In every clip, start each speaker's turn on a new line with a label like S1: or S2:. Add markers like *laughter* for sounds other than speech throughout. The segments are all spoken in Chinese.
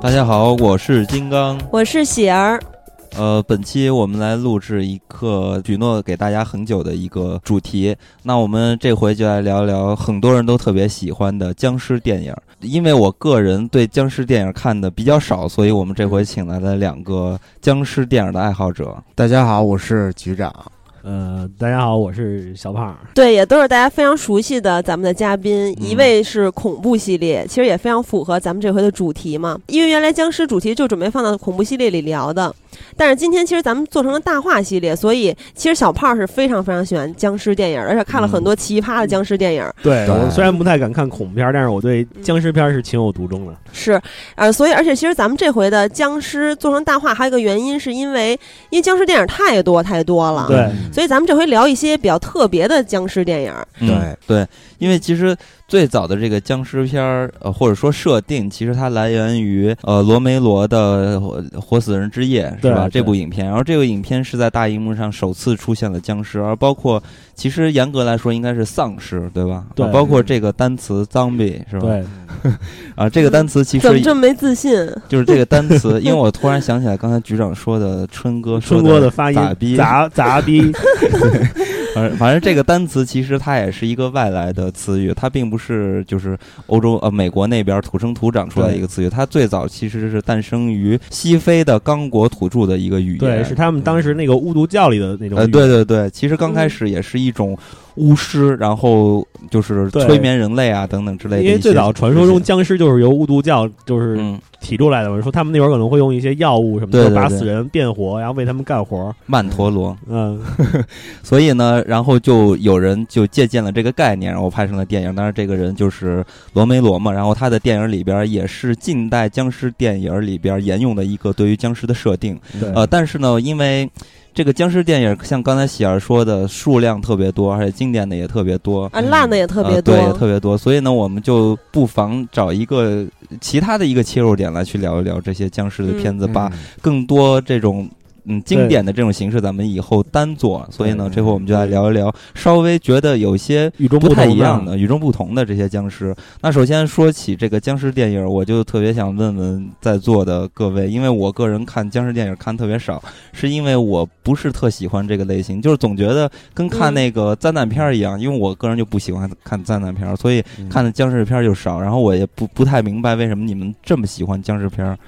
S1: 大家好，我是金刚。
S2: 我是喜儿，
S1: 呃，本期我们来录制一个许诺给大家很久的一个主题。那我们这回就来聊一聊很多人都特别喜欢的僵尸电影。因为我个人对僵尸电影看的比较少，所以我们这回请来了两个僵尸电影的爱好者。
S3: 大家好，我是局长。
S4: 呃，大家好，我是小胖儿。
S2: 对，也都是大家非常熟悉的咱们的嘉宾，
S1: 嗯
S2: 一位是恐怖系列，其实也非常符合咱们这回的主题嘛，因为原来僵尸主题就准备放到恐怖系列里聊的，但是今天其实咱们做成了大话系列，所以其实小胖儿是非常非常喜欢僵尸电影，而且看了很多奇葩的僵尸电影，
S4: 对
S3: 对
S4: 我虽然不太敢看恐怖片儿，但是我对僵尸片儿是情有独钟的。
S2: 是，呃，所以而且其实咱们这回的僵尸做成大话，还有一个原因是因为因为僵尸电影太多太多了，
S4: 对
S2: 所以咱们这回聊一些比较特别的僵尸电影。
S1: 嗯
S3: 对
S1: 对，因为其实最早的这个僵尸片儿，呃，或者说设定，其实它来源于呃罗梅罗的《活活死人之夜》，是
S4: 对
S1: 吧？
S4: 对
S1: 这部影片，然后这个影片是在大荧幕上首次出现了僵尸，而包括其实严格来说应该是丧尸，对吧？
S4: 对
S1: 啊包括这个单词 zombie 是吧？
S4: 对，
S1: 啊，这个单词其
S2: 怎么
S1: 实
S2: 这么没自信？
S1: 就是这个单词，因为我突然想起来刚才局长说的春哥说
S4: 春哥的发音
S1: 咋逼 *laughs*
S4: 咋咋逼，
S1: 反正反正这个单词其实它也是一个外来的词语，它并不是就是欧洲呃美国那边土生土长出来的一个词语，它最早其实是诞生于西非的刚果土著的一个语言。
S4: 对，是他们当时那个巫毒教里的那种语
S1: 呃，
S4: 言。
S1: 对对对，其实刚开始也是一种巫师，然后就是
S4: 对
S1: 催眠人类啊等等之类的一些。
S4: 因为最早传说中
S1: 这些，
S4: 僵尸就是由巫毒教就是
S1: 嗯，
S4: 提出来的嘛，说他们那会儿可能会用一些药物什么
S1: 对
S4: 的
S1: 对
S4: 把
S1: 对
S4: 死人变活，然后为他们干活。
S1: 曼陀罗，
S4: 嗯，
S1: 所以呢，然后就有人就借鉴了这个概念，然后拍成了电影。当然，这个人就是罗梅罗嘛。然后他的电影里边也是近代僵尸电影里边沿用的一个对于僵尸的设定。
S4: 对
S3: 嗯
S1: 呃，但是呢，因为这个僵尸电影像刚才喜儿说的数量特别多，而且经典的也特别多。
S2: 啊，烂的也特别
S1: 呃
S2: 多，
S1: 对，也特别多，所以呢，我们就不妨找一个其他的一个切入点来去聊一聊这些僵尸
S2: 嗯
S1: 的片子，吧。
S3: 吧，
S1: 更多这种嗯经
S4: 对
S1: 典的这种形式，咱们以后单做。所以呢，
S3: 对
S1: 这回我们就来聊一聊稍微觉得有些
S4: 与众
S1: 不太
S4: 同
S1: 一样
S4: 的。
S1: 的、与众不同的这些僵尸。那首先说起这个僵尸电影，我就特别想问问在座的各位，因为我个人看僵尸电影看特别少，是因为我不是特喜欢这个类型，就是总觉得跟看
S2: 嗯
S1: 那个灾难片儿一样，因为我个人就不喜欢看灾难片儿，所以
S3: 嗯
S1: 看的僵尸片儿就少。然后我也不不太明白为什么你们这么喜欢僵尸片儿。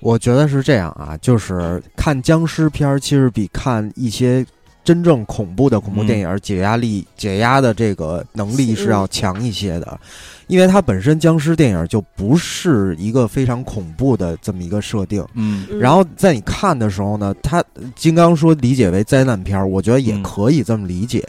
S3: 我觉得是这样啊，就是看僵尸片儿，其实比看一些真正恐怖的恐怖电影儿解压力、解压的这个能力是要强一些的，因为它本身僵尸电影就不是一个非常恐怖的这么一个设定。
S1: 嗯
S2: 嗯
S3: 然后在你看的时候呢，它金刚说理解为灾难片儿，我觉得也
S1: 嗯
S3: 可以这么理解，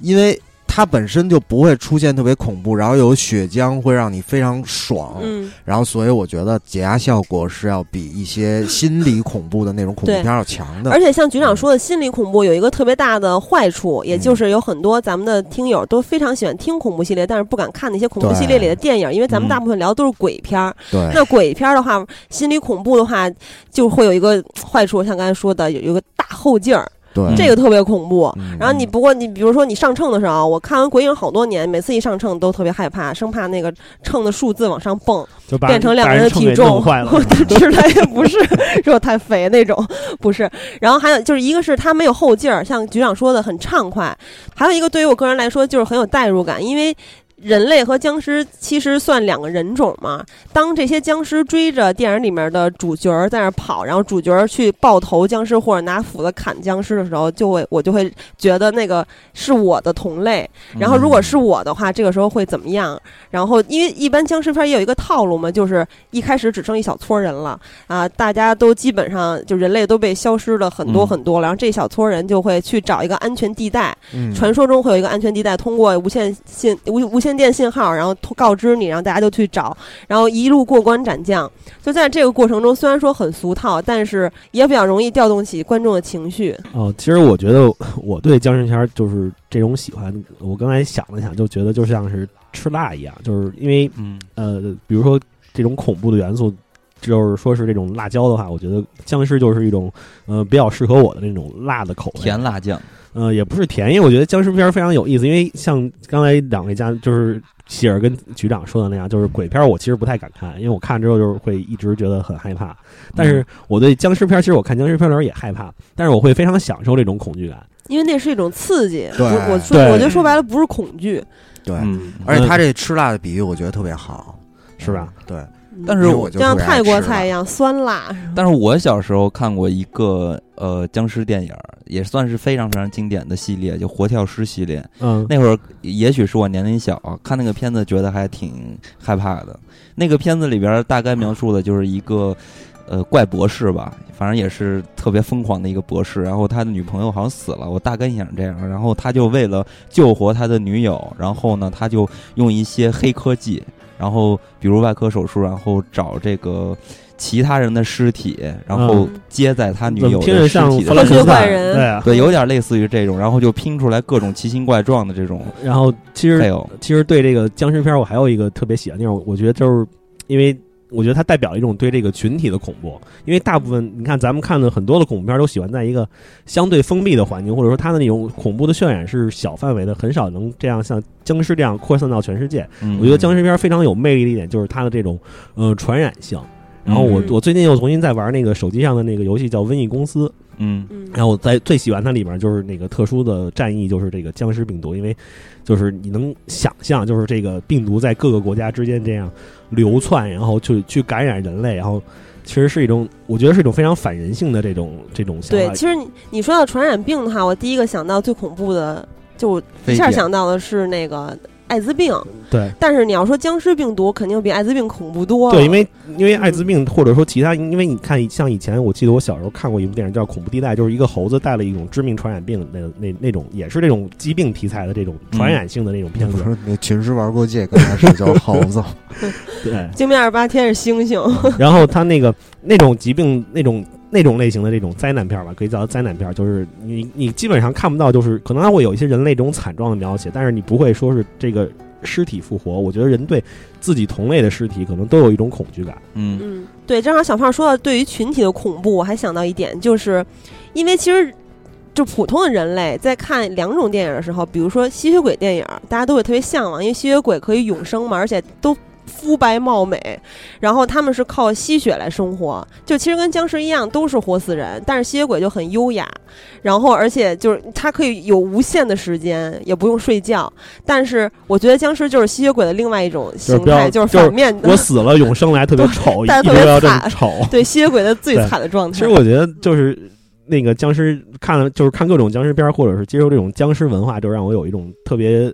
S3: 因为它本身就不会出现特别恐怖，然后有血浆会让你非常爽，
S2: 嗯，
S3: 然后所以我觉得解压效果是要比一些心理恐怖的那种恐怖
S2: 对
S3: 片儿要强的
S2: 而。且像局长说的，心理恐怖有一个特别大的坏处，也就是有很多咱们的听友都非常喜欢听恐怖系列，但是不敢看那些恐怖系列里的电影，因为咱们
S1: 嗯
S2: 大部分聊的都是鬼片儿。
S3: 对，
S2: 那鬼片儿的话，心理恐怖的话，就会有一个坏处，像刚才说的，有有一个大后劲儿，
S3: 对，
S2: 这个特别恐怖。
S3: 嗯
S2: 然后你不过你比如说你上秤的时候，我看完《鬼影》好多年，每次一上秤都特别害怕，生怕那个秤的数字往上蹦，
S4: 就把
S2: 变成两
S4: 把
S2: 个人的
S4: 秤
S2: 体
S4: 给
S2: 重。
S4: 弄坏了
S2: *laughs* 之类的，不是说太肥那种，不是。然后还有就是一个是它没有后劲儿，像局长说的很畅快，还有一个对于我个人来说就是很有代入感，因为。人类和僵尸其实算两个人种嘛。当这些僵尸追着电影里面的主角儿在那儿跑，然后主角儿去爆头僵尸或者拿斧子砍僵尸的时候，就会我就会觉得那个是我的同类，然后如果是我的话，这个时候会怎么样？然后因为一般僵尸片也有一个套路嘛，就是一开始只剩一小撮人了啊，大家都基本上就人类都被消失了很多
S1: 嗯
S2: 很多了，然后这一小撮人就会去找一个安全地带。
S3: 嗯
S2: 传说中会有一个安全地带，通过无线信无无线电信号，然后通告知你，然后大家就去找，然后一路过关斩将。就在这个过程中，虽然说很俗套，但是也比较容易调动起观众的情绪。
S4: 哦，其实我觉得我对僵尸片儿就是这种喜欢，我刚才想了想，就觉得就像是吃辣一样，就是因为
S1: 嗯
S4: 呃，比如说这种恐怖的元素，就是说是这种辣椒的话，我觉得僵尸就是一种呃比较适合我的那种辣的口味，
S1: 甜辣酱。
S4: 呃也不是甜，因为我觉得僵尸片儿非常有意思，因为像刚才两位嘉就是喜儿跟局长说的那样，就是鬼片儿我其实不太敢看，因为我看之后就是会一直觉得很害怕。但
S1: 嗯
S4: 是我对僵尸片儿，其实我看僵尸片儿的时候也害怕，但是我会非常享受这种恐惧感。
S2: 因为那是一种刺激。
S3: 对
S2: 我我说，
S4: 对
S2: 我觉得说白了不是恐惧，
S3: 对，
S1: 嗯，
S3: 而且他这吃辣的比喻，我觉得特别好，嗯
S4: 是吧？
S3: 对，
S1: 但
S3: 因
S1: 是
S3: 为
S1: 我
S3: 我
S2: 嗯
S3: 就
S2: 就像
S3: 特别爱
S2: 泰国
S3: 吃辣
S2: 菜一样酸辣，
S1: 但是我小时候看过一个呃僵尸电影儿，也算是非常非常经典的系列，就《活跳尸》系列。
S4: 嗯，
S1: 那会儿也许是我年龄小，看那个片子觉得还挺害怕的。那个片子里边大概描述的就是一个呃怪博士吧，反正也是特别疯狂的一个博士。然后他的女朋友好像死了，我大概印象是这样。然后他就为了救活他的女友，然后呢，他就用一些黑科技，然后比如外科手术，然后找这个。其他人的尸体，然后
S2: 嗯
S1: 接在他女
S4: 怎么
S1: 友
S4: 听着
S1: 的尸
S4: 像
S1: 体
S4: 弗
S1: 的
S4: 兰
S1: 身
S2: 科学
S4: 肯
S1: 上，
S4: 斯
S2: 怪
S4: 坦
S2: 人
S4: 对啊。
S1: 对，有点类似于这种，然后就拼出来各种奇形怪状的这种
S4: 然后其实
S1: fail。
S4: 其实对这个僵尸片，我还有一个特别喜欢的地方，我觉得就是因为我觉得它代表了一种对这个群体的恐怖。因为大部分你看咱们看的很多的恐怖片，都喜欢在一个相对封闭的环境，或者说它的那种恐怖的渲染是小范围的，很少能这样像僵尸这样扩散到全世界。
S1: 嗯
S4: 我觉得僵尸片非常有魅力的一点就是它的这种呃传染性。然后我
S2: 嗯
S4: 我最近又重新在玩那个手机上的那个游戏叫《瘟疫公司》，
S1: 嗯
S2: 嗯，
S4: 然后我在最喜欢它里面就是那个特殊的战役，就是这个僵尸病毒，因为就是你能想象，就是这个病毒在各个国家之间这样流窜，然后去去感染人类，然后其实是一种，我觉得是一种非常反人性的这种这种想
S2: 对，
S4: 法。
S2: 其实你你说到传染病的话，我第一个想到最恐怖的，就我
S1: 非
S2: 一下
S1: 典
S2: 想到的是那个艾滋病。
S4: 对
S2: 但是你要说僵尸病毒，肯定比艾滋病恐怖多了。
S4: 对，因为因为艾滋病或者说其他，因为你看像以前我记得我小时候看过一部电影叫《恐怖地带》，就是一个猴子带了一种致命传染病那那那种也是这种疾病题材的这种传染性的那种片
S3: 不
S4: 子。
S3: 是那群尸玩过界，刚开始 *laughs* 叫猴子，
S4: 对，
S2: 惊变二十八天是星星， *laughs*
S4: 然后他那个那种疾病那种那种类型的这种灾难片儿吧，可以叫灾难片儿，就是你你基本上看不到，就是可能它会有一些人类这种惨状的描写，但是你不会说是这个尸体复活。我觉得人对自己同类的尸体可能都有一种恐惧感。
S1: 嗯
S2: 嗯，对，正好小胖说到对于群体的恐怖，我还想到一点，就是因为其实就普通的人类在看两种电影的时候，比如说吸血鬼电影，大家都会特别向往，因为吸血鬼可以永生嘛，而且都。肤白貌美，然后他们是靠吸血来生活，就其实跟僵尸一样，都是活死人。但是吸血鬼就很优雅，然后而且就是他可以有无限的时间，也不用睡觉。但是我觉得僵尸就是吸血鬼的另外一种
S4: 是
S2: 形
S4: 不要
S2: 态，就是
S4: 就是
S2: 反面的。
S4: 我死了，永生来特别丑，一
S2: 但
S4: 直
S2: 是特别
S4: 要这么
S2: 惨
S4: 丑。
S2: 对吸血鬼的最
S4: 对
S2: 惨的状态。
S4: 其实我觉得就是那个僵尸看了，就是看各种僵尸片儿，或者是接受这种僵尸文化，就让我有一种特别，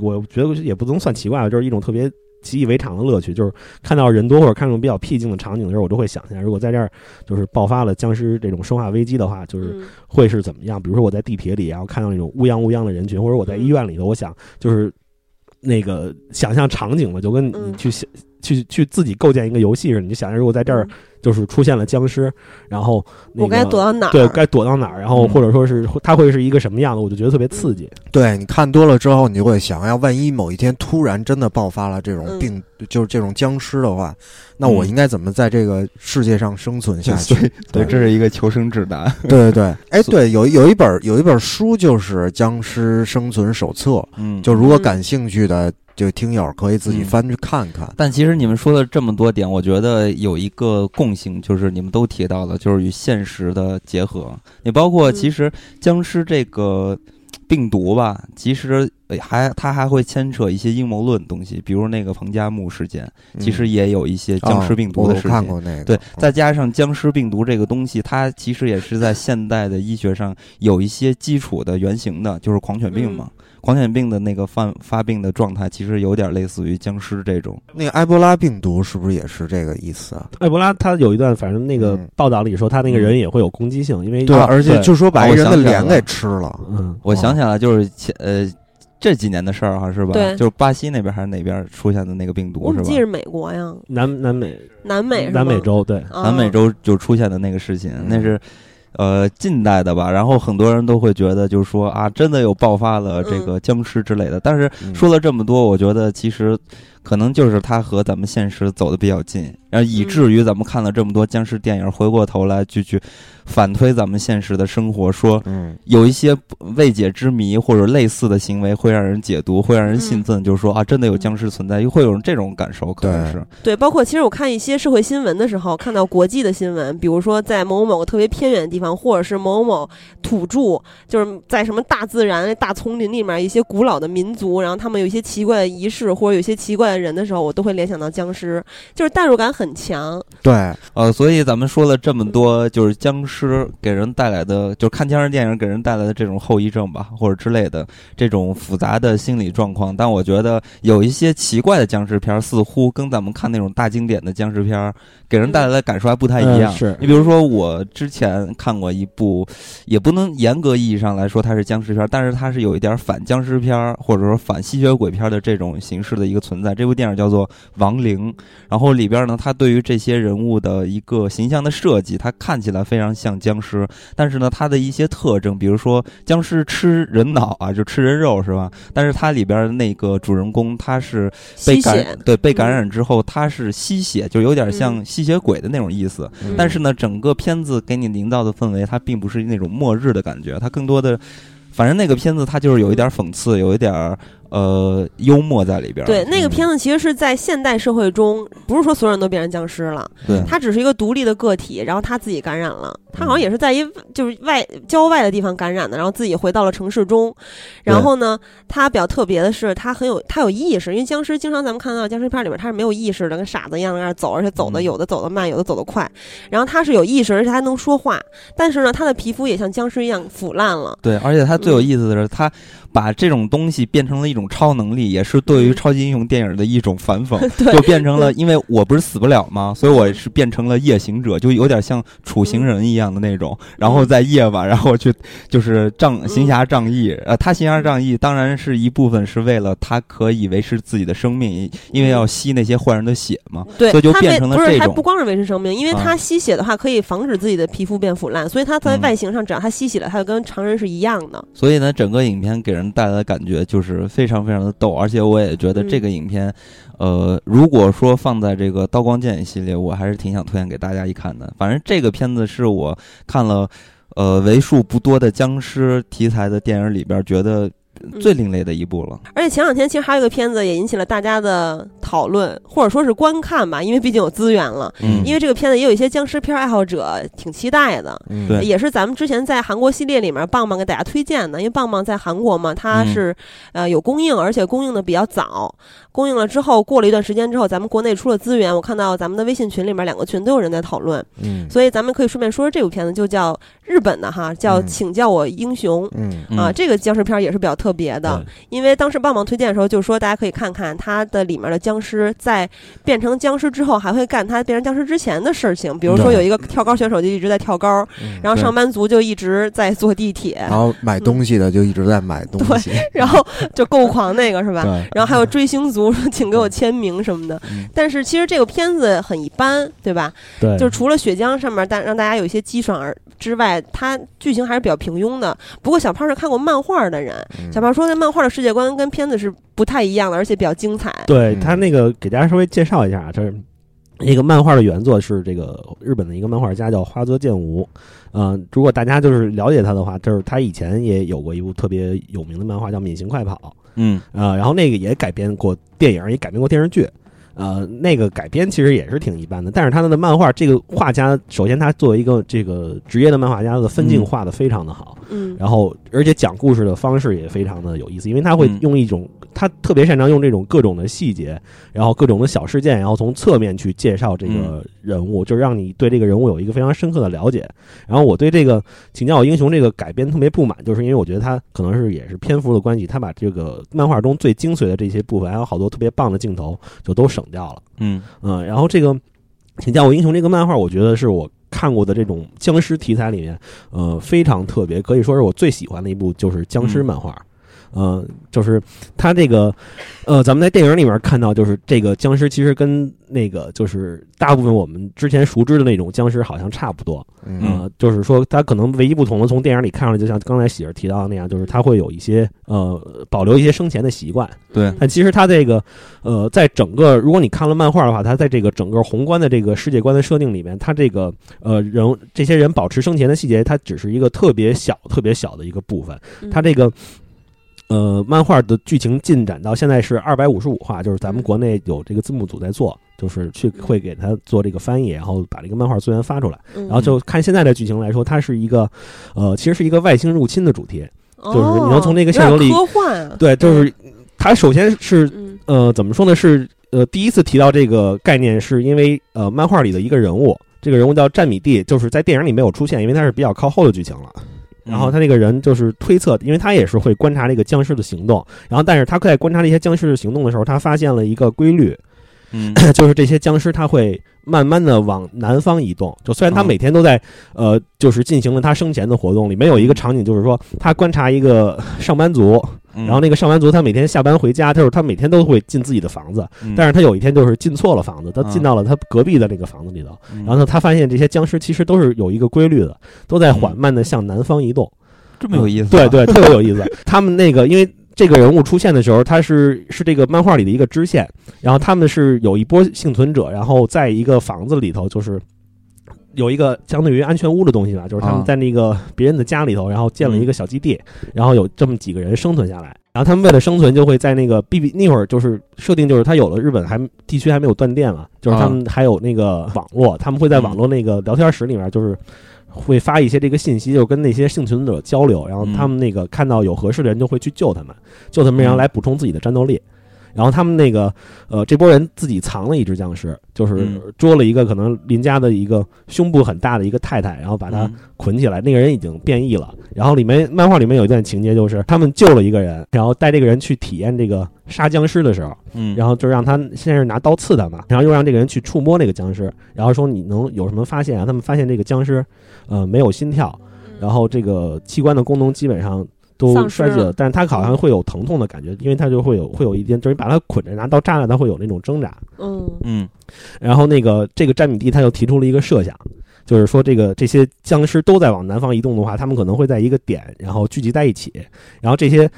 S4: 我觉得也不能算奇怪吧，就是一种特别习以为常的乐趣。就是看到人多或者看这种比较僻静的场景的时候，我都会想象，如果在这儿就是爆发了僵尸这种生化危机的话，就是
S2: 嗯
S4: 会是怎么样？比如说我在地铁里，然后看到那种乌泱乌泱的人群，或者我
S2: 嗯
S4: 在医院里头，我想就是那个想象场景了，就跟你
S2: 嗯
S4: 去想、去去自己构建一个游戏似的，你就想象如果在
S2: 嗯
S4: 这儿就是出现了僵尸，然后、那个、
S2: 我该躲到哪儿？啊
S4: 对该躲到哪儿，然后
S1: 嗯
S4: 或者说是它会是一个什么样的，我就觉得特别刺激。
S3: 对，你看多了之后，你就会想，要万一某一天突然真的爆发了这
S2: 嗯
S3: 种病，就是这种僵尸的话，那我
S1: 嗯
S3: 应该怎么在这个世界上生存下去？
S1: 对，这是一个求生指南。
S3: *laughs* 对对对，哎，对，有有一本有一本书就是《僵尸生存手册》，
S1: *laughs* 嗯，
S3: 就如果
S2: 嗯
S3: 感兴趣的，就听友可以自己
S1: 嗯
S3: 翻去看看。
S1: 但其实你们说的这么多点，我觉得有一个共性，就是你们都提到了，就是与现实的结合。也包括
S2: 嗯
S1: 其实僵尸这个病毒吧，其实呃还它还会牵扯一些阴谋论东西，比如那个彭加木事件，其实也有一些
S3: 嗯
S1: 僵尸病毒
S3: 啊
S1: 的
S3: 嗯我
S1: 事
S3: 看
S1: 情。
S3: 过那个，嗯
S1: 对，
S2: 嗯
S3: 在
S1: 再加上僵尸病毒这个东西，它其实也是
S2: *laughs*
S1: 在现代的医学上有一些基础的原型的，就是狂犬病嘛。
S2: 嗯
S1: 狂犬病的那个发发病的状态，其实有点类似于僵尸这种。
S3: 那个埃博拉病毒是不是也是这个意思啊？
S4: 艾博哎拉他有一段，反正那个
S3: 嗯
S4: 报道里说他那个人也会有攻击性，因为
S3: 对，
S1: 啊
S3: 而且
S1: 对
S3: 就说把
S1: 哦
S3: 一
S1: 我
S3: 人的
S1: 想起来
S3: 脸
S1: 了
S3: 给吃了。
S4: 嗯，
S2: 哦
S1: 我想起来了就是前呃这几年的事儿哈，是吧？
S2: 对
S1: 就是巴西那边还是哪边出现的那个病
S2: 我
S1: 毒是
S2: 怎
S1: 吧
S2: 么记？得是美国呀？
S4: 南南美
S2: 南美是吗
S4: 南美，洲对。
S2: 啊
S1: 南美洲就出现的那个事情，
S3: 嗯
S1: 那是。呃，近代的吧，然后很多人都会觉得，就是说
S2: 嗯
S1: 啊，真的有爆发了这个僵尸之类的。但是
S3: 嗯
S1: 说了这么多，我觉得其实可能就是它和咱们现实走的比较近，然后以至于咱们看了这么多僵尸电影，回过头来就去反推咱们现实的生活，说
S3: 嗯，
S1: 有一些未解之谜或者类似的行为会让人解读，会让人兴奋，就是说啊，真的有僵尸存在，会有这种感受，可能
S3: 对
S1: 是
S2: 对，包括其实我看一些社会新闻的时候，看到国际的新闻，比如说在某某某个特别偏远的地方，或者是某某土著，就是在什么大自然、大丛林里面一些古老的民族，然后他们有一些奇怪的仪式或者有一些奇怪的人的时候，我都会联想到僵尸，就是代入感很强。
S3: 对，
S1: 呃，所以咱们说了这么多，就是僵尸给人带来的，就是看僵尸电影给人带来的这种后遗症吧，或者之类的这种复杂的心理状况。但我觉得有一些奇怪的僵尸片儿，似乎跟咱们看那种大经典的僵尸片儿给人带来的感受还不太一样。
S4: 嗯是
S1: 你比如说，我之前看过一部，也不能严格意义上来说它是僵尸片儿，但是它是有一点反僵尸片儿或者说反吸血鬼片儿的这种形式的一个存在。这部电影叫做《亡灵》。然后里边呢，他对于这些人物的一个形象的设计，他看起来非常像僵尸，但是呢，他的一些特征，比如说僵尸吃人脑啊，就吃人肉是吧？但是它里边那个主人公他是被
S2: 吸
S1: 感
S2: 血，
S1: 对被
S2: 嗯
S1: 感染之后，他是吸血，就有点像
S2: 嗯
S1: 吸血鬼的那种意思。
S3: 嗯
S1: 但是呢，整个片子给你营造的氛围，它并不是那种末日的感觉，它更多的，反正那个片子它就是有一点讽刺，有一点儿呃幽默在里边儿。
S2: 对，那个
S1: 嗯
S2: 片子其实是在现代社会中，不是说所有人都变成僵尸了，
S1: 对
S3: 嗯
S2: 他只是一个独立的个体，然后他自己感染了，
S1: 嗯
S2: 他好像也是在一就是外郊外的地方感染的，然后自己回到了城市中。然后呢，他比较特别的是，他很有他有意识，因为僵尸经常咱们看到僵尸片里面他是没有意识的，跟傻子一样在那儿走，而且走的
S1: 嗯
S2: 有的走得慢，有的走得快。然后他是有意识，而且还能说话，但是呢，他的皮肤也像僵尸一样腐烂了。
S1: 对，而且他最有意思的是，他把这种东西变成了一种超能力，也是对于超级英雄电影的一种反讽，
S2: 嗯 *laughs* 对
S1: 就变成了，因为我不是死不了吗？所以我是变成了夜行者，就有点像
S2: 嗯
S1: 楚行人一样的那种，然后在夜晚，然后去就是
S2: 嗯
S1: 仗行侠仗义。呃，他行侠仗义当然是一部分是为了他可以维持自己的生命，因
S2: 嗯
S1: 为要吸那些坏人的血嘛。
S2: 对，
S1: 所以就
S2: 它
S1: 变
S2: 为
S1: 成了
S2: 不是
S1: 这
S2: 它
S1: 种
S2: 不光是维持生命，因为
S1: 啊
S2: 它吸血的话可以防止自己的皮肤变腐烂，所以它在
S1: 嗯
S2: 外形上，只要它吸血了，它就跟常人是一样的。
S1: 所以呢，整个影片给人带来的感觉就是非常非常的逗，而且我也
S2: 嗯
S1: 觉得这个影片，呃，如果说放在这个《刀光剑影》系列，我还是挺想推荐给大家一看的。反正这个片子是我看了，呃，为数不多的僵尸题材的电影里边，觉得
S2: 嗯
S1: 最另类的一部了。
S2: 而且前两天其实还有一个片子也引起了大家的讨论，或者说是观看吧，因为毕竟有资源了。
S1: 嗯，
S2: 因为这个片子也有一些僵尸片爱好者挺期待的，
S3: 嗯
S1: 对
S2: 也是咱们之前在韩国系列里面棒棒给大家推荐的，因为棒棒在韩国嘛，它是、呃有供应，而且供应的比较早，供应了之后过了一段时间之后，咱们国内出了资源，我看到咱们的微信群里面两个群都有人在讨论，
S3: 嗯
S2: 所以咱们可以顺便说说这部片子，就叫日本的哈，叫《
S3: 嗯
S2: 请叫我英雄》。
S3: 嗯
S2: 啊，这个僵尸片儿也是比较特别的，因为当时棒棒推荐的时候就说，大家可以看看它的里面的僵尸在变成僵尸之后，还会干它变成僵尸之前的事情，比如说
S3: 对
S2: 有一个跳高选手就一直在跳高，
S3: 嗯
S2: 然后
S1: 对啊
S2: 上班族就一直在坐地铁
S3: 然，后买东西的就一直在买东西，
S2: 然后就购物狂那个是吧？
S1: 对，
S2: 然后还有追星族 *laughs* 说请给我签名什么的
S1: 嗯，
S2: 但是其实这个片子很一般，对吧？
S4: 对，
S2: 就是除了血浆上面但让大家有一些激爽而之外，它剧情还是比较平庸的。不过小胖是看过漫画的人，
S3: 嗯
S2: 小胖说那漫画的世界观跟片子是不太一样的，而且比较精彩。
S4: 对
S3: 嗯
S4: 他那个给大家稍微介绍一下啊，这是那个漫画的原作是这个日本的一个漫画家叫花泽健吾。嗯、如果大家就是了解他的话，就是他以前也有过一部特别有名的漫画叫《隐形快跑》，
S1: 嗯
S4: 呃，然后那个也改编过电影，也改编过电视剧。呃，那个改编其实也是挺一般的，但是他的漫画，这个画家首先他作为一个这个职业的漫画家，他的分镜
S1: 嗯
S4: 画的非常的好，
S2: 嗯，
S4: 然后而且讲故事的方式也非常的有意思，因为他会
S1: 嗯
S4: 用一种、他特别擅长用这种各种的细节，然后各种的小事件，然后从侧面去介绍这个人物，就让你对这个人物有一个非常深刻的了解。然后我对这个《请叫我英雄》这个改编特别不满，就是因为我觉得他可能是也是篇幅的关系，他把这个漫画中最精髓的这些部分，还有好多特别棒的镜头就都省掉了。
S1: 嗯
S4: 嗯，然后这个《请叫我英雄》这个漫画，我觉得是我看过的这种僵尸题材里面，呃，非常特别，可以说是我最喜欢的一部就是僵尸漫画。呃，就是他这个，呃，咱们在电影里面看到，就是这个僵尸其实跟那个就是大部分我们之前熟知的那种僵尸好像差不多，
S3: 嗯
S1: 嗯
S4: 呃，就是说它可能唯一不同的，从电影里看上来，就像刚才喜儿提到的那样，就是它会有一些呃保留一些生前的习惯，
S1: 对
S4: 但其实它这个，呃，在整个如果你看了漫画的话，它在这个整个宏观的这个世界观的设定里面，它这个呃人物这些人保持生前的细节，它只是一个特别小、特别小的一个部分。
S2: 嗯
S4: 它这个呃漫画的剧情进展到现在是二百五十五话，就是咱们国内有这个字幕组在做，就是去会给它做这个翻译，然后把这个漫画资源发出来。
S2: 嗯，
S4: 然后就看现在的剧情来说，它是一个呃其实是一个外星入侵的主题。
S2: 就是
S4: 你能从这个线索里
S2: 哦科幻啊，
S4: 对，就是它首先是
S2: 嗯
S4: 呃，怎么说呢？是呃，第一次提到这个概念，是因为呃，漫画里的一个人物，这个人物叫占米蒂，就是在电影里没有出现，因为他是比较靠后的剧情了。
S2: 嗯
S1: 嗯
S4: 然后他这个人就是推测，因为他也是会观察这个僵尸的行动，然后但是他在观察这些僵尸的行动的时候，他发现了一个规律， *clears throat*
S1: 嗯
S4: 就是这些僵尸他会慢慢的往南方移动。就虽然他
S1: 嗯
S4: 每天都在、呃，就是进行了他生前的活动，里面有一个场景就是说，他观察一个上班族，
S1: 嗯
S4: 然后那个上班族他每天下班回家，他就是他每天都会进自己的房子，
S1: 嗯
S4: 但是他有一天就是进错了房子，他
S1: 嗯
S4: 进到了他隔壁的那个房子里头，
S1: 嗯
S4: 然后呢，他发现这些僵尸其实都是有一个规律的，都
S1: 嗯
S4: 在缓慢的向南方移动，
S1: 这么有意思啊，
S4: 对对，特别有意思。 *laughs* 他们那个因为。这个人物出现的时候，他是是这个漫画里的一个支线，然后他们是有一波幸存者，然后在一个房子里头，就是有一个相对于安全屋的东西吧，就是他
S3: 啊
S4: 们在那个别人的家里头，然后建了
S1: 嗯
S4: 一个小基地，然后有这么几个人生存下来，然后他们为了生存就会在那个 B B 那会儿就是设定就是他有了日本还地区还没有断电嘛，就是他们还有那个网络，他们会在网络那个聊天室里面就是。会发一些这个信息，就跟那些幸存者交流，然后
S1: 嗯
S4: 他们那个看到有合适的人就会去救他们，救他们，然后来补充自己的战斗力。然后他们那个呃，这波人自己藏了一只僵尸，就是
S1: 嗯
S4: 捉了一个可能邻家的一个胸部很大的一个太太，然后把她
S1: 嗯
S4: 捆起来。那个人已经变异了。然后里面漫画里面有一段情节，就是他们救了一个人，然后带这个人去体验这个杀僵尸的时候，
S1: 嗯，
S4: 然后就让他先是拿刀刺他嘛，然后又让这个人去触摸那个僵尸，然后说你能有什么发现啊？他们发现这个僵尸，呃，没有心跳，然后这个器官的功能基本上都
S2: 嗯丧
S4: 衰
S2: 失
S4: 竭
S2: 了
S4: 了，但是他好像会有疼痛的感觉，因为他就会有会有一点，就是你把他捆着拿刀扎着，他会有那种挣扎。
S2: 嗯
S1: 嗯
S4: 然后那个这个詹米蒂他就提出了一个设想，就是说这个这些僵尸都在往南方移动的话，他们可能会在一个点，然后聚集在一起。然后这些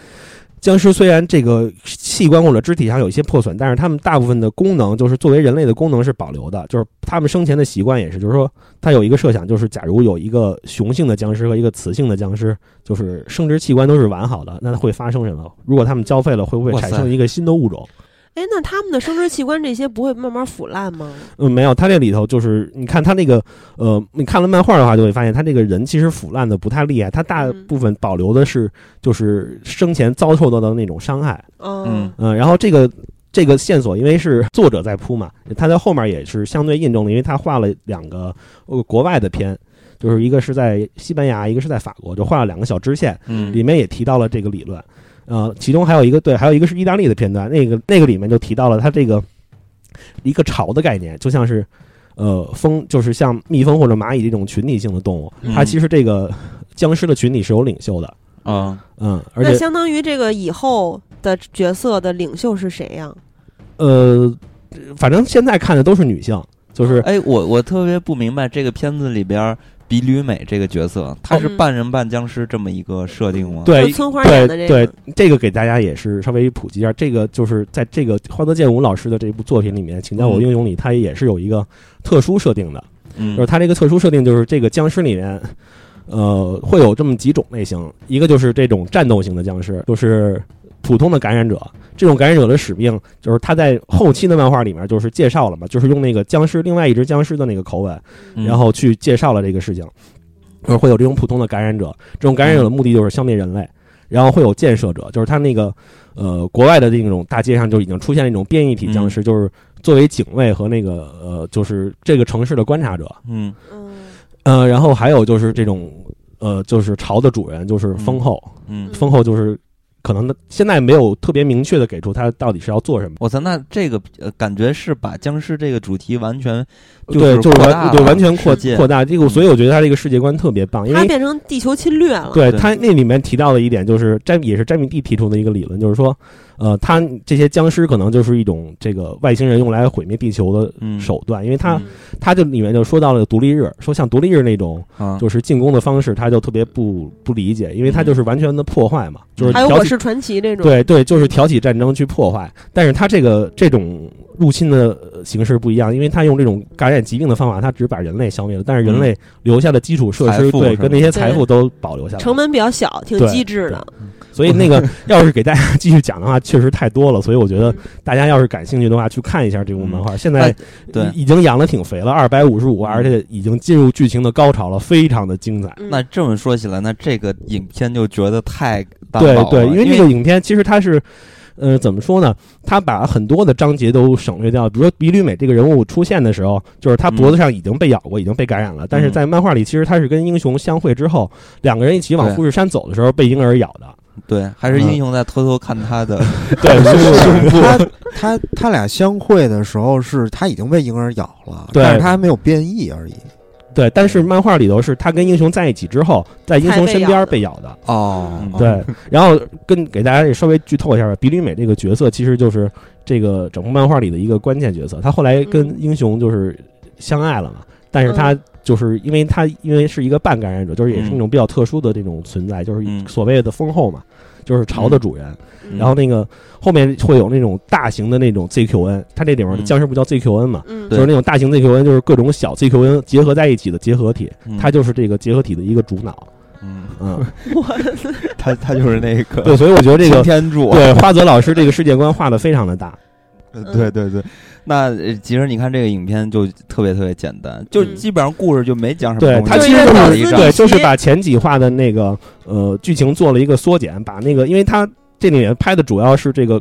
S4: 僵尸虽然这个器官或者肢体上有一些破损，但是他们大部分的功能，就是作为人类的功能是保留的，就是他们生前的习惯也是，就是说他有一个设想，就是假如有一个雄性的僵尸和一个雌性的僵尸，就是生殖器官都是完好的，那会发生什么？如果他们交配了，会不会
S1: 哇塞
S4: 产生一个新的物种？
S2: 哎，那他们的生殖器官这些不会慢慢腐烂吗？
S4: 嗯，没有，他这里头就是你看他那个呃，你看了漫画的话，就会发现他这个人其实腐烂的不太厉害，他大
S2: 嗯
S4: 部分保留的是就是生前遭受到的那种伤害。
S2: 哦
S1: 嗯
S4: 嗯、然后这个这个线索因为是作者在铺嘛，他在后面也是相对印证的，因为他画了两个、呃、国外的片，就是一个是在西班牙，一个是在法国，就画了两个小支线，
S1: 嗯
S4: 里面也提到了这个理论，呃，其中还有一个对，还有一个是意大利的片段，那个那个里面就提到了它这个一个巢的概念，就像是呃蜂，就是像蜜蜂或者蚂蚁这种群体性的动物，它
S1: 嗯
S4: 其实这个僵尸的群体是有领袖的，
S1: 啊
S4: 嗯，而
S2: 那
S4: 且
S2: 相当于这个以后的角色的领袖是谁呀？
S4: 呃，反正现在看的都是女性，
S2: 哦
S4: 就是
S1: 哎，我我特别不明白这个片子里边儿比吕美这个角色，她是
S2: 嗯
S1: 半人半僵尸这么一个设定吗？
S4: 对
S2: 就村花演的
S4: 对
S2: 这
S4: 哎对
S2: 个，，
S4: 这个给大家也是稍微普及一下。这个就是在这个荒泽健吾老师的这部作品里面，《请叫我
S1: 嗯
S4: 英勇》里，他也是有一个特殊设定的。
S1: 嗯，
S4: 就是它这个特殊设定，就是这个僵尸里面，呃，会有这么几种类型，一个就是这种战斗型的僵尸，就是普通的感染者。这种感染者的使命，就是他在后期的漫画里面就是介绍了嘛，就是用那个僵尸另外一只僵尸的那个口吻，
S1: 嗯
S4: 然后去介绍了这个事情。就是会有这种普通的感染者，这种感染者的目的就是消灭人类，然后会有建设者，就是他那个呃国外的那种大街上就已经出现那种变异体僵
S1: 嗯
S4: 尸，就是作为警卫和那个呃就是这个城市的观察者，
S1: 嗯
S2: 嗯
S4: 呃，然后还有就是这种呃，就是巢的主人就是蜂后，
S1: 嗯
S4: 蜂后就是可能现在没有特别明确的给出他到底是要做什么。
S1: 我操，那这个呃感觉是把僵尸这个主题完全
S4: 对，就是
S1: 扩
S4: 完
S1: 大
S4: 对
S1: 了
S4: 完全扩
S1: 世界嗯
S4: 扩大这个，所以我觉得他这个世界观特别棒，因
S2: 它
S4: 为
S2: 变成地球侵略了。
S4: 对
S1: 对
S4: 他那里面提到的一点就是詹也是詹米蒂提出的一个理论，就是说，呃，他这些僵尸可能就是一种这个外星人用来毁灭地球的
S1: 嗯
S4: 手段，因为他
S2: 嗯
S4: 他就里面就说到了独立日，说像独立日那种
S1: 啊，
S4: 就是进攻的方式，他就特别不不理解，因为他
S1: 嗯
S4: 就是完全的破坏嘛，就是
S2: 还有《
S4: 挑
S2: 我
S4: 起
S2: 是传奇》这种，
S4: 嗯对对，就是挑起战争去破坏。但是他这个这种入侵的呃形式不一样，因为他用这种感染疾病的方法，他只把人类消灭了，但是人
S1: 嗯
S4: 类留下的基础设
S1: 财
S4: 施，
S1: 富
S4: 对，
S1: 是
S4: 跟
S1: 吧
S4: 那些财
S2: 对
S4: 富都保留下来嗯了。
S2: 成本比较小，挺
S4: 对
S2: 机智的。
S4: 所以那个要是给大家继续讲的话，确实太多了。所以我觉得大家要是感兴趣的话，去看一下这部漫画。现在
S1: 对
S4: 已已经养的挺肥了，二百五十五，而且已经进入剧情的高潮了，非常的精彩。
S2: 嗯
S1: 那这么说起来，那这个影片就觉得太单
S4: 对
S1: 薄
S4: 对，
S1: 了
S4: 因为那个影片其实它是。呃，怎么说呢？他把很多的章节都省略掉，比如说比吕美这个人物出现的时候，就是他脖子上已经被咬过，已经被感染了。但是
S1: 嗯
S4: 在漫画里，其实他是跟英雄相会之后，两个人一起往
S1: 对
S4: 富士山走的时候被婴儿咬的。
S1: 对，还
S4: 嗯
S1: 是英雄在偷偷看他
S4: *laughs*
S1: 的，
S4: 对，胸部
S3: 他他他俩相会的时候是他已经被婴儿咬了，
S4: 对
S3: 但是他还没有变异而已。
S4: 对，但是漫画里头是他跟英雄在一起之后，在英雄身边被咬的。
S3: 哦
S1: 嗯
S4: 对，然后跟给大家也稍微剧透一下吧，比利美这个角色其实就是这个整部漫画里的一个关键角色。他后来跟英雄就是相爱了嘛，但是他就是因为他因为是一个半感染者，就是也是那种比较特殊的这种存在，就是
S1: 嗯
S4: 所谓的封后嘛，就是朝的主人。
S2: 嗯
S4: 然后那个后面会有那种大型的那种 ZQN，他这里面的僵尸不叫 ZQN 嘛，
S2: 嗯，
S1: 对
S4: 就是那种大型 ZQN，就是各种小 ZQN 结合在一起的结合体，它就是这个结合体的一个主脑。
S1: 嗯，
S4: 嗯，
S2: 我
S1: 他他就是那个
S4: 对，所以我觉得这
S1: 擎
S4: 个
S1: 天柱，
S4: 对花泽老师这个世界观画的非常的大。
S3: 呃
S1: 对对对，那呃其实你看这个影片就特别特别简单，就
S2: 嗯
S1: 基本上故事就没讲什么
S4: 对
S1: 东西，
S4: 它
S2: 就
S4: 其
S2: 是一
S4: 实就
S2: 个
S1: 打
S2: 脑
S1: 一
S4: 是
S2: 子
S1: 仗
S4: 对，
S2: 里
S4: 就是
S2: 脊
S4: 把前几话的那个呃剧情做了一个缩减，把那个因为它这里面拍的主要是这个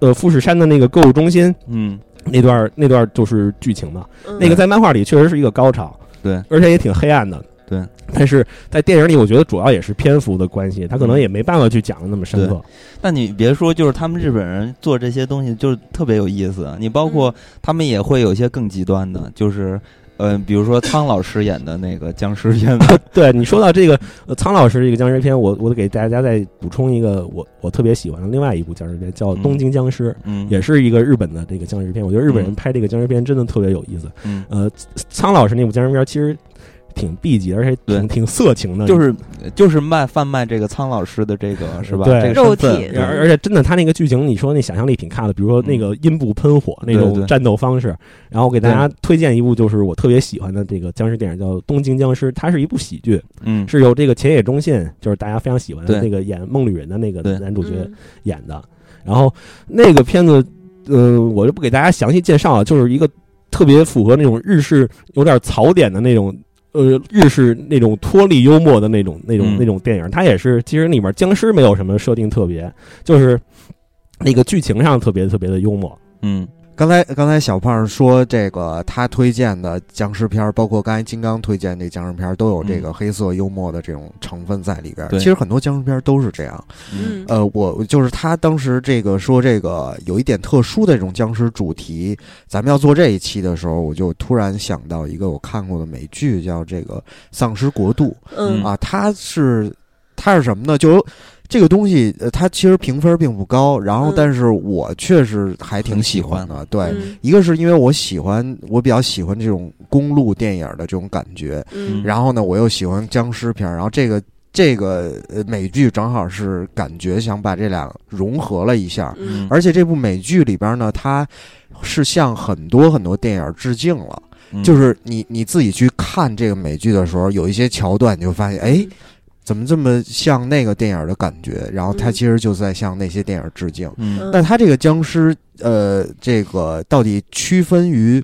S4: 呃富士山的那个购物中心
S1: 嗯，
S4: 那段儿那段儿就是剧情嘛，
S2: 嗯
S4: *laughs* 那个在漫画里确实是一个高潮，
S1: 对，
S4: 而且也挺黑暗的，
S1: 对。
S4: 但是在电影里，我觉得主要也是篇幅的关系，他可能
S1: 嗯
S4: 也没办法去讲的那么深
S1: 对
S4: 刻。
S1: 但你别说，就是他们日本人做这些东西就是特别有意思。你包
S2: 嗯
S1: 括他们也会有一些更极端的，就是呃，比如说苍老师演的那个僵尸片子，
S4: *laughs* 对你说到这个、呃、苍老师这个僵尸片，我我得给大家再补充一个我我特别喜欢的另外一部僵尸片，叫
S1: 嗯
S4: 《东京僵尸》。
S1: 嗯，
S4: 也是一个日本的这个僵尸片，我觉得日本人
S1: 嗯
S4: 拍这个僵尸片真的特别有意思。
S1: 嗯，
S4: 呃，苍老师那部僵尸片其实挺 B 级，而且挺
S1: 对
S4: 挺色情的，
S1: 就是就是卖贩卖这个苍老师的这个是吧？
S4: 对
S1: 这个身份
S2: 肉体
S4: 而而且真的，他那个剧情，你说那想象力挺看的，比如说那个阴部喷火
S1: 嗯
S4: 那
S1: 对
S4: 种
S1: 对
S4: 战斗方式。然后我给大家推荐一部，就是我特别喜欢的这个僵尸电影，叫《东京僵尸》，它是一部喜剧，
S1: 嗯
S4: 是由这个前野忠信，就是大家非常喜欢的
S1: 对
S4: 那个演梦旅人的那个
S1: 对
S4: 男主
S2: 嗯
S4: 角演的。然后那个片子，呃，我就不给大家详细介绍了，就是一个特别符合那种日式有点槽点的那种。呃，日式那种脱力幽默的那种、那种
S1: 嗯、
S4: 那种电影，它也是其实里面僵尸没有什么设定特别，就是那个剧情上特别特别的幽默。
S1: 嗯
S3: 刚才刚才小胖说这个他推荐的僵尸片儿，包括刚才金刚推荐这僵尸片儿，都有这个黑色幽默的这种成分在里边儿。
S1: 对
S3: 其实很多僵尸片儿都是这样。
S1: 嗯
S2: 嗯
S3: 呃，我就是他当时这个说这个有一点特殊的这种僵尸主题，咱们要做这一期的时候，我就突然想到一个我看过的美剧，叫这个《丧尸国度》。
S2: 嗯
S3: 啊，它是它是什么呢？就有这个东西，呃它其实评分并不高，然后
S2: 嗯
S3: 但是我确实还挺
S1: 很
S3: 喜
S1: 喜
S3: 欢
S1: 欢
S3: 的。对，
S2: 嗯
S3: 一个是因为我喜欢，我比较喜欢这种公路电影的这种感觉，
S2: 嗯
S3: 然后呢，我又喜欢僵尸片儿，然后这个。这个呃美剧正好是感觉想把这俩融合了一下，
S2: 嗯
S3: 而且这部美剧里边呢，它是向很多很多电影致敬了。
S1: 嗯
S3: 就是你你自己去看这个美剧的时候，有一些桥段，你就发现，哎，怎么这么像那个电影的感觉？然后它
S2: 嗯
S3: 其实就在向那些电影致敬。
S1: 嗯
S3: 那它这个僵尸，呃，这个到底区分于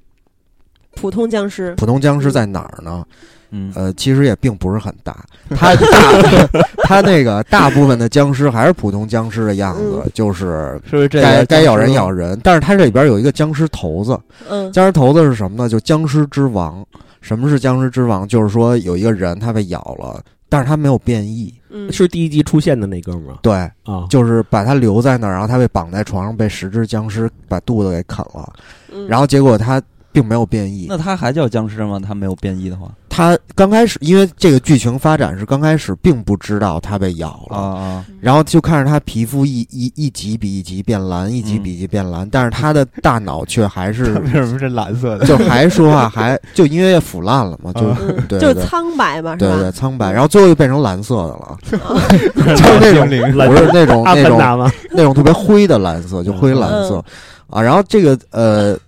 S2: 普通僵尸，
S3: 普通僵尸在哪儿呢？
S1: 嗯
S3: 呃，其实也并不是很
S2: *laughs*
S3: 大，它大 *laughs* 它那个大部分的僵尸还是普通僵尸的样子，
S2: 嗯
S3: 就是
S1: 是不是这
S3: 该
S1: 个
S3: 该咬人咬人，但是它这里边有一个僵尸头子，
S2: 嗯
S3: 僵尸头子是什么呢？就僵尸之王。什么是僵尸之王？就是说有一个人他被咬了，但是他没有变异，
S2: 嗯，
S4: 是第一集出现的那哥们儿吗
S3: 对，
S4: 啊，
S3: 就是把他留在那儿，然后他被绑在床上，被十只僵尸把肚子给啃了，
S2: 嗯，
S3: 然后结果他并没有变异
S1: 那。他还叫僵尸吗？他没有变异的话
S3: 他刚开始因为这个剧情发展是刚开始并不知道他被咬
S1: 啊
S3: 了。
S1: 啊，
S3: 然后就看着他皮肤一一一级比一级变蓝，一级比一级变蓝，但是他的大脑却还是
S5: *laughs* 为什么是蓝色的？
S3: 就还说话还就因为腐烂了嘛，就
S5: 啊
S2: 嗯
S3: 对
S2: 就是
S3: 对
S2: 苍白嘛，是
S3: 对
S2: 吧？
S3: 对苍白，然后最后又变成蓝色的了，
S4: *laughs*
S5: 就是
S3: 那种
S5: 灵，
S4: 蓝
S3: 不是那种
S4: 阿
S3: 那
S4: 凡
S3: 种
S4: 达吗？
S3: 那种特别灰的蓝色，就灰蓝
S2: 嗯
S3: 色啊。然后这个呃，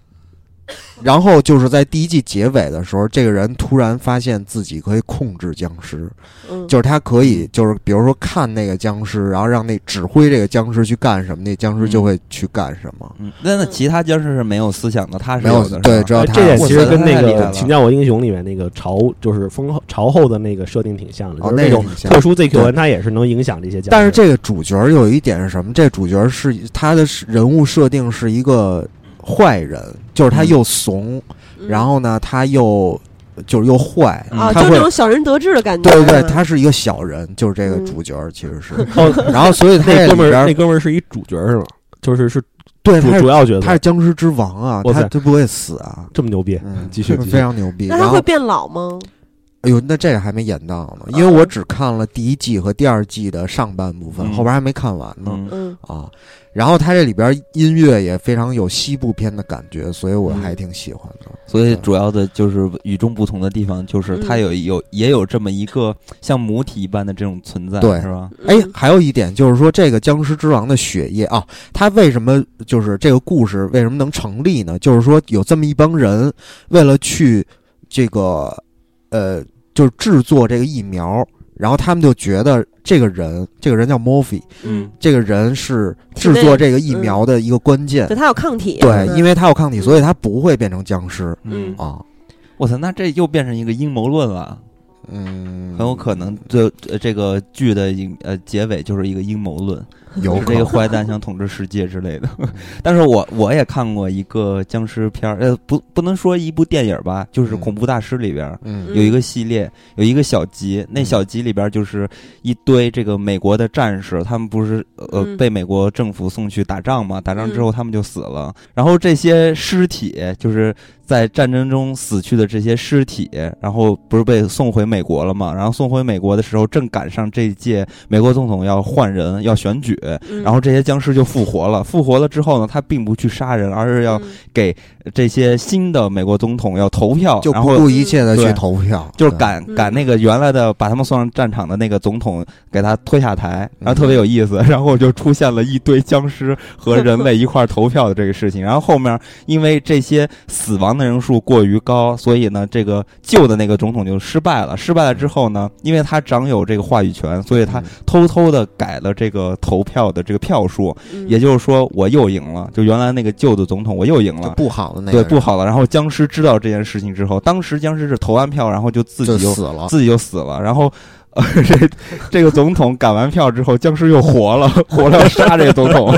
S3: 然后就是在第一季结尾的时候，这个人突然发现自己可以控制僵尸，
S2: 嗯，
S3: 就是他可以就是比如说看那个僵尸，然后让那指挥这个僵尸去干什么，那僵尸
S2: 嗯
S3: 就会去干什么。
S1: 嗯，那那其他僵尸是没有思想的，他是
S3: 没有
S1: 的，
S3: 对，只
S1: 这
S3: 有
S4: 哎
S3: 呃他
S4: 这点其实跟那
S1: 哇塞太厉害
S4: 个
S1: 了
S4: 《请叫我英雄》里面那个朝就是风后朝后的那个设定挺像的，
S3: 哦
S4: 就是
S3: 那个
S4: 种
S3: 挺像
S4: 特殊 ZQ
S3: 对
S4: 文，它也是能影响这些僵
S3: 但是
S4: 尸。
S3: 这个主角有一点是什么？这主角是他的人物设定是一个坏人，就是他
S1: 嗯
S3: 又怂，
S2: 嗯
S3: 然后呢他又就是又坏，
S1: 嗯
S2: 啊，
S3: 他
S2: 就是
S3: 会
S2: 那种小人得志的感觉，
S3: 对对
S2: 是吧
S3: 他是一个小人，就是这个
S2: 嗯
S3: 主角其实是，
S4: 哦，
S3: 然后所以他
S4: 那
S3: 这
S4: 哥
S3: 里
S4: 们
S3: 边
S4: 儿那
S3: 儿
S4: 哥们儿是一主角是吗？就是是
S3: 对
S4: 主
S3: 他
S4: 主
S3: 是
S4: 要角
S3: 他
S4: 色
S3: 是，僵尸之王啊，
S4: 哇塞
S3: 他他不会死啊，
S4: 这么牛逼，*laughs*
S3: 嗯，
S4: 继续继续
S3: 非常牛逼。
S2: 那
S3: 然
S2: 他
S3: 后
S2: 会变老吗？
S3: 哎呦，那这个还没演到呢，因为我
S2: 嗯
S3: 只看了第一季和第二季的上半部分，
S1: 嗯
S3: 后边还没看完呢
S1: 嗯
S2: 嗯，
S3: 啊。然后他这里边音乐也非常有西部片的感觉，所以我
S2: 嗯
S3: 还挺喜欢的。
S1: 所以主要的就是与众不同的地方，就是它有有也有这么一个像母体一般的这种存在，
S3: 对
S1: 是吧？
S3: 哎
S2: 嗯，
S3: 还有一点就是说，这个僵尸之王的血液啊，他为什么就是这个故事为什么能成立呢？就是说有这么一帮人，为了去这个呃，就是制作这个疫苗，然后他们就觉得这个人，这个人叫 Morphy，
S1: 嗯，
S3: 这个人是制作这个疫苗的一个关键
S2: 对，。他有抗体，
S3: 对，因
S2: 为
S3: 为他有抗体，所以他不会变成僵尸
S1: 嗯
S2: 嗯，
S3: 啊。
S1: 我操，那这又变成一个阴谋论了，
S3: 嗯，
S1: 很有可能最呃这个剧的影呃结尾就是一个阴谋论，
S3: 有
S1: 就是这
S3: 可
S1: *laughs* 个
S3: 能。
S1: 坏蛋想统治世界之类的。 *laughs* 但是我我也看过一个僵尸片儿，呃，不不能说一部电影吧，就是《恐怖大师》里边儿。
S3: 嗯
S1: 有一个系列，有一个小集，
S2: 嗯
S1: 那小集里边就是一堆这个美国的战士，他们不是呃
S2: 嗯
S1: 被美国政府送去打仗嘛？打仗之
S2: 嗯
S1: 后他们就死了，然后这些尸体就是在战争中死去的这些尸体，然后不是被送回美国了嘛？然后送回美国的时候，正赶上这一届美国总统要换人，要选举，
S2: 嗯
S1: 然后这些僵尸就复活了。复活了之后呢，他并不去杀人，而是要
S2: 嗯
S1: 给这些新的美国总统要投票，
S3: 就
S1: 然
S3: 不
S1: 后
S3: 顾一切的去
S1: 对
S3: 投票，
S1: 就是
S3: 对
S1: 赶
S2: 嗯
S1: 赶那个原来的把他们送上战场的那个总统给他推下台，
S3: 嗯
S1: 然后特别有意思，然后就出现了一堆僵尸和人类一块儿投票的这个事情。然后后面因为这些死亡的人数过于高，所以呢，这个旧的那个总统就失败了。失败了之后呢，因为他掌有这个话语权，所以他
S3: 嗯
S1: 偷偷的改了这个投票的这个票数，
S2: 嗯
S1: 也就是说我又赢了，就原来那个旧的总统我又赢
S3: 就
S1: 了。
S3: 不好的那个
S1: 对，
S3: 人
S1: 不好了。然后僵尸知道这件事情之后，当时僵尸是投完票，然后就自
S3: 就
S1: 己又
S3: 死了，
S1: 自己就死了，然后。呃，这这个总统赶完票之后，僵尸又活了，活了要杀这个总
S2: *laughs*
S1: 统，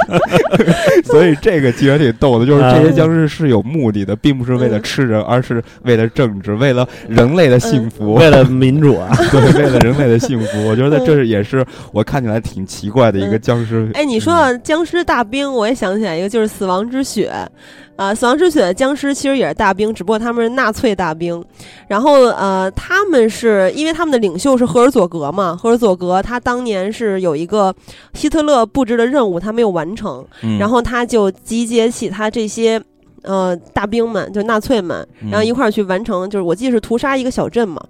S1: *laughs* 所以这个其实挺逗的，就是这些僵尸是有目的的，并不是为
S2: 嗯
S1: 了吃人，而是为了政治，为了人类的幸福，
S2: 嗯
S4: 为了民主啊，
S1: *laughs* 对，为了人类的幸福。我觉得这是也是我看起来挺奇怪的一个僵尸。
S2: 哎，你说
S3: 嗯
S2: 到僵尸大兵，我也想起来一个，就是《死亡之雪》啊，《死亡之雪》的僵尸其实也是大兵，只不过他们是纳粹大兵。然后呃，他们是因为他们的领袖是赫尔佐格嘛，赫尔佐格他当年是有一个希特勒布置的任务，他没有完成，
S1: 嗯
S2: 然后他就集结起他这些。呃，大兵们就纳粹们，
S1: 嗯
S2: 然后一块儿去完成，就是我记得是屠杀一个小镇嘛。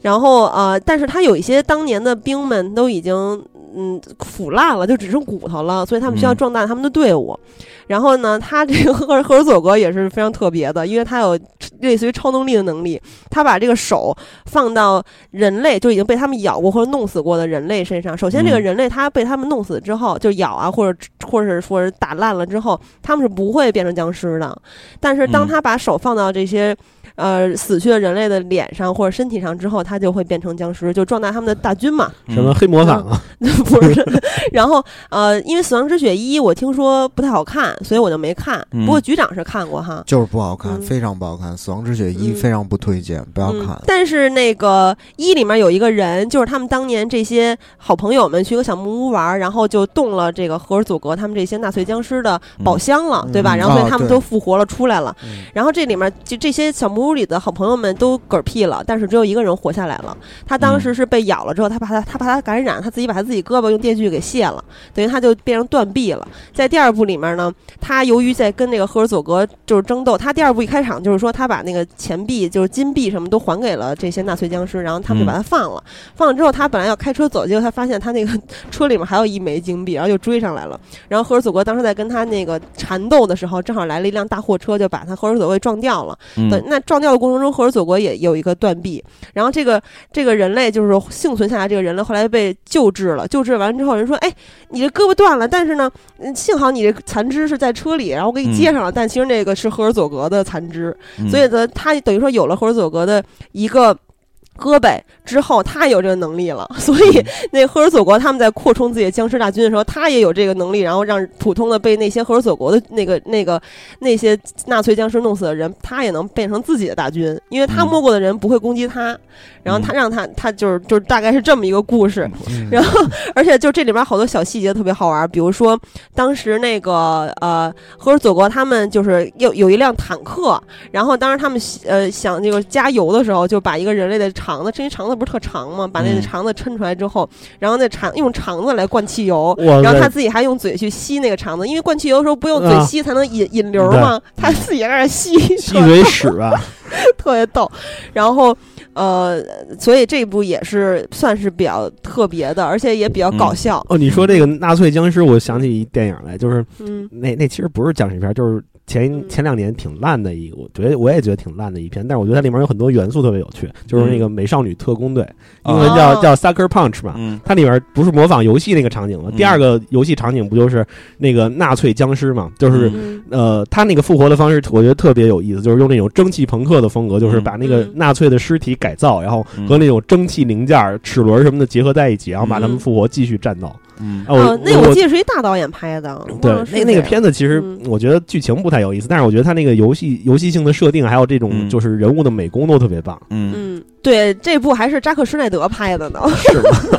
S2: 然后呃，但是他有一些当年的兵们都已经嗯腐烂了，就只剩骨头了，所以他们需要
S1: 嗯
S2: 壮大他们的队伍。然后呢，他这个赫尔赫尔佐格也是非常特别的，因为他有类似于超能力的能力，他把这个手放到人类就已经被他们咬过或者弄死过的人类身上。首先，这个
S1: 嗯
S2: 人类他被他们弄死之后，就咬啊，或者或者是说是打烂了之后，他们是不会变成僵尸的。但是当
S1: 嗯
S2: 他把手放到这些。呃，死去的人类的脸上或者身体上之后，他就会变成僵尸，就壮大他们的大军嘛。 *laughs*
S1: 嗯
S4: 什么黑魔法啊，
S2: 对不
S3: *laughs*
S2: 是。然后呃，因为《死亡之雪一》我听说不太好看，所以我就没看。
S1: 嗯
S2: 不过局长是看过哈，
S3: 就是不好看，
S2: 嗯
S3: 非常不好看，《死亡之雪一
S2: 嗯》
S3: 非常不推荐，不要看
S2: 嗯。。但是那个一里面有一个人，就是他们当年这些好朋友们去一个小木屋玩儿，然后就动了这个赫尔佐格他们这些纳粹僵尸的宝箱了，
S3: 嗯
S2: 对吧？
S3: 嗯
S2: 然后所以
S3: 啊
S2: 他们
S3: 对
S2: 都复活了出来了。
S3: 嗯
S2: 然后这里面就这些小木屋里的好朋友们都嗝屁了，但是只有一个人活下来了。他当时是被咬了之后，他怕他他怕他感染，他自己把他自己胳膊用电锯给卸了，等于他就变成断臂了。在第二部里面呢，他由于在跟那个赫尔佐格就是争斗，他第二部一开场就是说他把那个钱币就是金币什么都还给了这些纳粹僵尸，然后他们就把它放了。放了之后，他本来要开车走，结果他发现他那个 *laughs* 车里面还有一枚金币，然后就追上来了。 *laughs* 然后赫尔佐格当时在跟他那个缠斗的时候，正好来了一辆大货车，就把他赫尔佐格给撞掉了。对，
S1: 嗯
S2: 那撞掉的过程中，赫尔佐格也有一个断臂，然后这个这个人类就是幸存下来，这个人类后来被救治了，救治完之后，人说，哎，你这胳膊断了，但是呢，嗯幸好你这残肢是在车里，然后我给你接上了，但其实那个是赫尔佐格的残肢，
S1: 嗯
S2: 所以呢，他等于说有了赫尔佐格的一个。胳膊之后，他有这个能力了，
S1: 嗯
S2: 所以 *laughs* 那赫尔佐格他们在扩充自己的僵尸大军的时候，他也有这个能力，然后让普通的被那些赫尔佐格的那个那个那些纳粹僵尸弄死的人，他也能变成自己的大军，因为他
S1: 嗯
S2: 摸过的人不会攻击他，然后他让他他就是就是大概是这么一个故事，
S3: 嗯
S2: 然后，而且就这里面好多小细节特别好玩，比如说当时那个呃，赫尔佐格他们就是有有一辆坦克，然后当时他们呃想这个加油的时候，就把一个人类的肠子，这些肠子不是特长吗？把那个
S1: 嗯
S2: 肠子抻出来之后，然后那肠用肠子来灌汽油。
S4: 我
S2: 然后他自己还用嘴去吸那个肠子，因为灌汽油的时候不用嘴
S4: 啊
S2: 吸才能引、引流吗？他自己在那儿吸，
S4: 吸嘴屎啊吧，
S2: 特别逗。然后呃，所以这部也是算是比较特别的，而且也比较搞
S1: 嗯
S2: 笑。
S4: 哦，你说这个纳粹僵尸，我想起一电影来，就是
S2: 嗯
S4: 那那其实不是僵尸片，就是前前两年挺烂的一，我觉得我也觉得挺烂的一片，但是我觉得它里面有很多元素特别有趣，就是那个美少女特工队，英文
S1: 嗯啊
S4: 叫
S2: 哦
S4: 叫 Sucker Punch 嘛，
S1: 嗯
S4: 它里边不是模仿游戏那个场景吗？
S1: 嗯
S4: 第二个游戏场景不就是那个纳粹僵尸嘛？就是、
S2: 嗯
S4: 呃，他那个复活的方式，我觉得特别有意思，就是用那种蒸汽朋克的风格，就是
S1: 嗯
S4: 把那个
S2: 嗯
S4: 纳粹的尸体改造，然后
S1: 嗯
S4: 和那种蒸汽零件儿、齿轮什么的结合在一起，然后把他们
S2: 嗯
S4: 复活，继续战斗。
S1: 嗯
S4: 啊，我
S2: 哦，那
S4: 我
S2: 记得是一大导演拍的，
S4: 对
S2: 忘了是
S4: 那那个
S2: 谁
S4: 片子其实
S2: 嗯
S4: 我觉得剧情不太有意思，但是我觉得他那个游戏游戏性的设定，还有这种
S1: 嗯
S4: 就是人物的美工都特别棒。
S2: *laughs*
S1: 嗯
S2: 嗯，对，这部还是扎克施耐德拍的呢， *laughs*
S4: 是吗？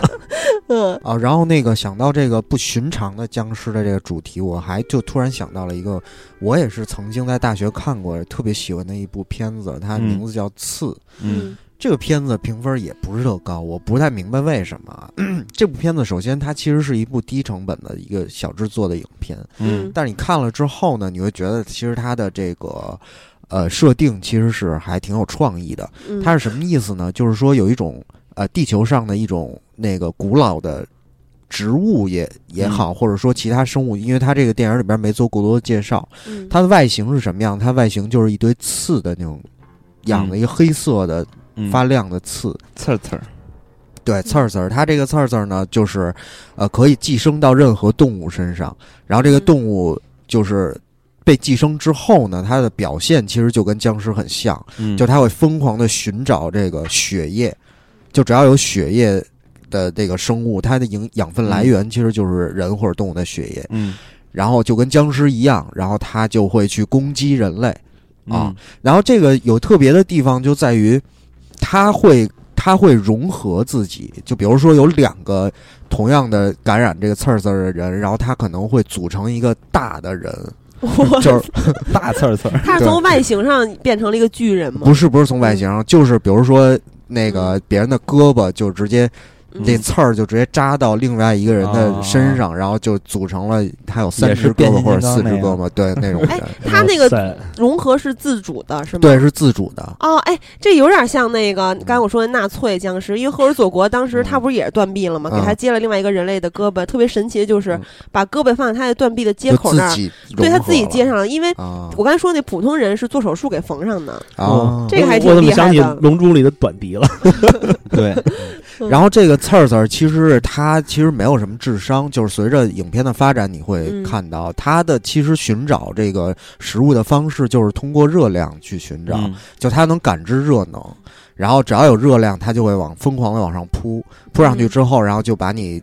S2: 嗯
S3: 啊，然后那个想到这个不寻常的僵尸的这个主题，我还就突然想到了一个，我也是曾经在大学看过特别喜欢的一部片子，它
S1: 嗯
S3: 名字叫《刺》。
S1: 嗯
S3: 这个片子评分也不是特高，我不太明白为什么啊。 *clears throat* 这部片子首先它其实是一部低成本的一个小制作的影片，
S1: 嗯
S3: 但是你看了之后呢，你会觉得其实它的这个呃设定其实是还挺有创意的。
S2: 嗯，
S3: 它是什么意思呢？就是说有一种呃地球上的一种那个古老的植物也也
S2: 嗯
S3: 好，或者说其他生物，因为它这个电影里边没做过多的介绍。
S2: 嗯
S3: 它的外形是什么样？它外形就是一堆刺的那种，养了一个黑色的
S1: 嗯
S3: 发亮的刺。
S1: 刺儿刺儿，
S3: 对，刺儿刺儿，它这个刺儿刺儿呢，就是，呃，可以寄生到任何动物身上，然后这个
S2: 嗯
S3: 动物就是被寄生之后呢，它的表现其实就跟僵尸很像，
S1: 嗯
S3: 就它会疯狂的寻找这个血液，就只要有血液的这个生物，它的营养分来源其实就是人或者动物的血液，
S1: 嗯
S3: 然后就跟僵尸一样，然后它就会去攻击人类。啊
S1: 嗯
S3: 然后这个有特别的地方就在于，它会它会融合自己，就比如说有两个同样的感染这个刺儿刺儿的人，然后他可能会组成一个大的人，
S2: 我
S3: 就是
S1: 大刺儿刺儿，
S2: 他是
S3: 对
S2: 从外形上变成了一个巨人吗？
S3: 不是不是从外形上，就是比如说那个别人的胳膊就直接
S2: 嗯，
S3: 这刺儿就直接扎到另外一个人的身上，然后就组成了他有
S1: 啊
S3: 三
S1: 也是
S3: 只胳
S1: 变
S3: 膊
S1: 形
S3: 或者
S1: 金刚
S3: 四只
S1: 那样
S3: 胳膊，
S1: *laughs*
S3: 对那种
S2: 哎
S3: 人，
S2: 他那个
S4: 哇塞
S2: 融合是自主的，是吗？
S3: 对。是自主的，
S2: 哦，哎，这有点像那个刚才我说的纳粹僵尸，因为赫尔佐格当时他不是也是断臂了吗？
S3: 嗯
S2: 给他接了另外一个人类的胳膊，特别神奇的就是
S3: 嗯
S2: 把胳膊放在他的断臂的接
S3: 就
S2: 口那
S3: 自
S2: 儿，
S3: 己
S2: 对他自己
S3: 融合
S2: 接上
S3: 了
S2: 了。因为
S3: 啊
S2: 我刚才说那普通人是做手术给缝上的，哦
S3: 啊，
S1: 哦
S2: 这个还挺
S4: 嗯我怎么
S2: 厉害
S4: 想起
S2: 的
S4: 《龙珠》里的短笛了？
S1: 对，
S3: 然后这个刺儿刺儿，其实他其实没有什么智商，就是随着影片的发展，你会
S2: 嗯
S3: 看到他的其实寻找这个食物的方式就是通过热量去寻找，
S1: 嗯
S3: 就他能感知热能，然后只要有热量，他就会往疯狂的往上扑，扑上去之后，然后就把你。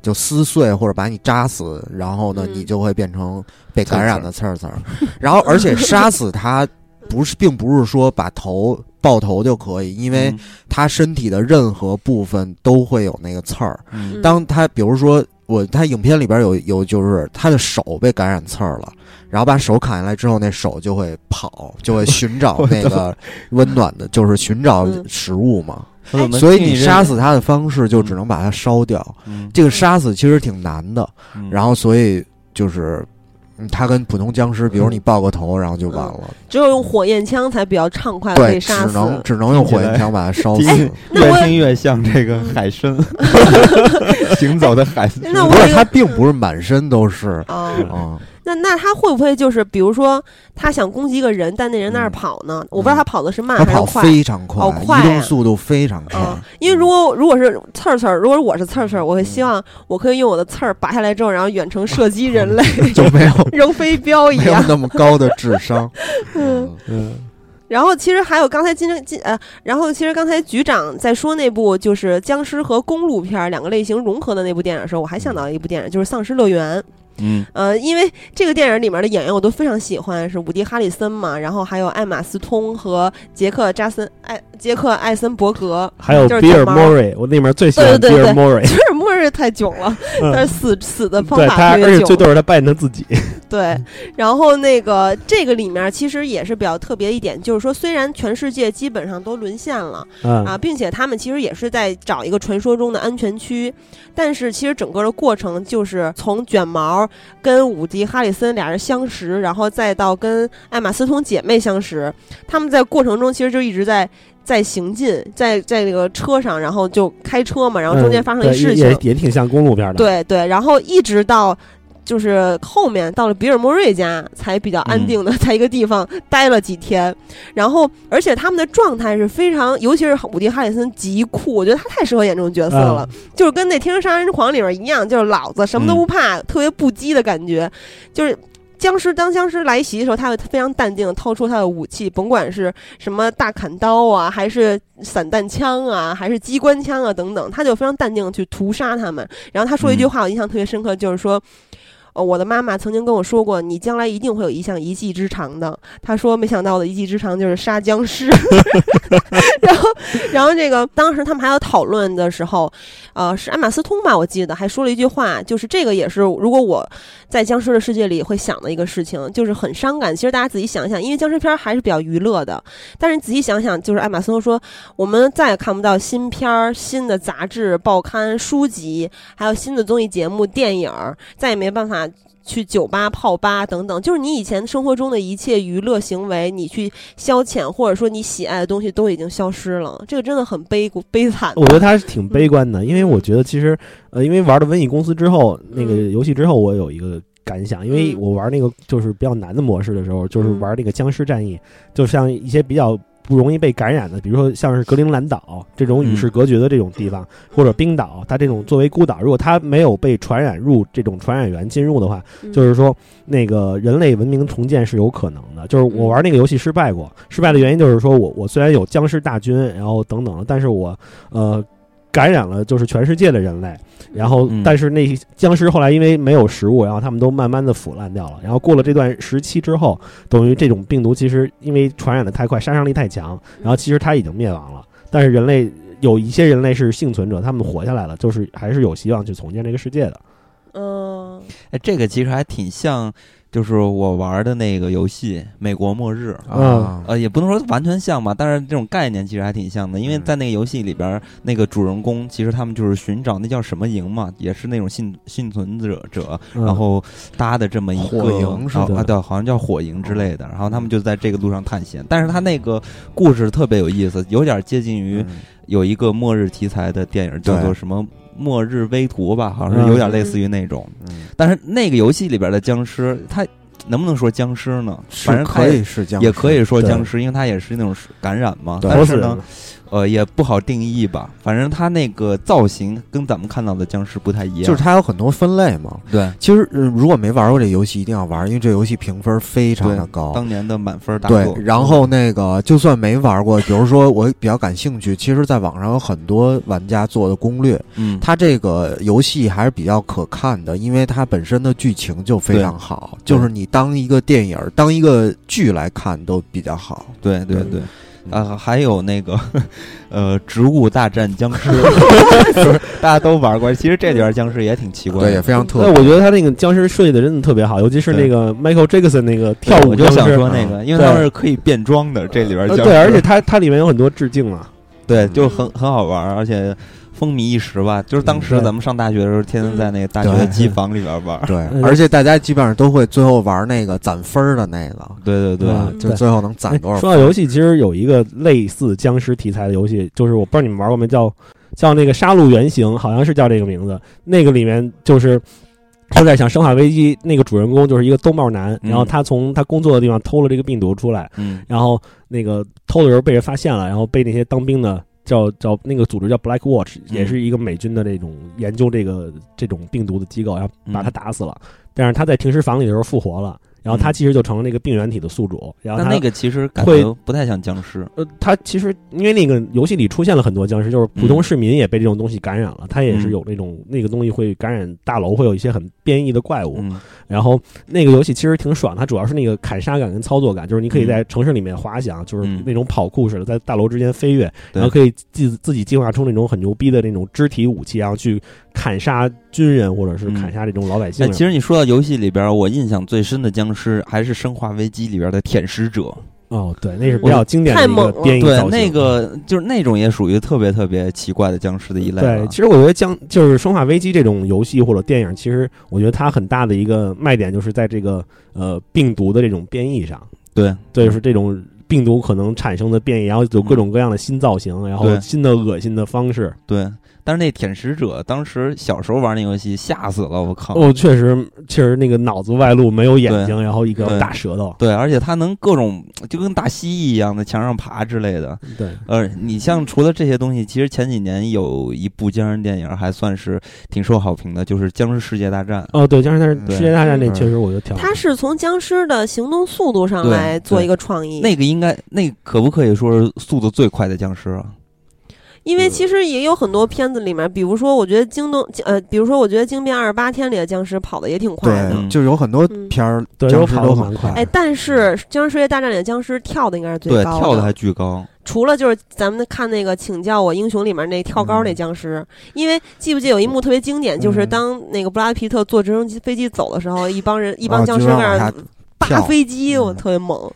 S3: 就撕碎或者把你扎死，然后呢，
S2: 嗯
S3: 你就会变成被感染的刺儿刺儿。然后，而且杀死它不 *laughs* 是，并不是说把头爆头就可以，因为
S1: 嗯
S3: 它身体的任何部分都会有那个刺儿。
S1: 嗯
S2: 嗯
S3: 当它比如说我，它影片里边有有就是他的手被感染刺儿了，然后把手砍下来之后，那手就会跑，就会寻找那个温暖
S2: *laughs*
S3: 的，就是寻找
S2: 嗯
S3: 食物嘛。
S1: 我怎么
S3: 所以
S1: 听
S3: 你
S1: 这
S3: 杀死它的方式就只能把它烧掉。
S1: 嗯
S3: 这个杀死其实挺难的，
S1: 嗯
S3: 然后所以就是。嗯它跟普通僵尸，比如你爆个头，然后就完了。
S2: 只有用火焰枪才比较畅快，可
S3: 对，
S2: 以
S3: 只
S2: 嗯杀死。哎
S3: 能只能用火焰枪把它烧死。
S5: 听
S2: 那我
S5: 越听越像这个海参，行走的海参。
S2: 那我
S3: 不
S2: 有
S3: 是，
S2: 一
S3: 它
S2: 个
S3: 并不是满身都是
S2: 哦，
S3: 啊。
S2: 那那他会不会就是，比如说他想攻击一个人，但那人在那儿跑呢？我不知道他跑的是慢
S3: 它
S2: 还是
S3: 嗯跑
S2: 快。
S3: 非常快，
S2: 哦快啊
S3: 移动速度非常快。
S2: 嗯，因为如果如果是刺儿刺儿，如果我是刺儿刺儿，我会
S3: 嗯
S2: 希望我可以用我的刺儿拔下来之后，然后远程射击人类，
S3: *laughs* *laughs* 就没有
S2: 扔飞镖一
S3: 没有
S2: 样。
S3: 那么高的智商。
S2: *laughs* 嗯，
S4: 嗯，
S2: 然后其实还有刚才金金呃，然后其实刚才局长在说那部就是僵尸和公路片儿两个类型融合的那部电影的时候，我还
S3: 嗯
S2: 想到一部电影，就是《丧尸乐园》。
S1: 嗯
S2: 呃，因为这个电影里面的演员我都非常喜欢，是伍迪·哈里森嘛，然后还有艾玛·斯通和杰克·扎森艾杰克·艾森伯格。
S4: 还有
S2: 就是
S4: 比尔
S2: 这猫
S4: 莫瑞，我那面最喜欢比
S2: 对对对
S4: 尔莫
S2: *laughs*
S4: 瑞
S2: 比，尔莫瑞太囧
S4: *laughs*
S2: 了，
S4: 嗯
S2: 但是死死的方
S4: 对他，
S2: 法特
S4: 而且
S2: 别
S4: 最
S2: 囧。
S4: 嗯逗是他扮演他自己，
S2: 对，然后那个这个里面其实也是比较特别一点，就是说虽然全世界基本上都沦陷了
S4: 嗯
S2: 啊，并且他们其实也是在找一个传说中的安全区，但是其实整个的过程就是从卷毛跟伍迪·哈里森俩人相识，然后再到跟艾玛·斯通姐妹相识，他们在过程中其实就一直在在行进，在在这个车上，然后就开车嘛，然后中间发生一
S4: 嗯对
S2: 事情，
S4: 也也也挺像公路片的，，
S2: 对对，然后一直到就是后面到了比尔莫瑞家，才比较安
S1: 嗯
S2: 定的在一个地方待了几天。然后，而且他们的状态是非常，尤其是伍迪·哈里森极酷，我觉得他太适合演这种角色了，
S4: 嗯
S2: 就是跟那《天生杀人狂》里面一样，就是老子什么都不怕，特别不羁的感觉，就是。僵尸当僵尸来袭的时候，他会非常淡定地掏出他的武器，甭管是什么大砍刀啊，还是散弹枪啊，还是机关枪啊等等，他就非常淡定的去屠杀他们。然后他说一句
S1: 嗯
S2: 话，我印象特别深刻，就是说。呃，我的妈妈曾经跟我说过，你将来一定会有一项一技之长的。她说，没想到我的一技之长就是杀僵尸。 *laughs* 然后，然后这个当时他们还有讨论的时候，呃，是艾玛斯通吧，我记得还说了一句话，就是这个也是如果我在僵尸的世界里会想的一个事情，就是很伤感。其实大家仔细想一想，因为僵尸片儿还是比较娱乐的，但是你仔细想想，就是艾玛斯通说，我们再也看不到新片儿、新的杂志、报刊、书籍，还有新的综艺节目、电影儿，再也没办法。去酒吧、泡吧等等，就是你以前生活中的一切娱乐行为，你去消遣或者说你喜爱的东西都已经消失了，这个真的很悲悲惨的。
S4: 我觉得他是挺悲观的，因为我觉得其实呃，因为玩了《瘟疫公司》之后，那个
S2: 嗯
S4: 游戏之后，我有一个感想，因为
S2: 嗯
S4: 我玩那个就是比较难的模式的时候，就是
S2: 嗯
S4: 玩那个僵尸战役，就像一些比较。不容易被感染的，比如说像是格陵兰岛这种与世隔绝的这种地方，或者冰岛，它这种作为孤岛，如果它没有被传染入这种传染源进入的话，
S2: 嗯
S4: 就是说，那个人类文明重建是有可能的。就是我玩那个游戏失败过，失败的原因就是说我我虽然有僵尸大军，然后等等，但是我呃感染了就是全世界的人类，然后
S1: 嗯
S4: 但是那些僵尸后来因为没有食物，然后他们都慢慢的腐烂掉了。然后过了这段时期之后，等于这种病毒其实因为传染的太快，杀伤力太强，然后其实它已经灭亡了，但是人类。有一些人类是幸存者，他们活下来了，就是还是有希望去重建这个世界的。
S2: 嗯，
S1: 哎，这个其实还挺像，就是我玩的那个游戏《美国末日》。
S3: 啊，
S1: 呃，也不能说完全像吧，但是这种概念其实还挺像的，因为在那个游戏里边儿，那个主人公其实他们就是寻找那叫什么营嘛，也是那种幸幸存者者，
S4: 嗯
S1: 然后搭的这么一个
S3: 火营是哦
S1: 啊
S4: 的
S1: 啊，对，好像叫火营之类的，然后他们就在这个路上探险，但是他那个故事特别有意思，有点接近于
S3: 嗯
S1: 有一个末日题材的电影叫做
S3: 对
S1: 什么。末日危图吧，好像是有点类似于那种，
S3: 嗯
S1: 但是那个游戏里边的僵尸，它能不能说僵尸呢？反
S3: 是
S1: 正它
S3: 可以是僵尸，
S1: 也可以说
S4: 对
S1: 僵尸，因为它也是那种感染嘛。
S3: 对
S1: 但
S4: 活
S1: 是
S4: 死
S1: 呢
S4: 人，
S1: 呃，也不好定义吧。反正它那个造型跟咱们看到的僵尸不太一样，
S3: 就是它有很多分类嘛。
S1: 对
S3: 其实、呃如果没玩过这游戏，一定要玩，因为这游戏评分非常的高。
S1: 当年的满分大
S3: 对
S1: 作。，
S3: 然后那个就算没玩过，比如说我比较感兴趣，其实在网上有很多玩家做的攻略，
S1: 嗯，
S3: 它这个游戏还是比较可看的，因为它本身的剧情就非常好，
S1: 对
S3: 就是你当一个电影儿、当一个剧来看都比较好。
S1: 对对
S4: 对
S1: 对，
S4: 嗯
S1: 啊，还有那个呃，《植物大战僵
S4: *laughs*
S1: 尸》就是大家都玩过。其实这里边僵尸也挺奇怪
S3: 对，也
S1: 的。
S3: 非常特
S4: 那
S3: 别。
S4: 我觉得他那个僵尸设计的真的特别好，尤其是那个 Michael Jackson 那个跳舞
S1: 我就
S4: 僵尸
S1: 想说那个，因为
S4: 对
S1: 他们是可以变装的，这里边
S4: 呃
S1: 僵尸
S4: 对，而且嗯它它里面有很多致敬啊嘛，
S1: 对，就很很好玩，而且风靡一时吧。就是当时
S4: 嗯对
S1: 咱们上大学的时候，天天在那个大
S3: 对
S1: 学机房里边
S4: *laughs*
S1: 玩。
S3: 对
S4: 嗯，
S3: 而且大家基本上都会最后玩那个攒分儿的那个，
S1: 对对对，
S4: 嗯
S3: 就最后能攒
S4: 哎
S3: 多少分
S4: 说
S3: 儿。
S4: 到游戏，其实有一个类似僵尸题材的游戏，就是我不知道你们玩过没，叫叫那个《杀戮原型》，好像是叫这个名字。那个里面就是就在想《生化危机》那个主人公就是一个兜帽男，
S1: 嗯
S4: 然后他从他工作的地方偷了这个病毒出来，
S1: 嗯
S4: 然后那个偷的时候被人发现了，然后被那些当兵的。叫叫那个组织叫 Black Watch，也是一个美军的这种研究这个这种病毒的机构，然后把他
S1: 嗯
S4: 打死了。但是他在停尸房里的时候复活了，然后他
S1: 嗯
S4: 其实就成了那个病原体的宿主。然后
S1: 但
S4: 他
S1: 那个其实感
S4: 会
S1: 觉不太像僵尸。
S4: 呃，他其实因为那个游戏里出现了很多僵尸，就是普通
S1: 嗯
S4: 市民也被这种东西感染了，他也是有那种那个东西会感染大楼，会有一些很变异的怪物。
S1: 嗯，
S4: 然后那个游戏其实挺爽，它主要是那个砍杀感跟操作感，就是你可以在城市里面滑翔，就是
S1: 嗯
S4: 那种跑酷似的，在大楼之间飞跃，
S1: 对
S4: 然后可以自自己进化出那种很牛逼的那种肢体武器，然后去砍杀军人或者是
S1: 嗯
S4: 砍杀这种老百姓
S1: 哎，。其实你说到游戏里边，我印象最深的僵尸还是《生化危机》里边的舔食者。
S4: 哦，对，那是比较经典的
S2: 太
S4: 一
S2: 猛
S4: 个
S2: 了
S4: 编译
S1: 对
S4: 造，型。
S1: 那个就是那种也属于特别特别奇怪的僵尸的一类了。
S4: 对，其实我觉得将就是《生化危机》这种游戏或者电影，其实我觉得它很大的一个卖点就是在这个呃病毒的这种变异上，
S1: 对嗯
S4: 对，就是这种病毒可能产生的变异，然后有各种各样的新造型，然后
S1: 嗯对
S4: 新的恶心的方式。
S1: 对，但是那舔食者当时小时候玩那游戏吓死了，我靠！
S4: 哦，确实，确实那个脑子外露，没有眼
S1: 啊对
S4: 睛，然后一个
S1: 对
S4: 大舌头。
S1: 对，而且它能各种就跟大蜥蜴一样的墙上爬之类的。
S4: 对，
S1: 呃，你像除了这些东西，其实前几年有一部僵尸电影还算是挺受好评的，就是《僵尸世界大
S2: 嗯
S1: 战》。
S4: 哦，对，僵尸但是
S1: 对
S4: 世界大战那
S3: 嗯
S4: 确实我觉得挺好
S2: 它是从僵尸的行动速度上
S1: 对
S2: 来做
S1: 对
S2: 一个创意，
S1: 那个应该，那个可不可以说是速度最快的僵尸啊？
S2: 因
S3: 嗯
S2: 为其实也有很多片子里面，比如说我觉得《惊动》呃，比如说我觉得《惊变二十八天》里的僵尸跑的也挺快的，
S1: 嗯
S3: 对，就有很多片儿
S4: 对
S3: 僵尸
S4: 都跑得
S3: 都
S4: 蛮
S3: 很
S4: 快
S2: 哎，但是《僵尸世界大战》里的僵尸跳的应该是最
S1: 对，
S2: 高
S1: 跳的还巨高。
S2: 除了就是咱们看那个《请叫我英雄》里面那跳高
S3: 嗯
S2: 那僵尸，因为记不记得有一幕特别经典，就是当那个布拉德皮特坐直升机飞机走的时候，一帮人一帮
S3: 啊
S2: 僵
S3: 就
S2: 尸
S3: 让
S2: 在那儿
S3: 往下
S2: 扒
S3: 跳
S2: 飞机，我
S3: 嗯
S2: 特别猛。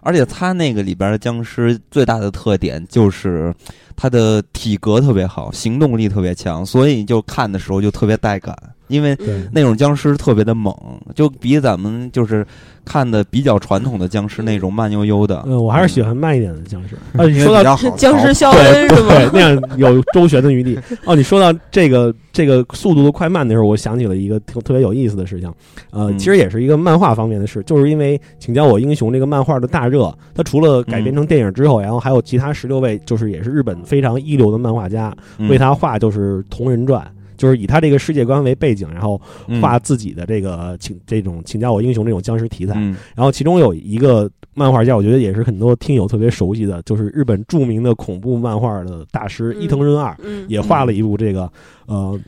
S1: 而且它那个里边的僵尸最大的特点就是它的体格特别好，行动力特别强，所以就看的时候就特别带感，因为
S4: 对
S1: 那种僵尸特别的猛，就比咱们就是看的比较传统的僵尸那种慢悠悠的。
S4: 嗯，我还是喜欢慢一点的僵尸。
S1: 嗯
S4: 啊，
S3: 因
S4: 你
S3: 为
S4: 说到
S3: 比较好逃。
S2: 僵尸肖
S4: 对
S2: 恩是
S4: 对
S2: 吗，？
S4: 那样有周旋的余地。哦，你说到这个这个速度的快慢的时候，我想起了一个特特别有意思的事情。呃，
S1: 嗯
S4: 其实也是一个漫画方面的事，就是因为《请叫我英雄》这个漫画的大热，它除了改
S1: 嗯
S4: 编成电影之后，然后还有其他十六位就是也是日本非常一流的漫画家
S1: 嗯
S4: 为他画就是同人传。就是以他这个世界观为背景，然后
S1: 嗯
S4: 画自己的这个请这种请叫我英雄这种僵尸题材，
S1: 嗯
S4: 然后其中有一个漫画家，我觉得也是很多听友特别熟悉的，就是日本著名的恐怖漫画的大师
S2: 嗯
S4: 伊藤润二，
S2: 嗯，
S4: 也画了一部这个，呃，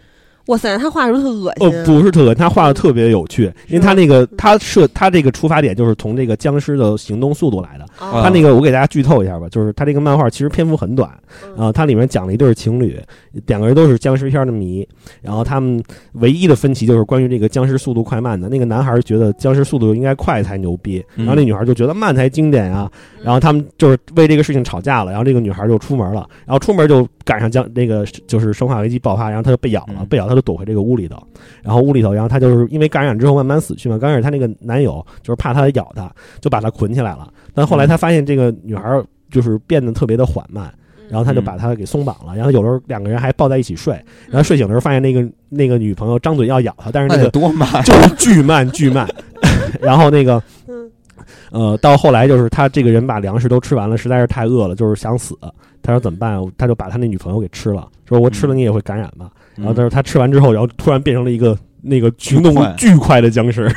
S2: 哇塞，他画的时候特恶
S4: 哦
S2: 心，，
S4: 不是特别，他画的特别有趣，因为他那个
S2: 吗
S4: 他设他这个出发点就是从这个僵尸的行动速度来的。
S2: 啊，
S4: 他那个我给大家剧透一下吧，就是他这个漫画其实篇幅很短，
S2: 嗯
S4: 啊，它里面讲了一对情侣，两个人都是僵尸片的迷，然后他们唯一的分歧就是关于这个僵尸速度快慢的。那个男孩觉得僵尸速度应该快才牛逼，然后那
S1: 嗯
S4: 女孩就觉得慢才经典啊。然后他们就是为这个事情吵架了，然后这个女孩就出门了，然后出门就赶上僵那个就是生化危机爆发，然后她就被咬了，
S1: 嗯
S4: 被咬她就躲回这个屋里头，然后屋里头，然后她就是因为感染之后慢慢死去嘛。刚开始她那个男友就是怕她咬她，就把她捆起来了，但后来她发现这个女孩就是变得特别的缓慢。
S2: 嗯
S4: 然后
S1: 嗯
S4: 他就把她给松绑了，然后有时候两个人还抱在一起睡，然后睡醒的时候发现那个那个女朋
S1: 哎
S4: 友张嘴要咬他，但是
S1: 那 *laughs*
S4: 那
S1: 得
S4: 个
S1: 多慢
S4: *laughs* 就是巨慢巨慢，然后那个
S2: 嗯
S4: 呃，到后来就是他这个人把粮食都吃完了，实在是太饿了，就是想死。他说怎么办？他就把他那女朋友给吃了，说我
S1: 嗯
S4: 吃了你也会感染吧。然后他说他吃完之后，然后突然变成了一个那个行动
S1: 快
S4: 巨快
S2: *laughs*
S4: 的僵尸，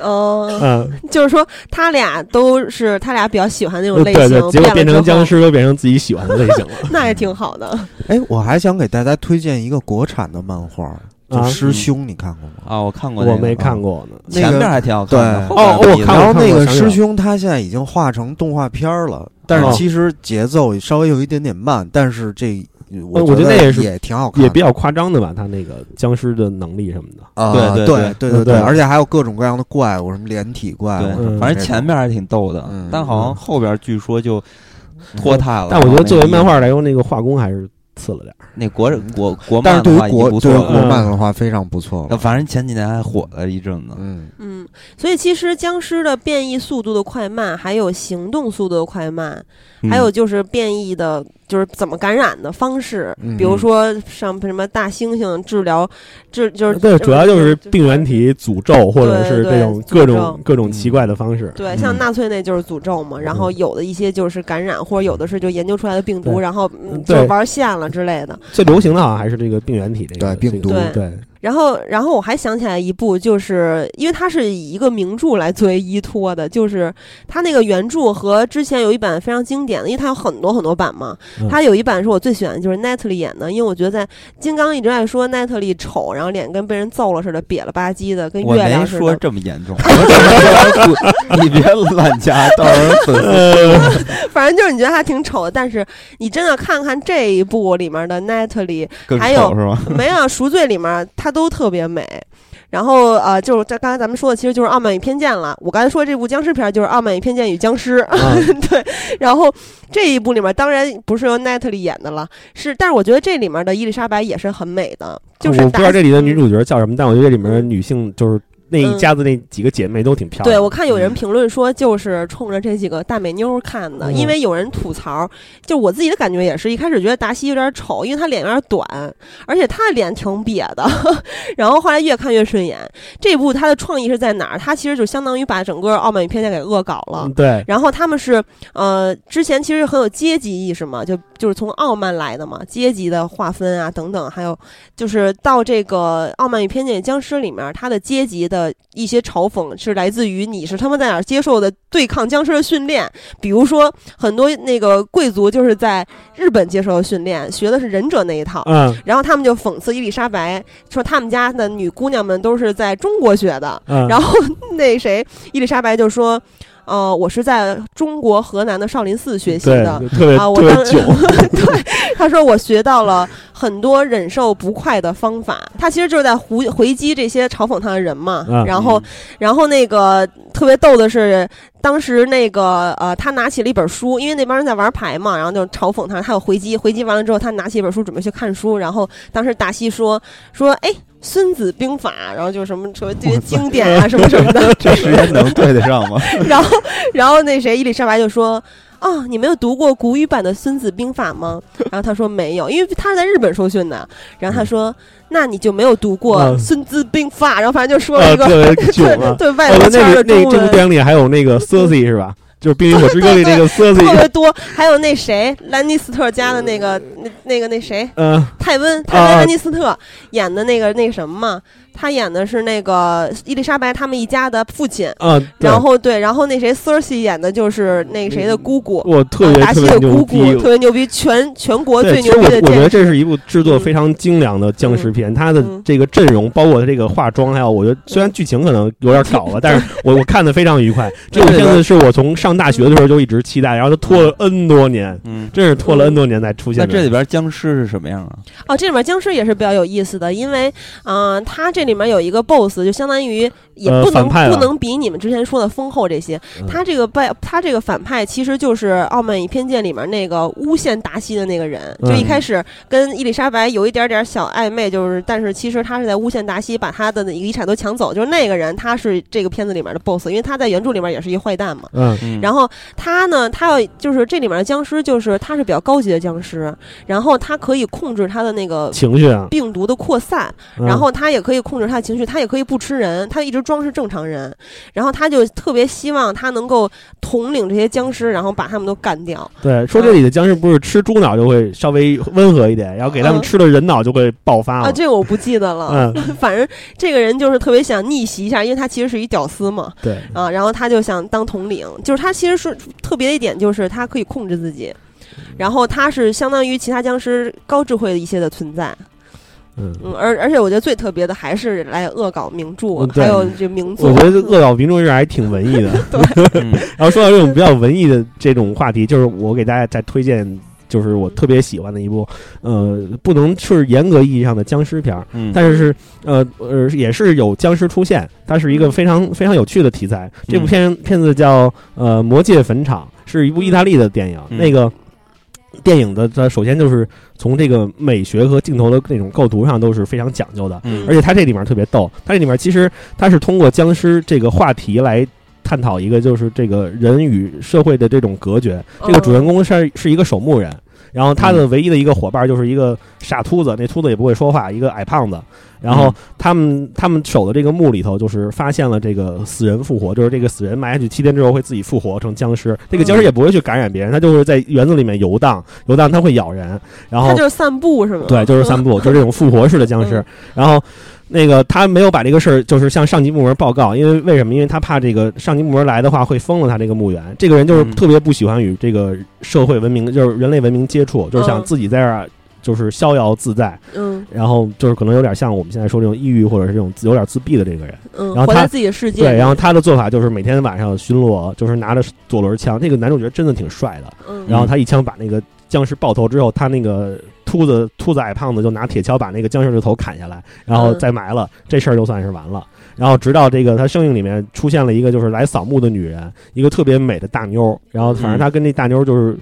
S2: 哦，
S4: 嗯，
S2: 就是说他俩都是他俩比较喜欢那种类
S4: 呃对
S2: 型，
S4: 对，结果
S2: 变
S4: 变成僵
S2: 尸，
S4: 尸都变成自己喜欢的类型了
S2: 那也挺好的。
S3: 哎，我还想给大家推荐一个国产的漫画，就
S4: 啊。
S3: 《师兄》，你看过吗？
S1: 啊，我看过那个，
S4: 我没看过呢，
S3: 那
S1: 前
S3: 个
S1: 面还挺好看的，
S3: 对
S1: 后边
S4: 哦
S1: 不一
S4: 我
S1: 定
S4: 看
S3: 然
S4: 过
S3: 后那个
S4: 想起来
S3: 师
S4: 了
S3: 兄他现在已经画成动画片儿了，但
S4: 哦
S3: 是其实节奏稍微有一点点慢，但是这
S4: 呃
S3: 我
S4: 我觉得那也
S3: 也
S4: 是
S3: 挺好看的，
S4: 也比较夸张的吧？他那个僵尸的能力什么的，
S3: 啊
S1: 对对
S3: 对
S4: 对
S3: 对
S4: 对
S3: 而且还有各种各样的怪物，什么连体怪物，
S1: 对，
S4: 嗯
S1: 反正前面还挺逗的
S3: 嗯，
S1: 但好像后边据说就拖沓了。
S4: 嗯但我觉得作为漫
S1: 然后
S4: 画来说，哦那个画工还是次了点儿。
S1: 那国人国国
S3: 但
S1: 漫
S3: 是对
S1: 的话已
S3: 于
S1: 经
S3: 国
S1: 不错
S3: 对于
S4: 嗯
S1: 了，嗯
S3: 国漫的话非常不错
S1: 呃
S3: 了，
S1: 反正前几年还火了一阵子。
S3: 嗯，
S2: 嗯，所以其实僵尸的变异速度的快慢，还有行动速度的快慢，
S1: 嗯
S4: 嗯
S2: 还有就是变异的，就是怎么感染的方式，
S3: 嗯
S2: 比如说像什么大猩猩治疗，治就是
S4: 对，主要就是病原。
S2: 是
S4: 体诅咒，或者是
S2: 对
S4: 这种
S2: 诅
S4: 各种
S2: 咒
S4: 各种奇怪的方式。
S2: 对，
S3: 嗯
S2: 像纳粹那就是诅咒嘛，然后有的一些就是感染，或者有的是就研究出来的病毒，
S4: 嗯对
S2: 然后嗯
S4: 嗯
S2: 就
S4: 对
S2: 玩线了之类的。
S4: 最流行的好像还是这个病原体这个
S3: 对病毒
S4: 这个对，
S2: 然后，然后我还想起来一部，就是因为它是以一个名著来作为依托的，就是它那个原著和之前有一版非常经典的，因为它有很多很多版嘛
S4: 嗯。
S2: 它有一版是我最喜欢的，就是 Natalie 演的，因为我觉得在金刚一直在说 Natalie 丑，然后脸跟被人揍了似的，瘪了吧唧的，跟
S1: 我
S2: 月亮
S1: 没
S2: 似
S1: 说
S2: 的。
S1: 这么严重， *laughs* 我只是说你别乱加，到时候粉
S2: *laughs*
S1: 丝
S2: *laughs* 反正就是你觉得她挺丑的，但是你真的看看这一部里面的 Natalie，
S5: 更
S2: 还有
S5: 丑是吧？
S2: *laughs* 没有《赎罪》里面她都特别美。然后呃，就是在刚才咱们说的，其实就是《傲慢与偏见》了。我刚才说这部僵尸片就是《傲慢与偏见与僵尸》 *laughs*
S4: 啊
S2: 对。然后这一部里面当然不是由 Natalie 演的了，是，但是我觉得这里面的伊丽莎白也是很美的，就是
S4: 我不
S2: 打
S4: 知道这里的女主角叫什么，但我觉得这里面的女性就是那一
S2: 嗯
S4: 家子那几个姐妹都挺漂亮
S2: 对，
S4: 的。嗯
S2: 我看有人评论说，就是冲着这几个大美妞儿看的，
S4: 嗯
S2: 因为有人吐槽，就我自己的感觉也是，一开始觉得达西有点丑，因为她脸有点短，而且她的脸挺瘪的， *laughs* 然后后来越看越顺眼。这部她的创意是在哪儿？她其实就相当于把整个《傲慢与偏见》给恶搞了
S4: 嗯。对，
S2: 然后他们是，呃，之前其实很有阶级意识嘛，就就是从傲慢来的嘛，阶级的划分啊等等，还有就是到这个《傲慢与偏见》僵尸里面，它的阶级的一些嘲讽是来自于你是他们在哪儿接受的对抗僵尸的训练，比如说很多那个贵族就是在日本接受的训练，学的是忍者那一套。
S4: 嗯
S2: 然后他们就讽刺伊丽莎白，说他们家的女姑娘们都是在中国学的，
S4: 嗯，
S2: 然后 *laughs* 那谁，伊丽莎白就说：“呃，我是在中国河南的少林寺学习
S4: 对
S2: 的。，
S4: 就特别
S2: 啊我
S4: 特别
S2: 当
S4: 久，
S2: *laughs* 她说我学到了很多忍受不快的方法。她其实就是在回回击这些嘲讽她的人嘛。
S4: 嗯
S2: 然后，然后那个特别逗的是，当时那个呃，她拿起了一本书，因为那帮人在玩牌嘛，然后就嘲讽她，她有回击，回击完了之后，她拿起一本书准备去看书，然后当时达西说说哎。”孙子兵法，然后就什么什么这些经典啊，什么什么
S4: *laughs*
S2: 的，
S5: 这时间能对得上吗？
S2: *laughs* 然后，然后那谁，伊丽莎白就说：“啊，你没有读过古语版的《孙子兵法》吗？”然后他说：“没有，因为他是在日本受训的。”然后他说：“那你就没有读过
S4: 嗯
S2: 《孙子兵法》？”然后反正就说了
S4: 呃，
S2: 一个、
S4: 特别
S2: *laughs*
S4: 久
S2: 对
S4: 了。
S2: 对外
S4: 我
S2: 国
S4: 觉得
S2: 圈
S4: 哦那
S2: 的
S4: 个
S2: 中
S4: 那这部电
S2: 文。
S4: 影里还有那个 Cersei 是吧？就是《冰与火之歌》里那个
S2: 特
S4: Cersei，
S2: 别多，还有那谁，兰尼斯特家的那
S4: 呃
S2: 个、那那个那谁，
S4: 嗯，
S2: 泰温，泰温·兰尼斯特演的那个那什么嘛，他演的是那个伊丽莎白他们一家的父亲，
S4: 啊，对
S2: 然后对，然后那谁 Cersei 演的就是那个谁的姑姑，
S4: 我特别
S2: 达西
S4: 特
S2: 的
S4: 别牛
S2: 姑
S4: 逼
S2: 姑，特别牛逼，全全国
S4: 对，
S2: 最
S4: 其
S2: 牛
S4: 实
S2: 逼
S4: 我
S2: 的
S4: 我觉
S2: 剑。
S4: 得这是一部制作非常精良的僵尸片，它的
S2: 嗯
S4: 这个阵容，包括它这个化妆，还有我觉得虽然剧情可能有点搞了，但是我我看的非常愉快。这部片子是我从上大学的时候就一直期待，然后它拖了 N 多年，
S1: 嗯，
S4: 真是拖了 N 多年才出现
S1: 那
S4: 的。
S1: 这里边僵尸是什么样啊？
S2: 哦，这里面僵尸也是比较有意思的，因为，嗯、它这里面有一个 BOSS，就相当于也
S4: 呃
S2: 不能、
S4: 反派
S2: 不
S4: 了
S2: 能比你们之前说的丰厚这些。
S4: 嗯
S2: 他这个败，他这个反派其实就是《傲慢与偏见》里面那个诬陷达西的那个人，就一
S4: 嗯
S2: 开始跟伊丽莎白有一点点小暧昧，就是但是其实他是在诬陷达西，把他的那个遗产都抢走。就是那个人，他是这个片子里面的 BOSS，因为他在原著里面也是一坏蛋嘛。
S4: 嗯
S2: 然后他呢，他要就是这里面的僵尸，就是他是比较高级的僵尸，然后他可以控制他的那个
S4: 情绪啊，
S2: 病毒的扩散，
S4: 嗯
S2: 然后他也可以控控制他的情绪，他也可以不吃人，他一直装是正常人，然后他就特别希望他能够统领这些僵尸，然后把他们都干掉。
S4: 对，说这里的僵尸不是吃猪脑就会稍微温和一点，然后给他们
S2: 嗯
S4: 吃了人脑就会爆发
S2: 啊，
S4: 了。
S2: 这个我不记得了。
S4: 嗯，
S2: *laughs* 反正这个人就是特别想逆袭一下，因为他其实是一屌丝嘛，
S4: 对，
S2: 啊，然后他就想当统领，就是他其实是特别的一点就是他可以控制自己，
S4: 嗯
S2: 然后他是相当于其他僵尸高智慧的一些的存在，
S4: 嗯，
S2: 嗯，而而且我觉得最特别的还是来恶搞名著
S4: 嗯，对
S2: 还有这名作
S4: 我，觉得恶搞民众日还挺文艺的。
S1: 嗯
S4: 然后说到这种比较文艺的这种话题，就是我给大家再推荐，就是我特别喜欢的一部，呃，不能是严格意义上的僵尸片儿，
S1: *laughs* 嗯，
S4: 但是是呃呃也是有僵尸出现，它是
S1: 嗯
S4: 一个非常非常有趣的题材。这部片片子叫呃《魔界坟场》，是一部意大利的电影。
S1: 嗯
S4: 那个电影的它首先就是从这个美学和镜头的那种构图上都是非常讲究的，
S1: 嗯
S4: 而且它这里面特别逗，它这里面其实它是通过僵尸这个话题来。探讨一个就是这个人与社会的这种隔绝。
S2: 嗯
S4: 这个主人公是是一个守墓人，然后他的唯一的一个伙伴就是一个傻秃子，那秃子也不会说话，一个矮胖子。然后
S1: 嗯
S4: 他们他们守的这个墓里头，就是发现了这个死人复活，就是这个死人埋下去七天之后会自己复活成僵尸。这个
S2: 嗯
S4: 僵尸也不会去感染别人，他就是在园子里面游荡，游荡他会咬人，然后
S2: 他就是散步是吗？
S4: 对，就是散步，就是这种复活式的僵尸。然后，那个他没有把这个事儿，就是向上级部门报告，因为为什么？因为他怕这个上级部门来的话会封了他这个墓园。这个人就是
S1: 嗯
S4: 特别不喜欢与这个社会文明，就是人类文明接触，就是想
S2: 嗯
S4: 自己在这儿就是逍遥自在，
S2: 嗯
S4: 然后就是可能有点像我们现在说这种抑郁或者是这种自有点自闭的这个人。
S2: 嗯，
S4: 然后
S2: 活
S4: 他
S2: 在自己的世界里，
S4: 对，然后他的做法就是每天晚上巡逻，就是拿着左轮枪。这个男主角真的挺帅的，
S2: 嗯，
S4: 然后他一枪把那个僵尸爆头之后，他那个秃子秃子矮胖子就拿铁锹把那个僵尸的头砍下来，然后
S2: 嗯
S4: 再埋了，这事儿就算是完了。然后直到这个他生命里面出现了一个就是来扫墓的女人，一个特别美的大妞儿，然后反正他跟那大妞儿就是。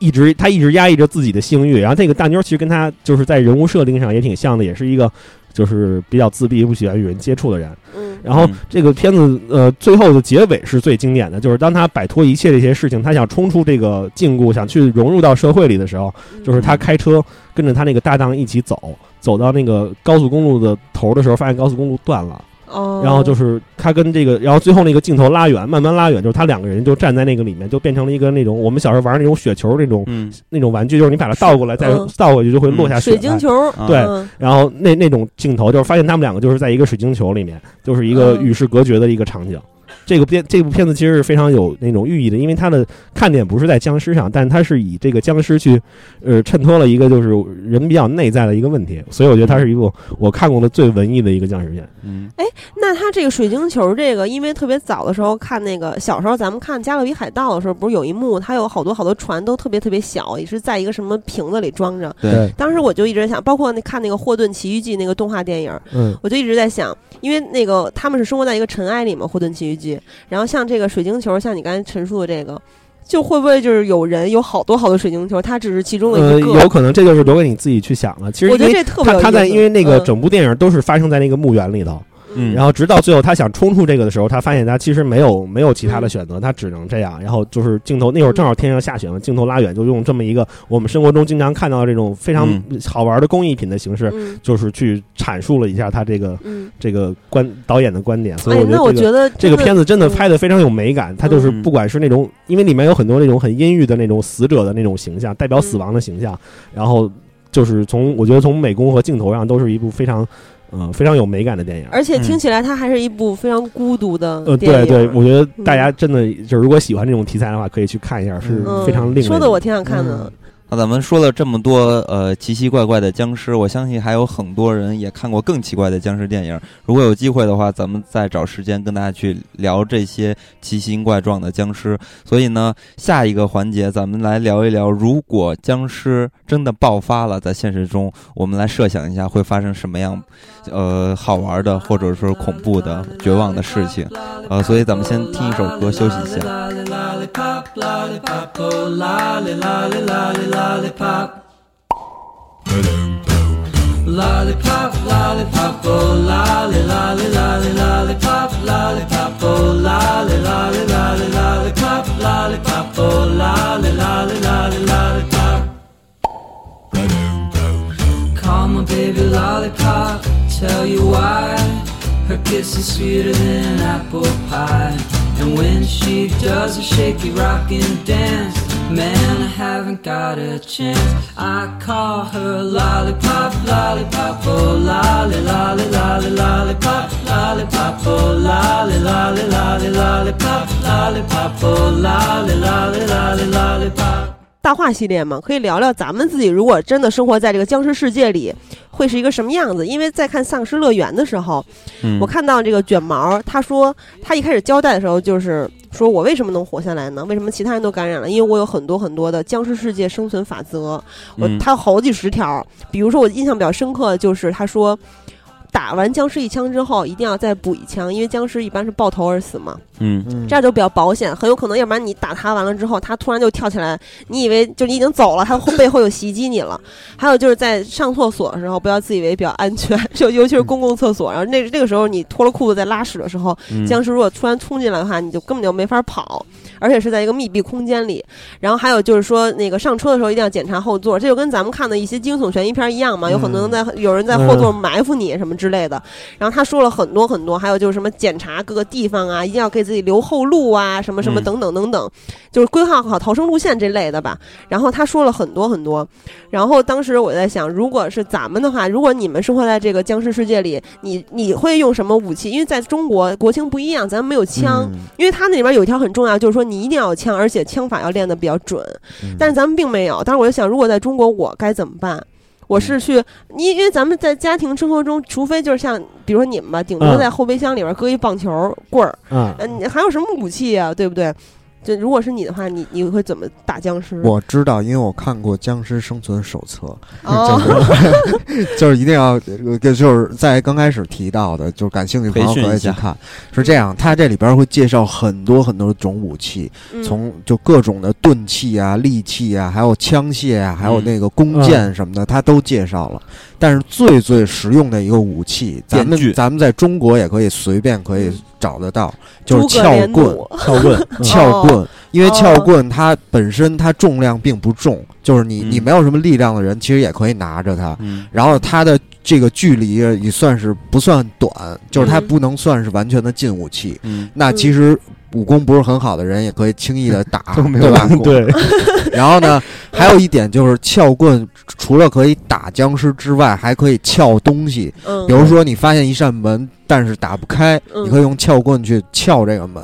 S4: 一直他一直压抑着自己的性欲，然后这个大妞儿其实跟他就是在人物设定上也挺像的，也是一个就是比较自闭、不喜欢与人接触的人。
S2: 嗯
S4: 然后
S1: 嗯
S4: 这个片子呃最后的结尾是最经典的，就是当他摆脱一切这些事情，他想冲出这个禁锢，想去融入到社会里的时候，就是他开车跟着他那个搭档一起走，走到那个高速公路的头的时候，发现高速公路断了，
S2: 哦，
S4: 然后就是他跟这个，然后最后那个镜头拉远，慢慢拉远，就是他两个人就站在那个里面，就变成了一个那种我们小时候玩那种雪球那种
S1: 嗯
S4: 那种玩具，就是你把它倒过来再
S2: 嗯
S4: 倒回去就会落下雪
S2: 水
S4: 来。
S2: 晶球，
S1: 啊
S4: 对
S2: 嗯
S4: 然后那那种镜头，就是发现他们两个就是在一个水晶球里面，就是一个
S2: 嗯
S4: 与世隔绝的一个场景。这个片这部片子其实是非常有那种寓意的，因为它的看点不是在僵尸上，但它是以这个僵尸去，呃，衬托了一个就是人比较内在的一个问题，所以我觉得它是一部我看过的最文艺的一个僵尸片。
S1: 嗯
S2: 那他这个水晶球，这个因为特别早的时候看那个，小时候咱们看《加勒比海盗》的时候，不是有一幕，它有好多好多船都特别特别小，也是在一个什么瓶子里装着。
S1: 对，
S2: 当时我就一直想，包括那看那个《霍顿奇遇记》那个动画电影，
S4: 嗯，
S2: 我就一直在想，因为那个他们是生活在一个尘埃里嘛，《霍顿奇遇记》，然后像这个水晶球，像你刚才陈述的这个。就会不会就是有人有好多好多水晶球，它只是其中的
S4: 呃，
S2: 一个。
S4: 有可能这就是留给你自己去想了。其实
S2: 我
S4: 因
S2: 觉得
S4: 为
S2: 这特别
S4: 他
S2: 有
S4: 他在
S2: 意思
S4: 因为那个
S2: 嗯
S4: 整部电影都是发生在那个墓园里头，
S1: 嗯，
S4: 然后直到最后，他想冲出这个的时候，他发现他其实没有没有其
S1: 嗯
S4: 他的选择，他只能这样。然后就是镜头那会儿正好天上下雪嘛，镜头拉远，就用这么一个我们生活中经常看到的这种非常
S1: 嗯
S4: 好玩的工艺品的形式，
S2: 嗯
S4: 就是去阐述了一下他这个
S2: 嗯，
S4: 这个观导演的观点。所以
S2: 哎，那
S4: 我
S2: 我
S4: 觉得这个。
S2: 觉得
S4: 这个片
S2: 子，
S4: 子真的拍的非常有美感，它就是
S1: 嗯
S4: 不管是那种，因为里面有很多那种很阴郁的那种死者的那种形象，代表死亡的形象，然后就是从我觉得从美工和镜头上都是一部非常，呃，非常有美感的电影。
S2: 而且
S1: 嗯
S2: 听起来它还是一部非常孤独的
S4: 呃，
S2: 电影。
S4: 对对，我觉得大
S2: 嗯
S4: 家真的就是如果喜欢这种题材的话，可以去看一下，是
S2: 嗯
S4: 非常令人
S2: 说的我挺想看
S4: 嗯
S2: 的。
S1: 那咱们说了这么多呃奇奇怪怪的僵尸，我相信还有很多人也看过更奇怪的僵尸电影。如果有机会的话，咱们再找时间跟大家去聊这些奇形怪状的僵尸。所以呢，下一个环节咱们来聊一聊，如果僵尸真的爆发了，在现实中，我们来设想一下会发生什么样呃好玩的，或者说恐怖的、绝望的事情。呃，所以咱们先听一首歌休息一下。
S6: Call my baby lollipop, tell you why. Her kiss is sweeter than apple pie. And when she does a shaky rockin' dance, man, I haven't got a chance. I call her lollipop, lollipop, oh lolly, lolly, lolly, lollipop, lollipop, oh lolly, lolly, lolly, lollipop, lollipop, oh lolly, lolly, lolly, lollipop.
S2: 大话系列嘛，可以聊聊咱们自己如果真的生活在这个僵尸世界里，会是一个什么样子？因为在看《丧尸乐园》的时候，
S1: 嗯
S2: 我看到这个卷毛，他说他一开始交代的时候就是。说我为什么能活下来呢？为什么其他人都感染了？因为我有很多很多的僵尸世界生存法则，我
S1: 嗯
S2: 他有好几十条。比如说，我印象比较深刻的就是他说，打完僵尸一枪之后，一定要再补一枪，因为僵尸一般是爆头而死嘛。
S1: 嗯
S3: 嗯
S2: 这样就比较保险，很有可能，要不然你打他完了之后，他突然就跳起来，你以为就你已经走了，他后背后有袭击你了。还有就是在上厕所的时候，不要自以为比较安全， *laughs* 就尤其是公共厕所，然后那那个时候你脱了裤子在拉屎的时候，
S1: 嗯
S2: 僵尸如果突然冲进来的话，你就根本就没法跑，而且是在一个密闭空间里。然后还有就是说，那个上车的时候一定要检查后座，这就跟咱们看的一些惊悚悬疑片一
S1: 嗯
S2: 样嘛，有很多人在有人在后座埋伏你什么之类的。然后他说了很多很多，还有就是什么检查各个地方啊，一定要给自己留后路啊，什么什么
S1: 嗯
S2: 等等等等，就是规划好逃生路线这类的吧。然后他说了很多很多，然后当时我在想，如果是咱们的话，如果你们生活在这个僵尸世界里，你你会用什么武器？因为在中国国情不一样，咱们没有枪，
S3: 嗯
S2: 因为它那里边有一条很重要，就是说你一定要有枪，而且枪法要练得比较准。
S5: 嗯
S2: 但是咱们并没有。但是我就想，如果在中国，我该怎么办？我是去，你因为咱们在家庭生活中，除非就是像比如说你们吧，顶多
S4: 嗯
S2: 在后备箱里边搁一棒球棍儿，
S4: 啊， *laughs*
S2: 嗯，你还有什么武器啊？对不对？就如果是你的话，你你会怎么打僵尸？
S3: 我知道，因为我看过《僵尸生存手册》 *laughs*
S2: 哦，
S3: 就是就是一定要，呃就是在刚开始提到的，就是感兴趣的朋
S1: 培
S3: 友
S1: 训
S3: 可以
S1: 一
S3: 去
S1: 下
S3: 看。是这样，它这里边会介绍很多很多种武器，
S2: 嗯
S3: 从就各种的钝器啊、利器啊，还有枪械啊，还有那个弓箭什么的，它都介绍了。但是最最实用的一个武器，咱
S1: 电
S3: 们
S1: 锯
S3: 咱们在中国也可以随便可以找得到，就是
S2: 诸葛
S3: 撬
S2: 连弩
S3: 棍。
S4: 撬
S2: *laughs*
S4: 棍，嗯
S3: 撬棍，因为
S2: 哦
S3: 撬棍它本身它重量并不重，就是你
S1: 嗯
S3: 你没有什么力量的人，其实也可以拿着它。
S1: 嗯
S3: 然后它的这个距离也算是不算短，就是它
S2: 嗯
S3: 不能算是完全的近武器。
S1: 嗯
S3: 那其实武功不是很好的人也可以轻易的打，
S5: 都 *laughs* 没有
S3: 对
S4: *laughs*
S3: 吧？
S5: *laughs*
S4: 对，
S3: 然后呢，还有一点就是撬棍除了可以打僵尸之外，还可以撬东西。
S2: 嗯，
S3: 比如说你发现一扇门，但是打不开，
S2: 嗯
S3: 你可以用撬棍去撬这个门，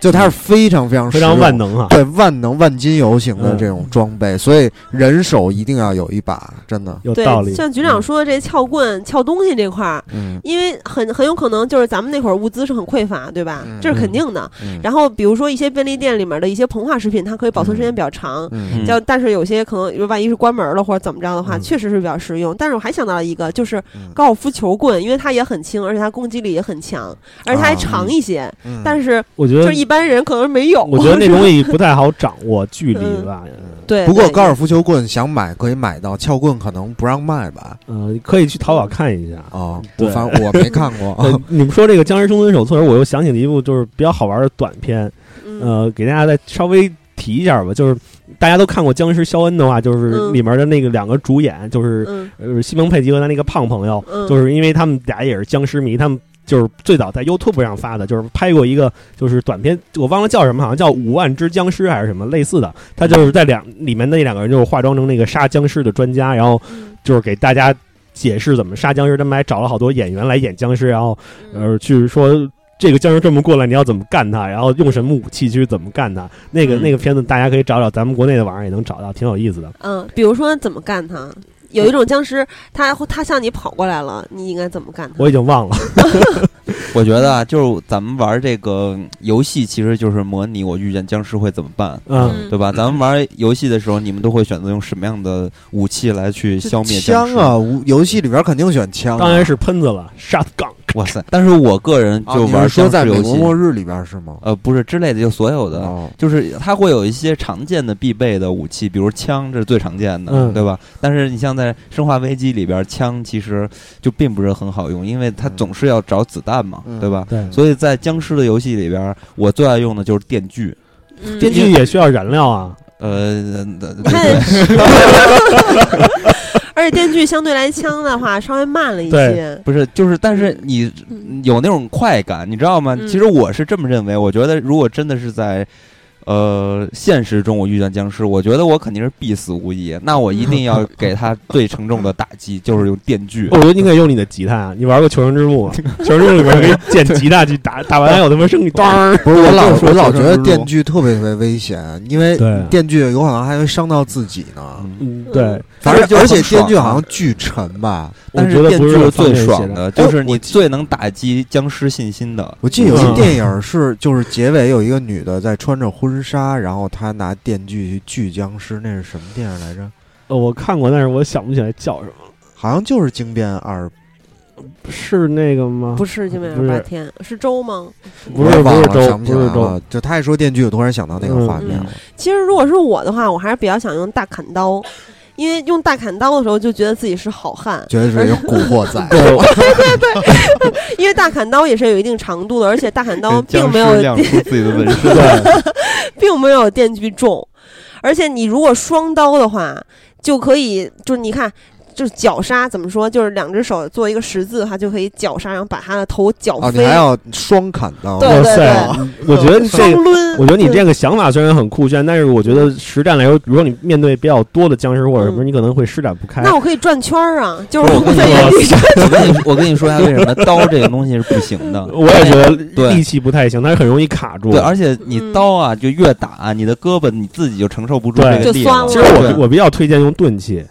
S3: 就
S4: 嗯
S3: 它是非常非常
S4: 非
S3: 实
S4: 常
S3: 用的
S5: *laughs*
S4: 万能啊。
S3: 对万能万金油型
S1: 嗯
S3: 的这种装备，所以人手一定要有一把，真的。
S4: 有
S2: 对
S4: 道理，嗯
S2: 像局长说的这撬棍、撬东西这块儿，
S3: 嗯
S2: 因为很很有可能就是咱们那会儿物资是很匮乏，对吧？
S3: 嗯
S2: 这是肯定的。
S3: 嗯
S2: 然后比如说一些便利店里面的一些膨化食品，它可以保存时间比较长。
S3: 嗯
S2: 叫，但是有些可能，万一是关门了或者怎么着的话，
S4: 嗯
S2: 确实是比较实用。但是我还想到了一个，就是
S3: 嗯
S2: 高尔夫球棍，因为它也很轻，而且它攻击力也很强，而且它还
S3: 啊
S2: 长一些。
S3: 嗯
S2: 但是
S4: 我觉
S2: 就
S4: 得
S2: 是一般人可能没有。
S4: 我觉
S2: *laughs*
S4: 得那东西不太好掌握距
S2: 嗯
S4: 离吧。
S2: 对，
S3: 不过
S2: 对
S3: 高尔夫球棍想买可以买到，撬棍可能不让卖吧？
S4: 呃，可以去淘
S2: 嗯
S4: 宝看
S5: *laughs*
S4: 一下。
S1: 嗯
S3: 哦，
S4: 对
S3: 我反正我没看过。
S4: 呃，你们说这个《僵尸生存手册》，我又想起了一部就是比较好玩的短片，
S2: 嗯
S4: 呃，给大家再稍微提一下吧。就是大家都看过《僵尸肖恩》的话，就是
S2: 嗯
S4: 里面的那个两个主演，就是
S2: 嗯
S4: 呃西蒙佩吉和他那个胖朋友，
S2: 嗯，
S4: 就是因为他们俩也是僵尸迷，他们就是最早在 YouTube 上发的，就是拍过一个就是短片，我忘了叫什么，好像叫《五万只僵尸》还是什么类似的。他就是在两里面那两个人就是化妆成那个杀僵尸的专家，然后
S2: 嗯
S4: 就是给大家解释怎么杀僵尸，他们还找了好多演员来演僵尸，然后
S2: 嗯
S4: 呃去说。这个僵尸这么过来，你要怎么干他？然后用什么武器去怎么干他？那个
S1: 嗯
S4: 那个片子大家可以找找，咱们国内的网上也能找到，挺有意思的。
S2: 嗯，比如说怎么干它？有一种僵尸，它它向你跑过来了，你应该怎么干它？
S4: 我已经忘了，
S1: 我觉得啊，就是咱们玩这个嗯游戏，其实就是模拟我遇见僵尸会怎么办，
S4: 嗯，
S1: 对吧？咱们玩游戏的时候，你们都会选择用什么样的武器来去 *laughs* 消灭僵
S3: 枪
S1: 尸？
S3: 啊，无游戏里边肯定选枪啊。
S4: 当然是喷子了，shotgun。
S1: 哇塞！但是我个人
S3: 啊
S1: 就
S3: 你
S1: 玩
S3: 是说
S1: 僵
S3: 在
S1: 尸
S3: 美
S1: 游
S3: 国
S1: 戏，
S3: 末日里边是吗？
S1: 呃，不是之类的，就所有的，
S3: 哦，
S1: 就是它会有一些常见的必备的武器，比如枪，这是最常见的，
S4: 嗯
S1: 对吧？但是你像在《生化危机》里边，枪其实就并不是很好用，因为它
S3: 嗯
S1: 总是要找子弹嘛，
S3: 嗯
S1: 对吧？
S4: 对，
S1: 所以在僵尸的游戏里边，我最爱用的就是电锯。
S2: 嗯
S4: 电
S1: 呃
S2: *laughs*
S4: 锯也需要燃料啊，
S1: 呃，呃
S2: 你看
S1: 对，
S2: 而且电锯相对来枪的话稍微慢了一
S4: 对
S2: 些，
S1: 不是，就是，但是你
S2: 嗯
S1: 有那种快感，你知道吗？
S2: 嗯
S1: 其实我是这么认为，我觉得如果真的是在。呃，现实中我遇见僵尸，我觉得我肯定是必死无疑。那我一定
S2: *laughs*
S1: 要给他最沉重的打击，就是用电锯。
S4: 我觉得你可以用你的吉他，你玩过《求生之路》吗？《求生之路》里面可以捡吉他去打，打完了有他妈生你当，
S3: 不是我老
S5: 就说
S3: 我老觉
S5: 求生
S3: 得
S5: 之路
S3: 电锯特别特别危险，因为
S4: 对
S3: 电锯有可能还会伤到自己呢。
S1: 嗯
S4: 嗯，对，
S3: 反正
S1: 就
S3: 而
S1: 很
S3: 且电
S1: 爽
S3: 锯
S1: 啊
S3: 好像巨沉吧，
S4: 我
S1: 但
S4: 觉
S1: 是
S4: 得
S1: 电
S4: 不
S1: 锯
S4: 是
S1: 是最
S4: 方便写
S1: 爽
S4: 的。
S1: 的，
S3: 哎
S1: 就是你最能打击僵尸信心的。
S3: 我记得有
S4: 嗯
S3: 一电影是，就是结尾有一个女的在穿着婚纱，然后她拿电锯去锯僵尸，那是什么电影来着？
S4: 呃我看过，但是我想不起来叫什么，
S3: 好像就是《惊变二》，
S4: 是那个吗？
S2: 不是就没有
S4: 不是
S2: 八天是周吗？
S4: 不
S3: 我
S4: 是
S3: 也
S4: 不
S3: 忘
S4: 是
S3: 了，
S4: 周
S3: 想不起
S4: 不
S3: 来
S4: 是周，
S3: 了。就她一说电锯，我突然想到那个
S4: 嗯
S3: 画面了。
S2: 其实如果是我的话，我还是比较想用大砍刀，因为用大砍刀的时候就觉得自己是好汉，
S3: 绝对是一个古惑仔，
S4: 对，我
S2: 因为大砍刀也是有一定长度的，而且大砍刀
S5: 跟
S2: 并
S5: 僵
S2: 没
S5: 尸
S2: 有
S5: 亮出自己
S2: *laughs*
S5: 的纹身，
S1: *laughs*
S4: 对，
S2: 并没有电锯重，而且你如果双刀的话，就可以就是你看。就是绞杀怎么说？就是两只手做一个十字的话，就可以绞杀，然后把他的头绞
S3: *laughs* 哦，你
S2: 飞。
S3: 还要双砍刀，
S2: 对
S4: 哇
S2: 对嗯
S4: 塞
S2: 对，
S4: 我觉得这
S2: 双
S4: 个。
S2: 抡。
S4: 我觉得你
S2: 对
S4: 这个想法虽然很酷炫，但是我觉得实战来说，如果你面对比较多的僵尸或者什么，
S2: 嗯
S4: 你可能会施展不开。
S2: 那我可以转圈儿啊，就
S1: 不是我跟你
S2: 是在原地转。
S1: 我跟你我跟你说一下为什么刀这个东西是不行的。
S4: 我也觉得
S1: 对
S4: 力气不太行，它很容易卡住。
S1: 对，而且
S2: 嗯
S1: 你刀啊，就越打你的胳膊，你自己就承受不住
S4: 对
S1: 这个力了。
S2: 就酸
S4: 其实
S2: 了
S1: 对
S4: 我我比较推荐用钝器，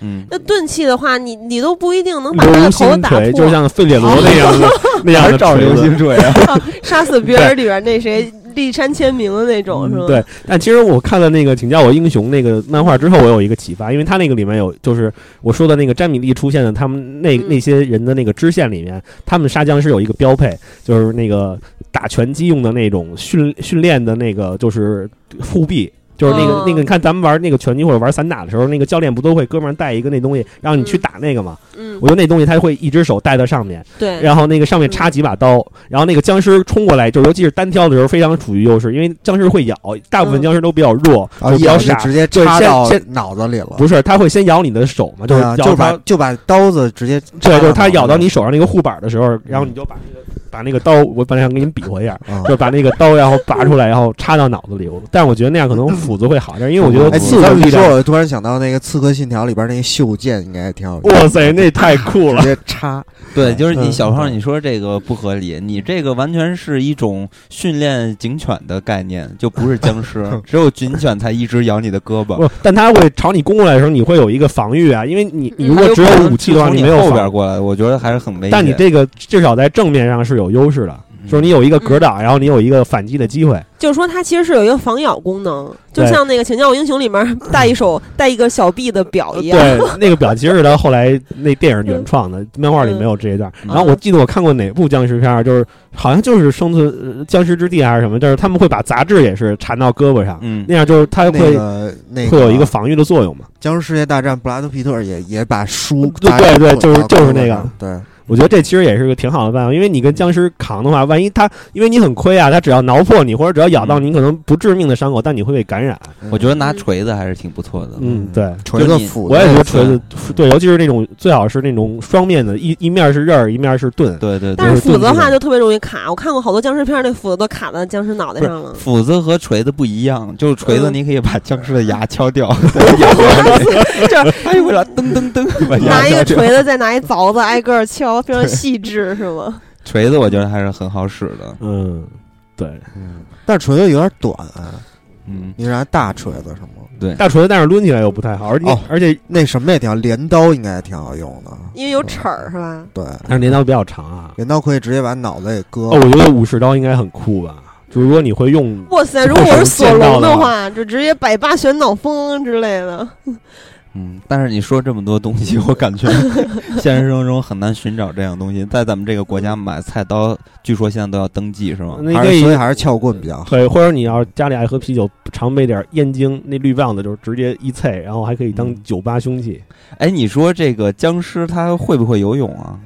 S1: 嗯，
S2: 那钝器的话，你你都不一定哦能把他
S4: 流
S2: 的头
S4: 星
S2: 打
S4: 锤，
S2: 破。哦
S4: 就像费列罗那样的 *laughs* 那样
S5: 还
S4: 的
S5: 是照
S4: 锤
S5: 流
S4: 子
S5: 星锤啊？
S2: *laughs* 杀死别人里边那谁立山签名的那种，是吧？
S4: *laughs* 嗯对，但其实我看了那个《请叫我英雄》那个漫画之后，我有一个启发，因为他那个里面有，就是我说的那个詹米利出现的他们那
S2: 嗯
S4: 那些人的那个支线里面，他们杀僵尸有一个标配，就是那个打拳击用的那种训训练的那个就是护臂。就是那个、
S2: 哦
S4: 那个，你看咱们玩那个拳击或者玩散打的时候，那个教练不都会哥们儿带一个那东西，让你去
S2: 嗯
S4: 打那个嘛？
S2: 嗯
S4: 我，觉得那东西他会一只手带到上面，
S1: *laughs*
S2: 对，
S4: 然后那个上面插几把刀，然后那个僵尸冲过来，就是尤其是单挑的时候非常处于优势，因为僵尸会咬，大部分
S2: 嗯
S4: 僵尸都比较弱，就
S3: 然后
S4: 比
S3: 一
S4: 较
S3: 刀就
S4: 傻。
S3: 啊哦直接
S4: 就是
S3: 插
S4: 先
S3: 到
S4: 先
S3: 脑子里了。
S4: 不是，他会先咬你的手嘛，就是
S3: 对啊，
S4: 咬
S3: 就
S4: 他
S3: 把，啊就把刀子直接插
S4: 对，
S3: 到
S4: 就是他
S3: 脑子
S4: 咬到
S3: 里
S4: 你手上那个护板的时候，然后你就把那个把那个刀，我本来想给你比划一下，
S3: 啊
S4: 就把那个刀然后拔出来，然后插到脑子里。但是我觉得那样可能斧子会好点，因为我觉得
S3: 哎，
S4: 刺
S3: 你
S4: 的
S3: 这么
S4: 力
S3: 一说，
S4: 量，
S3: 我突然想到那个《刺客信条》里边那个袖剑，应该也挺好用的。
S4: 哇塞，那太酷了
S3: *laughs* 直。接插，
S1: 对，就是你
S4: 嗯
S1: 小胖，你说这个不合理，你这个完全是一种训练警犬的概念，就不是僵
S4: *laughs*
S1: 尸，只有警犬才一直咬你的胳膊。
S4: 不，但他会朝你攻过来的时候，你会有一个防御啊，因为你
S1: 嗯
S4: 你如果只有武器的话，
S1: 从你
S4: 没有
S1: 后
S4: 防
S1: 边过来，我觉得还是很危险。
S4: 但你这个至少在正面上是有优势的，
S1: 哎嗯
S4: 就是你有一个格挡，然后你有一个反击的机会。
S2: 就是说它其实是有一个防咬功能，就
S4: 对
S2: 像那个《请叫我英雄》里
S4: *laughs*
S2: 面带一手带一个小臂的表一样。
S4: 对，那个表其实是他后来那电影原创的，漫画里没有这一段。
S1: 嗯
S4: 然后我记得我看过哪部僵尸片儿，就是好像就是《生存呃僵尸之地》还是什么，就是他们会把杂志也是缠到胳膊上，
S1: 嗯
S4: 那样就是它
S3: 那
S4: 会。
S3: 个那
S4: 会有一个防御的作用嘛？
S3: 《僵尸世界大战》，布拉德皮特也也把书
S4: 对
S3: 搭
S4: 对对
S3: 捆
S4: 就是
S3: 到
S4: 就是
S3: 胳膊
S4: 那个
S3: 上对。
S4: 我觉得这其实也是个挺好的办法，因为你跟僵尸扛的话，万一他因为你很亏啊，他只要挠破你或者只要咬到你，可能不致命的伤口，但你会被感染。
S1: 我觉得拿锤子还是挺不错的。
S4: 嗯，对。
S3: 锤
S1: 就
S3: 子
S1: 你
S3: 斧子，
S4: 我也觉得锤子对，尤其是那种最好是那种双面的，一一面是刃儿，一面是盾。
S1: 对对对
S2: 但，是
S4: 就是
S2: 斧子的
S4: 钝
S2: 话
S4: 力
S2: 就特别容易卡，我看过好多僵尸片儿，那斧子都卡在僵尸脑袋
S1: 不是
S2: 上了。
S1: 斧子和锤子不一样，就是锤子
S2: 嗯
S1: 你可以把僵尸的牙敲 *laughs* 掉，
S2: 就是
S1: 哎呦我操，噔噔噔，把牙
S2: 拿一
S1: 敲
S2: 个
S1: 掉。
S2: 锤子，再拿一凿子，挨个儿敲，非常细致，是吗？
S1: 锤子我觉得还是很好使的，
S4: 嗯，对，
S3: 嗯，但是锤子有点短，
S1: 嗯。
S3: 你是拿大锤子是吗？
S4: 大锤子但是抡起来又不太好，而且、
S3: 哦
S4: 而且
S3: 那什么也挺好，镰刀应该也挺好用的。
S2: 因为有齿儿，是吧？
S3: 对，
S4: 但是镰刀比较长啊。
S3: 镰刀可以直接把脑袋给割
S4: 哦，
S3: 了。
S4: 我觉得武士刀应该很酷吧？就如果你会用，
S2: 哇塞！如果我是索隆的话，就直接百八旋脑风之类的。
S1: 嗯，但是你说这么多东西，我感 *laughs* 觉现实生活中很难寻找这样东西。在咱们这个国家买菜刀，据说现在都要登记，是吗？
S4: 那你
S3: 还
S4: 可
S3: 是
S4: 以
S3: 所以还是撬棍比较好。
S4: 对，或者你要是家里爱喝啤酒，常备点燕京那绿棒子，就是直接一啐，然后还可以当
S1: 嗯
S4: 酒吧凶器。
S1: 哎，你说这个僵尸它会不会游泳啊？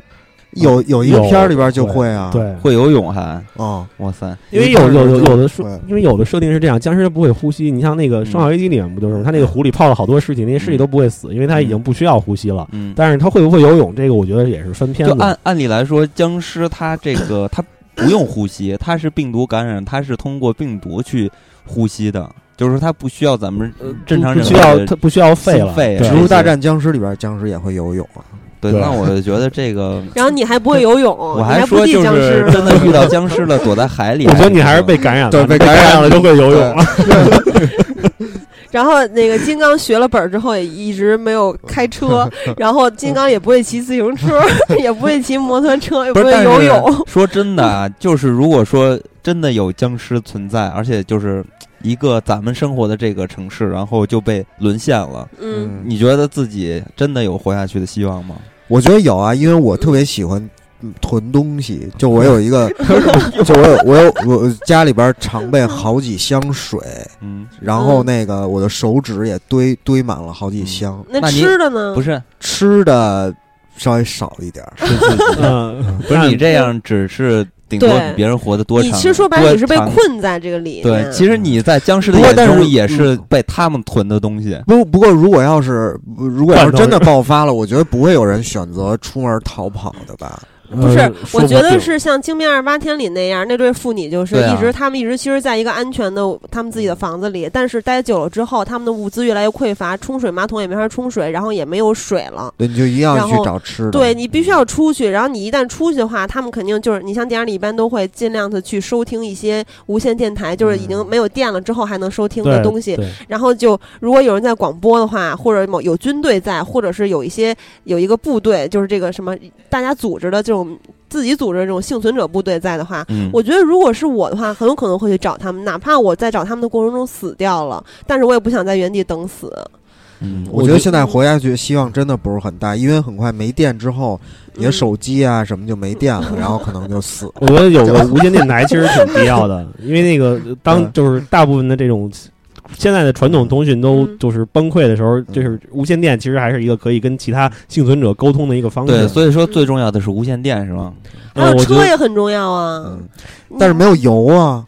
S3: 有有一个
S4: 嗯有
S3: 片儿里边就会啊，
S4: 对，
S1: 会游泳还，
S3: 嗯，
S1: 哇塞，
S4: 因为有有有嗯有的
S3: 说
S4: 说，因为有的设定是这样，僵尸它不会呼吸。你像那个《生化危机》里面不就是吗？他那个湖里泡了好多尸体，那些尸体都不会死，因为它已经不需要呼吸了。
S1: 嗯，
S4: 但是它会不会游泳，这个我觉得也是分片
S1: 就
S4: 子。
S1: 按按理来说，僵尸它这个它不用呼吸，它是病毒感染，它是通过病毒去呼吸的，就是说它不需要咱们
S4: 呃
S1: 正常
S4: 不
S1: 人
S4: 不需要
S1: 类
S4: 它
S1: 的
S4: 不需要肺了，
S1: 心肺啊
S4: 对
S3: 《植物大战僵尸》里边僵尸也会游泳啊，
S1: 对。
S4: 对
S1: 那我就觉得这
S2: *laughs*
S1: 个，
S2: 然后你还不会游泳，
S1: 我
S2: 你
S1: 还
S2: 哦不
S1: 说
S2: 记
S1: 就
S2: 僵尸
S1: 是 *laughs*
S2: 呢
S1: 真
S2: *laughs*
S1: 的遇到僵尸了，躲在海里，啊
S4: 我觉得你还是被感染了，
S3: 对
S4: 你
S3: 被
S4: 被感
S3: 感染
S4: 了就会游泳了。
S2: 然后那个金刚学了本儿之后，也一直没有开
S1: *laughs*
S2: 车，然后金刚也不会骑自行车， *laughs* 也不会骑摩托车，也
S1: 不是
S2: *laughs* 会
S1: 但是
S2: 游泳。 *laughs*
S1: 说真的啊，就是如果说真的有僵尸存在，而且就是一个咱们生活的这个城市，然后就被沦陷了，
S2: 嗯，
S1: 你觉得自己真的有活下去的希望吗？
S3: 我觉得有啊，因为我特别喜欢嗯囤东西，就我有一个，就我有我有我家里边常备好几箱水，
S1: 嗯，
S3: 然后那个我的手指也堆堆满了
S2: 嗯
S3: 好几箱，
S1: 那你
S2: 吃的呢？
S1: 不是，
S3: 吃的稍微少一点儿，
S4: *laughs* 嗯，
S1: *laughs* 不是你这样只是顶多
S2: 对
S1: 比别人活得多长，
S2: 你其实说白了，
S1: 多
S2: 你是被
S1: 长
S2: 困在这个里面。
S1: 对，其实你在僵尸的
S3: 不过
S1: 眼
S3: 但是
S1: 中也是被他们囤的东西。
S3: 不不过如果要是如果要是
S4: 换头
S3: 真的爆发了，我觉得不会有人选择出门逃跑的吧？
S4: 呃不
S2: 是，我觉得是像《惊变二十八天》里那样，那对妇女就是
S1: 对啊
S2: 一直，她们一直其实在一个安全的她们自己的房子里，但是待久了之后，她们的物资越来越匮乏，冲水马桶也没法冲水，然后也没有水了。
S3: 对，你就一定要
S2: 然
S3: 去
S2: 后
S3: 找吃的。
S2: 对你必须要出去，然后你一旦出去的话，他们肯定就是你像电影里一般都会尽量的去收听一些无线电台，就是已经没有电了之后还能收听的
S4: 对
S2: 东西。
S4: 对
S2: 然后就如果有人在广播的话，或者某有军队在，或者是有一些有一个部队，就是这个什么大家组织的这种自己组织的这种幸存者部队在的话。
S1: 嗯，
S2: 我觉得，如果是我的话，很有可能会去找他们，哪怕我在找他们的过程中死掉了，但是我也不想在原地等死。
S1: 嗯
S3: 我觉得现在活下去希望真的不是很大，因为很快没电之后，你的
S2: 嗯
S3: 手机啊什么就没电了，然后可能就
S2: *laughs*
S3: 死了。
S4: 我觉得有个无线电台其实挺必要的，因为那个
S1: 嗯
S4: 当就是大部分的这种现在的传统通讯都
S2: 嗯
S4: 就是崩溃的时候，就是无线电其实还是一个可以跟其他幸存者沟通的一个方式。
S1: 对，所以说最重要的是无线电，是
S2: *laughs*
S1: 吗？
S2: 还有
S4: 嗯我觉
S2: 车
S4: 得
S2: 也很重要啊，
S3: 嗯，但是没有油啊，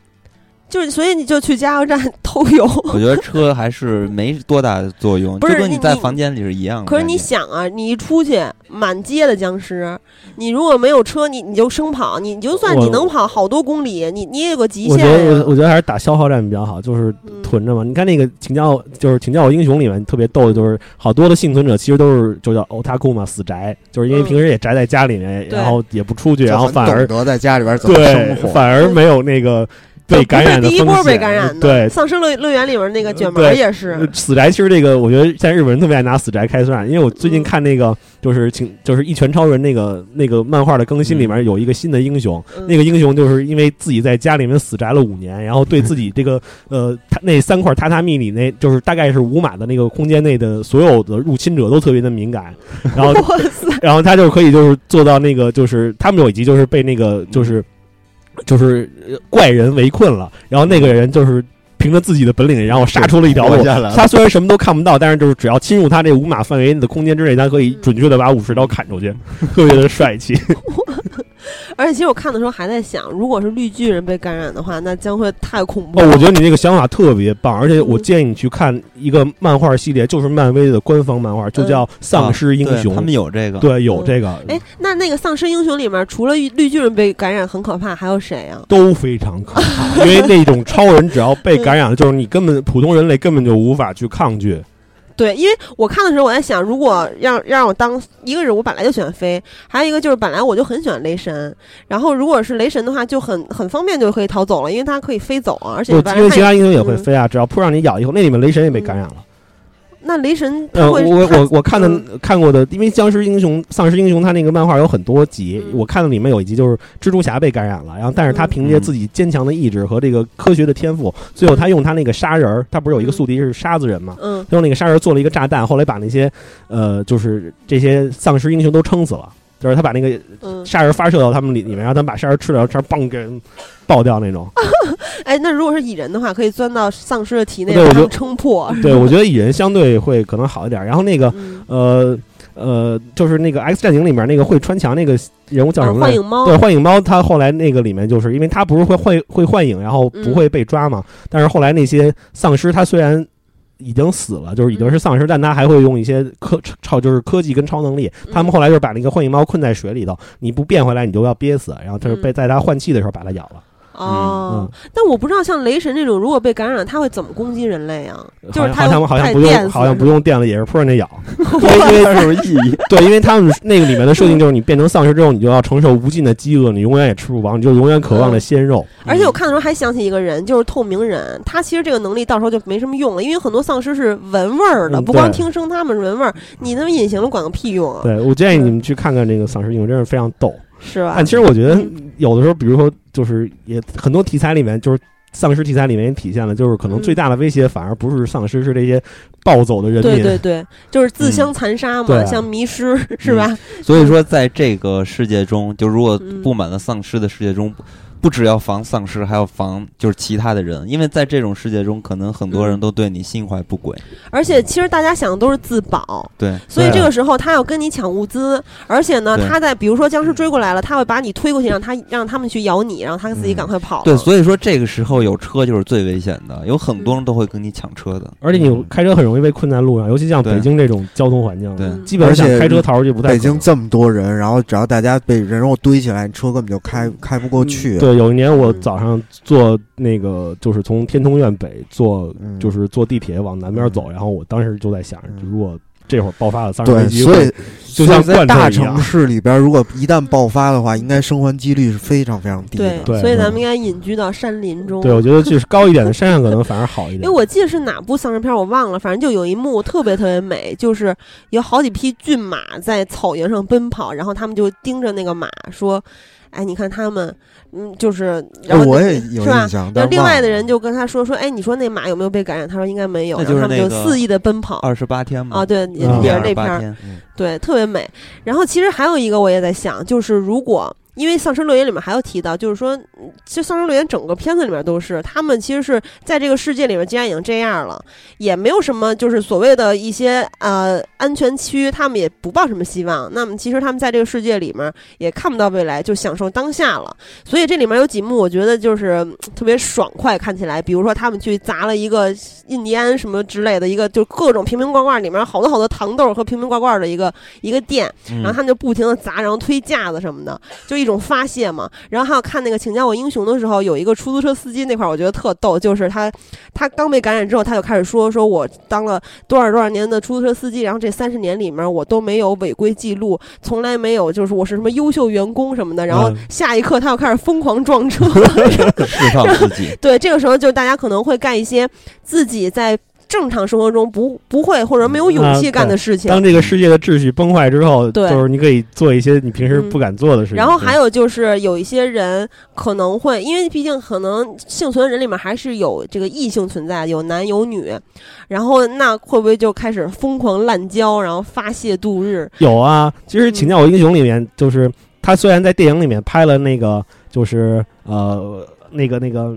S2: 就是所以你就去加油站 *laughs* 偷油。
S1: 我觉得车还是没多大的作用，
S2: 不
S1: 就是跟你
S2: 你
S1: 在
S2: 你
S1: 房间里是一
S4: 嗯
S1: 样的。
S2: 可是你，想啊，你一出去，满街的僵尸，你如果没有车，你你就生跑，你你就算
S4: 我
S2: 你能跑好多公里，你你也有个极
S4: 我
S2: 限
S4: 觉得
S2: 呀
S4: 我。我觉得还是打消耗战比较好，就是
S2: 嗯
S4: 囤着嘛。你看那个请教就是请教我英雄里面特别逗的，就是好多的幸存者其实都是就叫 otaku 嘛，死宅，就是因为
S2: 嗯
S4: 平时也宅在家里面，
S2: 对
S4: 然后也不出去，
S3: 就
S4: 然后
S3: 很
S4: 反而
S3: 懂得在家里边怎么
S4: 对
S3: 生活。
S4: 反而没有那个被感染
S2: 不
S4: 的
S2: 是第一
S4: 风
S2: 波
S4: 险。
S2: 被感染的，
S4: 对，
S2: 丧尸乐乐园里面那个卷毛
S4: 对
S2: 也是
S4: 呃，
S2: *laughs*
S4: 死宅其实这个，我觉得现在日本人特别爱拿死宅开涮，因为我最
S2: 嗯
S4: 近看那个就是请就是一拳超人那个那个漫画的更新里面有一个新的英雄，
S2: 嗯
S4: 那个英雄就是因为自己在家里面死宅了五年，然后对自己这个呃他那三块榻榻米里那就是大概是五码的那个空间内的所有的入侵者都特别的敏感，然后
S2: 哇塞，
S4: 然后他就可以就是做到那个，就是他们有一集就是被那个就是就是呃怪人围困了，然后那个人就是凭着自己的本领，然后杀出了一条路
S5: 活。下来了
S4: *laughs* 他虽然什么都看不到，但是就是只要侵入他这五码范围的空间之内，他可以准确的把武士刀砍出去，特别的帅气。
S2: 而且其实我看的时候还在想，如果是绿巨人被感染的话，那将会太恐怖
S4: 哦，
S2: 了。
S4: 我觉得你这个想法特别棒，而且我建议你去看一个漫画系列，就是漫威的官方漫画，就叫《丧尸英
S1: 对
S4: 雄
S1: 他》们。有这个，
S4: 对，有这个，
S2: 哎，那那个丧尸英雄里面，除了绿巨人被感染很可怕，还有谁啊？
S4: 都非常可
S2: *laughs*
S4: 怕，因为那种超人只要被感染了，就是你根本普通人类根本就无法去抗拒。
S2: 对，因为我看的时候，我在想，如果让让我当一个是我本来就喜欢飞，还有一个就是本来我就很喜欢雷神，然后如果是雷神的话，就很很方便就可以逃走了，因为它可以飞走啊，而且
S4: 我
S2: 本来
S4: 因为
S2: 它
S4: 其他英雄也
S2: 嗯
S4: 会飞啊，只要扑上你咬一口，那里面雷神也被感染了。
S2: 那雷神嗯
S4: 呃，
S2: 他
S4: 我
S2: 会
S4: 我
S2: 他
S4: 我我看
S2: 嗯
S4: 的看过的，因为僵尸英雄、丧尸英雄他那个漫画有很多集，
S2: 嗯
S4: 我看的里面有一集就是蜘蛛侠被感染了，然后但是他
S2: 嗯
S4: 凭借自己坚强的意志和这个科学的天赋，最后他用他那个杀人儿，他不是有一个宿敌是沙子人嘛，
S2: 嗯
S4: 他用那个砂石做了一个炸弹，后来把那些呃，就是这些丧尸英雄都撑死了。就是他把那个
S2: 嗯，
S4: 砂石发射到他们里里面，然后他们把砂石吃了，然后这儿嘣给人爆掉那种。
S2: *laughs* 哎，那如果是蚁人的话，可以钻到丧尸的体内
S4: 对
S2: 把
S4: 我
S2: 他们
S4: 就
S2: 撑破。
S4: 对，我觉得蚁人相对会可能好一点。然后那个
S2: 嗯
S4: 呃呃，就是那个《X 战警》里面那个会穿墙那个人 *laughs* 物叫什么
S2: 啊哦幻
S4: 来着？
S2: 影猫
S4: 对，幻影猫，他后来那个里面就是因为他不是会会会幻影，然后不会被抓嘛。
S2: 嗯
S4: 但是后来那些丧尸，他虽然已经死了，就是已经是丧尸，但他还会用一些科超就是科技跟超能力。
S2: 嗯
S4: 他们后来就是把那个幻影猫困在水里头，你不变回来你就要憋死，然后他是被
S2: 嗯
S4: 在他换气的时候把它咬了。嗯
S2: 哦，但我不知道像雷神这种，如果被感染，他会怎么攻击人类啊？就
S4: 好
S2: 是
S4: 像
S2: 他
S4: 好像好像不用好像不用电了，也是扑
S2: *laughs*
S4: 上那咬。
S5: 没有什么意义。
S4: *laughs* 对，因为他们那个里面的设定就是，你变成丧尸之后，你就要承受无尽的饥饿，你永远也吃不饱，你就永远渴望着鲜肉。
S2: 而且我看的时候还想起一个人，就是透明人，他其实这个能力到时候就没什么用了，因为很多丧尸是闻味儿的，
S4: 嗯
S2: 不光
S4: 对
S2: 听声，他们是闻味儿，你他妈隐形了管个屁用啊，
S4: 对我建议你们去看看这个丧尸英雄，真是非常逗。
S2: 是吧
S4: 但？其实我觉得
S2: 啊嗯
S4: 有的时候，比如说就是也很多题材里面就是。丧尸题材里面也体现了，就是可
S2: 嗯
S4: 能最大的威胁反而不是丧尸，是这些暴走的人
S2: 对
S4: 民。
S2: 对对，就是自相残杀嘛，
S4: 对啊嗯
S2: 像迷失是吧？
S1: 所以说，在这个世界中，就如果
S2: 嗯
S1: 布满了丧尸的世界中，不只要防丧尸，还要防就是其他的人，因为在这种世界中，可能很
S2: 嗯
S1: 多人都对你心怀不轨。
S2: 而且其实大家想的都是自保，
S1: 对，
S2: 所以
S4: 对啊
S2: 这个时候他要跟你抢物资，而且呢，
S1: 对
S2: 他在比如说僵
S4: 嗯
S2: 尸追过来了，他会把你推过去，让他让他们去咬你，然后他自
S4: 嗯
S2: 己赶快跑了。
S1: 对，所以说这个时候有车就是最危险的，有很多人都会跟你抢车
S2: 嗯
S1: 的。
S4: 而且你开车很容易被困在路上，尤其像北京这种交通环境，
S1: 对
S2: 嗯
S4: 基本上
S3: 而
S4: 想
S3: 且
S4: 开车逃出去不太可
S3: 北
S4: 能。
S3: 京这么多人，然后只要大家被人肉堆起来，你车根本就开开不过去。
S4: 对，有一年我
S2: 嗯
S4: 早上坐那个，就是从天通苑北坐，
S3: 嗯
S4: 就是坐地铁往南边走，然后我当时就在想，
S3: 嗯
S4: 如果这会儿爆发了丧尸
S3: 对
S4: 危机，
S3: 所以
S4: 就
S3: 所以
S4: 像
S3: 在
S4: 罐头
S3: 大
S4: 一样
S3: 城市里边，如果一旦爆发的话，应该生还几率是非常非常低
S2: 对
S3: 的。
S4: 对
S2: 所以
S4: 对
S2: 咱们应该隐居到山林中。
S4: 对我觉得就是高一点的山上可能反而好一
S2: 因
S4: 点
S2: 为。我记得是哪部丧尸片我忘了，反正就有一幕特别特别美，就是有好几匹骏马在草原上奔跑，然后他们就盯着那个马说：“哎，你看他们，嗯，就是。”
S1: 哎
S2: 然后那
S3: 我也有
S2: 是吧
S3: 印？象，
S2: 然
S3: 但
S2: 后
S3: 是
S2: 另
S3: 忘
S2: 外的
S3: 了
S2: 人就跟他说：“说，哎，你说那马有没有被感染？”他说：“应该没有。”
S1: 那
S2: 然
S1: 就
S2: 后
S1: 是
S2: 他们就
S1: 那个
S2: 肆意的奔跑。
S1: 二十八天嘛，
S2: 啊，对，也
S4: 嗯
S2: 也是这片
S1: 八
S2: 儿，
S1: 天，
S2: 对，特别美。然后其实还有一个我也在想，就是如果因为《丧尸乐园》里面还有提到，就是说，嗯其实《丧尸乐园》整个片子里面都是他们其实是在这个世界里面，既然已经这样了，也没有什么就是所谓的一些呃安全区，他们也不抱什么希望。那么其实他们在这个世界里面也看不到未来，就享受当下了。所以这里面有几幕我觉得就是嗯特别爽快，看起来，比如说他们去砸了一个印第安什么之类的一个，就各种瓶瓶罐罐里面好多好多糖豆和瓶瓶罐罐的一个一个店，
S1: 嗯
S2: 然后他们就不停的砸，然后推架子什么的，就一种发泄嘛。然后还有看那个《请叫我英雄》的时候，有一个出租车司机那块儿，我觉得特逗，就是他他刚被感染之后，他就开始说说我当了多少多少年的出租车司机，然后这三十年里面我都没有违规记录，从来没有就是我是什么优秀员工什么的。然后
S4: 嗯
S2: 下一刻他又开始疯狂撞车，
S1: 释放自
S2: *laughs*
S1: 己。
S2: 对，这个时候就大家可能会干一些自己在正常生活中不不会或者没有勇气干的事情。
S4: 嗯啊当这个世界的秩序崩坏之后，
S2: 对嗯
S4: 就是你可以做一些你平时不敢做的事情。
S2: 然后还有就是有一些人可能会，因为毕竟可能幸存人里面还是有这个异性存在，有男有女，然后那会不会就开始疯狂滥交，然后发泄度日？
S4: 有啊，
S2: 嗯
S4: 其实《请叫我英雄》里面就是他虽然在电影里面拍了那个就是呃那个那个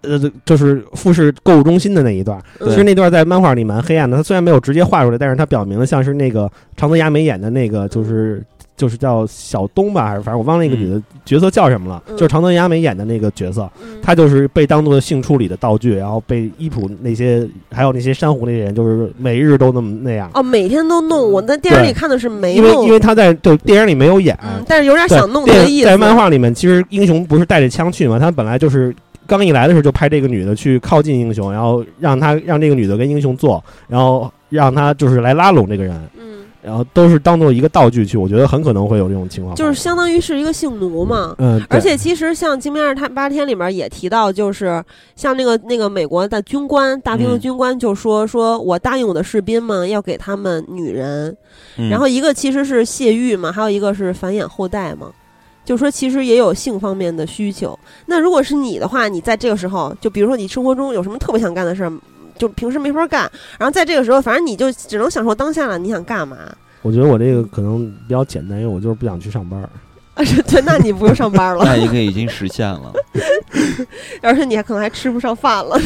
S4: 呃就是富士购物中心的那一段，
S2: 对
S4: 其实那段在漫画里蛮黑暗的。他虽然没有直接画出来，但是他表明了像是那个长泽雅美演的那个就是。就是叫小东吧，还是反正我忘了那个女的角色叫什么了，
S2: 嗯
S4: 就是长泽雅美演的那个角色，她就是被当做性处理的道具，然后被伊普那些还有那些珊瑚那些人，就是每日都那么那样。
S2: 哦，每天都弄，我在电影里看的是没
S4: 因为因
S2: 弄
S4: 为，他在就电影里没有演，
S2: 嗯，但是有点
S4: 对
S2: 想弄
S4: 电
S2: 的意思。
S4: 在漫画里面，其实英雄不是带着枪去嘛，他本来就是刚一来的时候就派这个女的去靠近英雄，然后让他让这个女的跟英雄做，然后让他就是来拉拢这个人，
S2: 嗯，
S4: 然后都是当做一个道具去。我觉得很可能会有这种情况，
S2: 就是相当于是一个性奴嘛。
S4: 嗯，
S2: 而
S4: 对
S2: 且其实像《金边二八天》里面也提到，就是像那个那个美国的军官，大兵的
S1: 嗯
S2: 军官就说、说我答应我的士兵们要给他们女人，
S1: 嗯
S2: 然后一个其实是泄欲嘛，还有一个是繁衍后代嘛。就说其实也有性方面的需求。那如果是你的话，你在这个时候，就比如说你生活中有什么特别想干的事儿，就平时没法干，然后在这个时候，反正你就只能享受当下了。你想干嘛？ *laughs*
S4: 我觉得我这个可能比较简单，因为我就是不想去上班。
S2: 啊，是对，那你不用上
S1: *laughs*
S2: 班了， *laughs*
S1: 那一个已经实现了，
S2: 而且你还可能还吃不上饭了。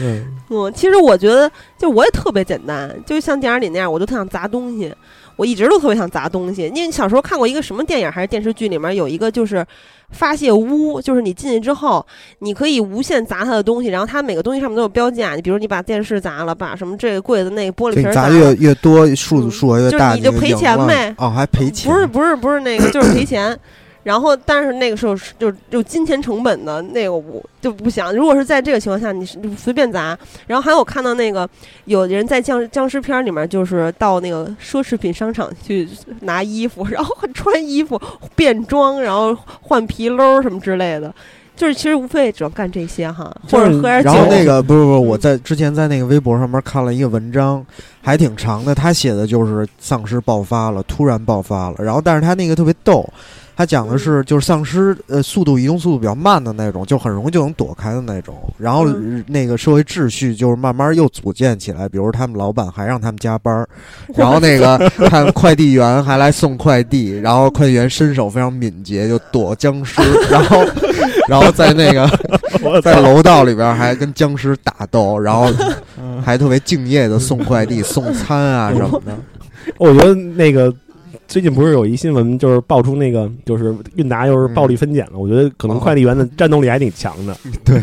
S4: 嗯，
S2: 嗯，其实我觉得，就我也特别简单，就像电影里那样，我就特想砸东西。我一直都特别想砸东西。因为小时候看过一个什么电影还是电视剧，里面有一个就是发泄屋，就是你进去之后，你可以无限砸它的东西，然后它每个东西上面都有标价。你比如你把电视砸了，把什么这个柜子那个玻璃瓶
S3: 就你
S2: 儿
S3: 砸
S2: 了
S3: 越越多，数
S2: 嗯
S3: 字数额越
S2: 就是
S3: 大，
S2: 你就
S3: 那个
S2: 赔
S3: 赢
S2: 钱
S3: 了
S2: 呗
S3: 哦，还赔钱，
S2: 不是不是不是那个，就是赔钱。然后，但是那个时候是就是有金钱成本的那个，我就不想。如果是在这个情况下，你是你随便砸。然后还有看到那个有人在僵僵尸片儿里面，就是到那个奢侈品商场去拿衣服，然后穿衣服变装，然后换皮褛儿什么之类的，就是其实无非只要干这些哈，或者喝点酒。
S3: 然后那个不是不是，我
S2: 嗯
S3: 在之前在那个微博上面看了一个文章，还挺长的。他写的就是丧尸爆发了，突然爆发了。然后，但是他那个特别逗，他讲的是就是丧尸呃速度移动速度比较慢的那种，就很容易就能躲开的那种。然后、
S2: 嗯
S3: 那个社会秩序就是慢慢又组建起来，比如他们老板还让他们加班儿，然后那个看快递员还来送快递，然后快递员身手非常敏捷，就躲僵尸，然后然后在那个。
S4: 我
S3: 在楼道里边还跟僵尸打斗，然后还特别敬业的送快递、送餐啊什么的。
S4: 哦我觉得那个最近不是有一新闻，就是爆出那个就是韵达又是暴力分拣了。我觉得
S2: 哦
S4: 可能快递员的战斗力还挺强的。
S3: 对，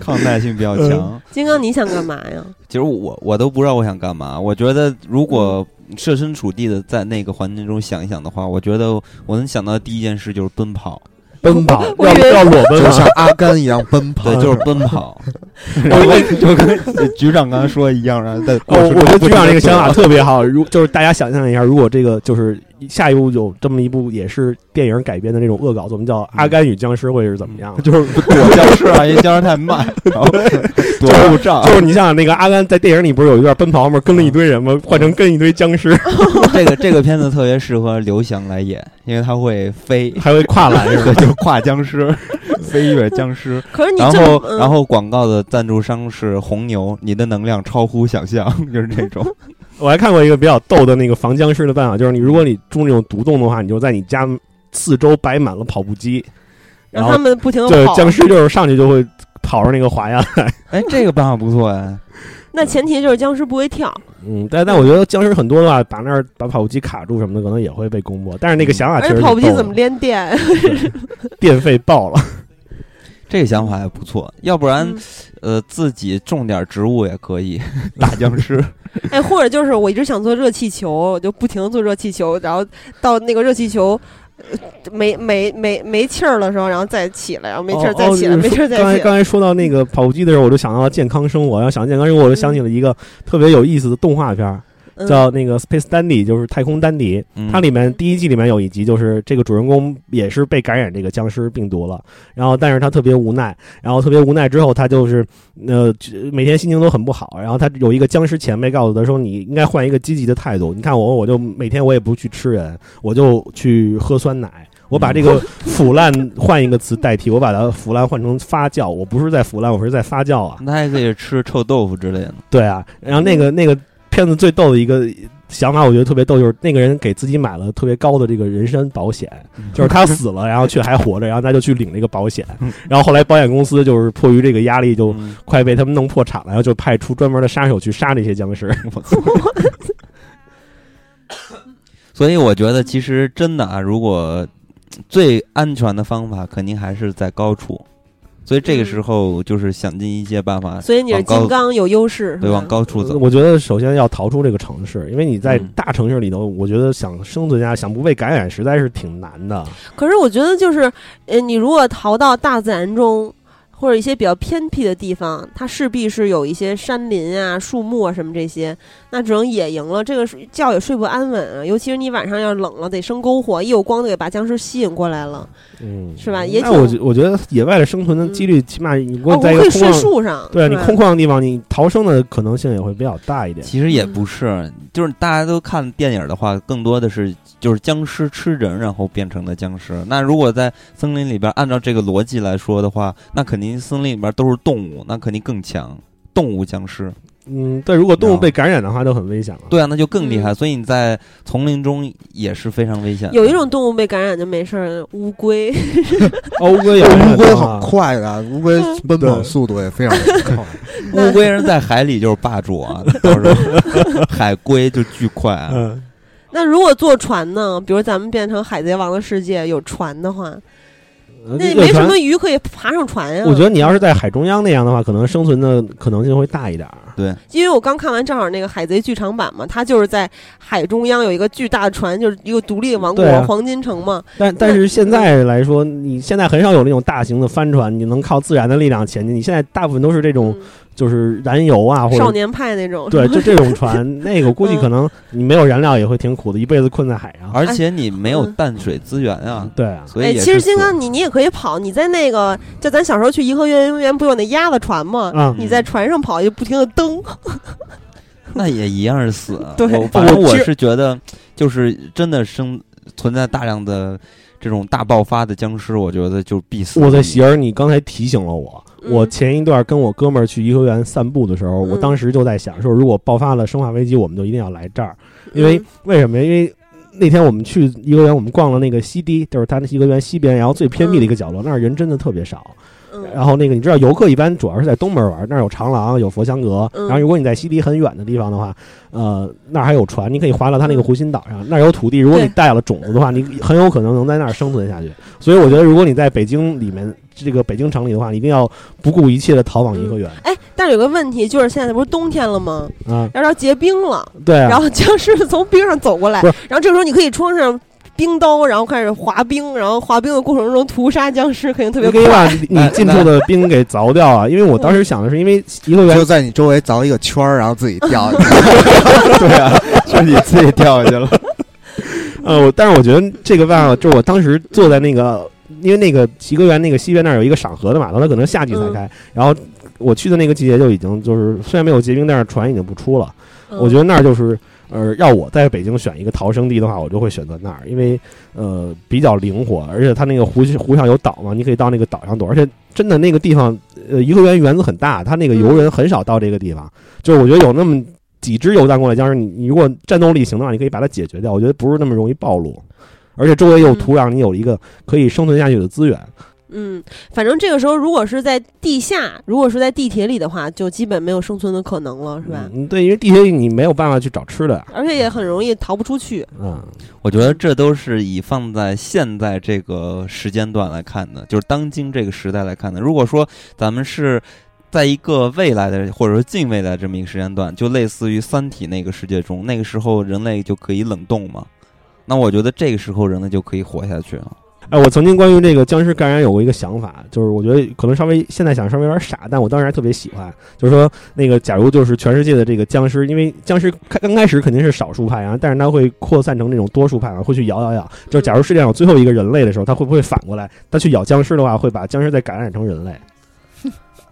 S5: 抗耐性比较
S4: 嗯
S5: 强。
S2: 金刚，你想干嘛呀？
S1: 其实我我都不知道我想干嘛。我觉得如果
S2: 嗯
S1: 设身处地的在那个环境中想一想的话，我觉得我能想到的第一件事就是奔跑，
S4: 奔跑
S2: 我
S4: 要
S2: 以为
S4: 要裸奔
S3: 就
S4: 吗
S3: 像？阿甘一样奔跑
S1: 对，。就是奔
S4: *laughs*
S1: 跑。
S5: 然后就跟局长刚才说的一样，然后在
S4: 哦，我觉得局长这个想法特别好。如就是大家想象一下，如果这个就是下一部有这么一部也是电影改编的那种恶搞，我们叫《阿甘与僵尸》会是怎么样
S5: 嗯
S4: 的？
S5: 就是躲僵尸啊，因为僵尸太慢，
S1: *laughs*
S5: 然后躲路障
S4: 就。是你像那个阿甘在电影里不是有一段奔跑吗？跟了一堆人吗？
S5: 嗯
S4: 换成跟一堆
S5: *laughs*
S4: 僵尸，，
S1: 这个这个片子特别适合刘翔来演，因为他会飞
S4: 还会跨栏是吧？
S5: *laughs* 对，就是跨僵尸，飞跃僵尸，
S2: 可是你
S1: 然
S2: 这么
S1: 后、
S2: 嗯
S1: 然后广告的赞助商是红牛，你的能量超乎想象，就是这
S2: *laughs*
S1: 种。
S4: 我还看过一个比较逗的那个防僵尸的办法，就是你如果你住那种独栋的话，你就在你家四周摆满了跑步机，然
S2: 让
S4: 后
S2: 他们不停的
S4: 对
S2: 跑。啊
S4: 僵尸就是上去就会跑着那个滑呀。
S1: 哎，这个办法不错哎。
S2: 那前提就是僵尸不会跳。
S4: 嗯，但但我觉得僵尸很多的话，把那儿把跑步机卡住什么的，可能也会被攻破。但是那个想法
S2: 而
S4: 确实
S2: 且
S4: 挺
S2: 哎跑步机
S4: 逗的
S2: 怎么连电？ *laughs*
S4: 电费爆了？
S1: 这个想法还不错，要不然，
S2: 嗯
S1: 呃，自己种点植物也可以。 *laughs*
S5: 打僵尸，
S2: 哎，或者就是我一直想做热气球，我就不停地做热气球，然后到那个热气球。呃没没没没气儿的时候，然后再起来，然后 *laughs* 没气儿再起来，
S4: 哦哦
S2: 没气儿再
S4: 刚才
S2: 起来。
S4: 刚才说到那个跑步机的时候，我就想到了健康生活。然后想健康生活，我就想起了一个特别有意思的动画片儿，
S2: 嗯
S4: 叫那个《Space Dandy》，就是太空丹迪。
S1: 嗯
S4: 它里面第一季里面有一集，就是这个主人公也是被感染这个僵尸病毒了，然后但是他特别无奈，然后特别无奈之后，他就是呃每天心情都很不好，然后他有一个僵尸前辈告诉他说，你应该换一个积极的态度。你看我，我就每天我也不去吃人，我就去喝酸奶。我把这个腐烂换一个词代替，我把它腐烂换成发酵。我不是在腐烂，我是在发酵啊。
S1: 那还可以吃臭豆腐之类的。
S4: 对啊，然后那
S1: 嗯
S4: 个那个片子最逗的一个想法，我觉得特别逗，就是那个人给自己买了特别高的这个人身保险，
S1: 嗯
S4: 就是他死了，然后却还活着，然后他就去领那个保险，然后后来保险公司就是迫于这个压力，就
S1: 嗯
S4: 快被他们弄破产了，然后就派出专门的杀手去杀这些僵尸。
S1: 所以我觉得，其实真的啊，如果最安全的方法，肯定还是在高处。所以这个时候就是想尽一切办法，
S2: 所以你是
S1: 往高
S2: 金刚有优势，是
S1: 对，
S2: 吧
S1: 往高处走。
S4: 我觉得首先要逃出这个城市，因为你在
S1: 嗯
S4: 大城市里头，我觉得想生存下，想不被感染，实在是挺难的。
S2: 可是我觉得就是，呃，你如果逃到大自然中，或者一些比较偏僻的地方，它势必是有一些山林啊、树木啊什么这些，那只能野营了。这个睡觉也睡不安稳啊，尤其是你晚上要冷了，得生篝火，一有光就给把僵尸吸引过来了，
S4: 嗯，
S2: 是吧？也挺
S4: 那我觉我觉得野外的生存的几率，起码你如
S2: 哦，
S4: 果
S2: 我
S4: 在一个
S2: 可以
S4: 空
S2: 睡
S4: 旷
S2: 树上，
S4: 对啊，
S2: 是
S4: 你
S2: 吧
S4: 空旷的地方，你逃生的可能性也会比较大一点。
S1: 其实也不是，就是大家都看电影的话，更多的是就是僵尸吃人，然后变成的僵尸。那如果在森林里边，按照这个逻辑来说的话，那肯定森林里边都是动物，那肯定更强，动物僵尸。
S4: 嗯，但如果动物被感染的话，就很危险了。
S1: 对啊，那就更厉害。所以你在丛林中也是非常危险的。
S2: 嗯有一种动物被感染就没事儿，乌龟。 *laughs*
S4: 哦，乌龟也
S3: 乌龟很
S4: 好，
S3: *laughs* 快的，乌龟奔跑
S4: 对
S3: 速度也非常快。
S1: 乌龟人在海里就是霸主
S2: *laughs*
S1: 啊，到时候海龟就巨快啊。
S4: 嗯，
S2: 那如果坐船呢？比如咱们变成海贼王的世界，有船的话，那也
S4: 呃有
S2: 没什
S4: 船
S2: 么鱼可以爬上船呀、
S4: 我觉得你要是在海中央那样的话，可能生存的可能性会大一点儿。
S2: 因为我刚看完正好那个《海贼》剧场版嘛，它就是在海中央有一个巨大的船，就是一个独立王国、
S4: 对啊
S2: 黄金城嘛。
S4: 但但是现在来说，你现在很少有那种大型的帆船，你能靠自然的力量前进。你现在大部分都是这种
S2: 嗯
S4: 就是燃油啊，或
S2: 少
S4: 者
S2: 年派那种， *laughs*
S4: 对，就这种船，那个估计
S2: 嗯
S4: 可能你没有燃料也会挺苦的，一辈子困在海上。
S1: 而且你没有淡水资源啊，
S4: 对啊，
S1: 所以
S2: 嗯哎，
S1: 也
S2: 其实
S1: 是
S2: 金
S1: 死
S2: 刚你你也可以跑，你在那个就咱小时候去颐和园园不有那鸭子船吗？
S4: 啊，
S2: 你在船上跑就不停的蹬，
S1: 那也一样是死啊。
S2: 对
S1: 我反正
S4: 我
S1: 我
S4: 其实
S1: 是觉得，就是真的生存在大量的这种大爆发的僵尸，我觉得就必死无疑。
S4: 我的媳儿，你刚才提醒了我，
S2: 嗯
S4: 我前一段跟我哥们儿去颐和园散步的时候，
S2: 嗯
S4: 我当时就在想说，如果爆发了生化危机，我们就一定要来这儿，
S2: 嗯
S4: 因为、为什么呀？因为那天我们去颐和园，我们逛了那个西堤，就是它那颐和园西边，然后最偏僻的一个角落，那儿人真的特别少。
S2: 嗯、
S4: 然后那个你知道，游客一般主要是在东门玩，那儿有长廊，有佛香阁。
S2: 嗯
S4: 然后如果你在西堤很远的地方的话，呃，那儿还有船，你可以划到它那
S2: 嗯
S4: 个湖心岛上，那儿有土地。如果你
S2: 对
S4: 带了种子的话，你很有可能能在那儿生存下去。所以我觉得，如果你在北京里面这个北京城里的话，你一定要不顾一切的逃往颐和园
S2: 哎，但是有个问题，就是现在不是冬天了吗？
S4: 啊！
S2: 然后要结冰了，
S4: 对
S2: 嗯然
S4: 啊，
S2: 后僵尸从冰上走过来，
S4: 不是
S2: 然后这时候你可以穿上冰刀，然后开始滑冰，然后滑冰的过程中屠杀僵尸，肯定特别
S4: 你可以把
S2: *laughs*
S4: 你进出的冰给凿掉啊！因为我当时想的是，因为颐和园
S3: 就在你周围凿一个圈儿，然后自己掉。
S5: *laughs* 对啊，是你自己掉下去了。
S4: *laughs* 呃，我但是我觉得这个办法，就是我当时坐在那个，因为那个颐和园那个西边那儿有一个赏荷的码头，它可能夏季才开，然后我去的那个季节就已经就是虽然没有结冰，但是船已经不出了。
S2: 嗯
S4: 我觉得那儿就是。呃，要我在北京选一个逃生地的话，我就会选择那儿，因为呃比较灵活，而且它那个湖湖上有岛嘛，你可以到那个岛上躲。而且真的那个地方，呃，颐和园园子很大，它呃那个游人很少到这个地方。就是我觉得有那么几只游荡过来，僵尸，你你如果战斗力行的话，你可以把它解决掉。我觉得不是那么容易暴露，而且周围有土壤，你有一个可以生存下去的资源。
S2: 嗯，反正这个时候如果是在地下，如果是在地铁里的话，就基本没有生存的可能了，是吧？
S4: 嗯，对，因为地铁里你没有办法去找吃的呀。
S2: 而且也很容易逃不出去。
S4: 嗯，
S1: 我觉得这都是以放在现在这个时间段来看的，就是当今这个时代来看的。如果说咱们是在一个未来的或者说近未来这么一个时间段，就类似于《三体》那个世界中，那个时候人类就可以冷冻嘛。那我觉得这个时候人类就可以活下去啊。
S4: 哎，我曾经关于这个僵尸感染有过一个想法，就是我觉得可能稍微现在想稍微有点傻，但我当时还特别喜欢。就是说，那个假如就是全世界的这个僵尸，因为僵尸开刚开始肯定是少数派啊，但是它会扩散成这种多数派啊，会去咬咬咬。就假如世界上有最后一个人类的时候，它会不会反过来，它去咬僵尸的话，会把僵尸再感染成人类？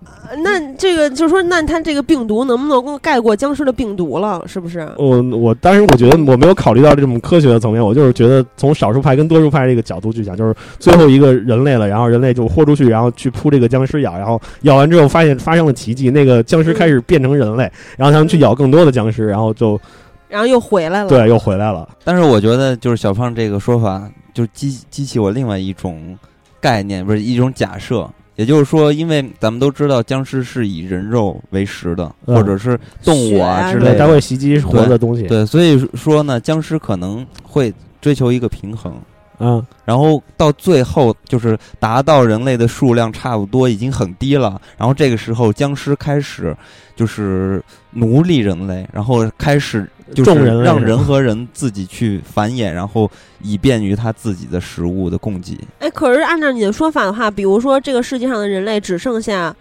S2: 呃那这个就是说，那它这个病毒能不能盖过僵尸的病毒了？是不 *laughs* 是？
S4: 我我当时我觉得我没有考虑到这种科学的层面，我就是觉得从少数派跟多数派这个角度去讲，就是最后一个人类了，然后人类就豁出去，然后去扑这个僵尸咬，然后咬完之后发现发生了奇迹，那个僵尸开始变成人类，然后他们去咬更多的僵尸，然后就
S2: 然后又回来了。
S4: 对又回来了。
S1: 但是我觉得，就是小胖这个说法，就是激激起我另外一种概念，不是一种假设。也就是说，因为咱们都知道僵尸是以人肉为食的，
S4: 嗯
S1: 或者是动物
S2: 血啊
S1: 啊之
S2: 对
S1: 类
S4: 对，
S1: 的
S4: 它，会袭击活的东西。
S1: 对，所以说呢，僵尸可能会追求一个平衡，
S4: 嗯，
S1: 然后到最后就是达到人类的数量差不多已经很低了，然后这个时候僵尸开始就是奴隶人类，然后开始就
S4: 种人
S1: 是
S4: 类
S1: 让
S4: 是吧
S1: 人和人自己去繁衍，然后以便于他自己的食物的供给。
S2: 哎，可是按照你的说法的话，比如说这个世界上的人类只剩下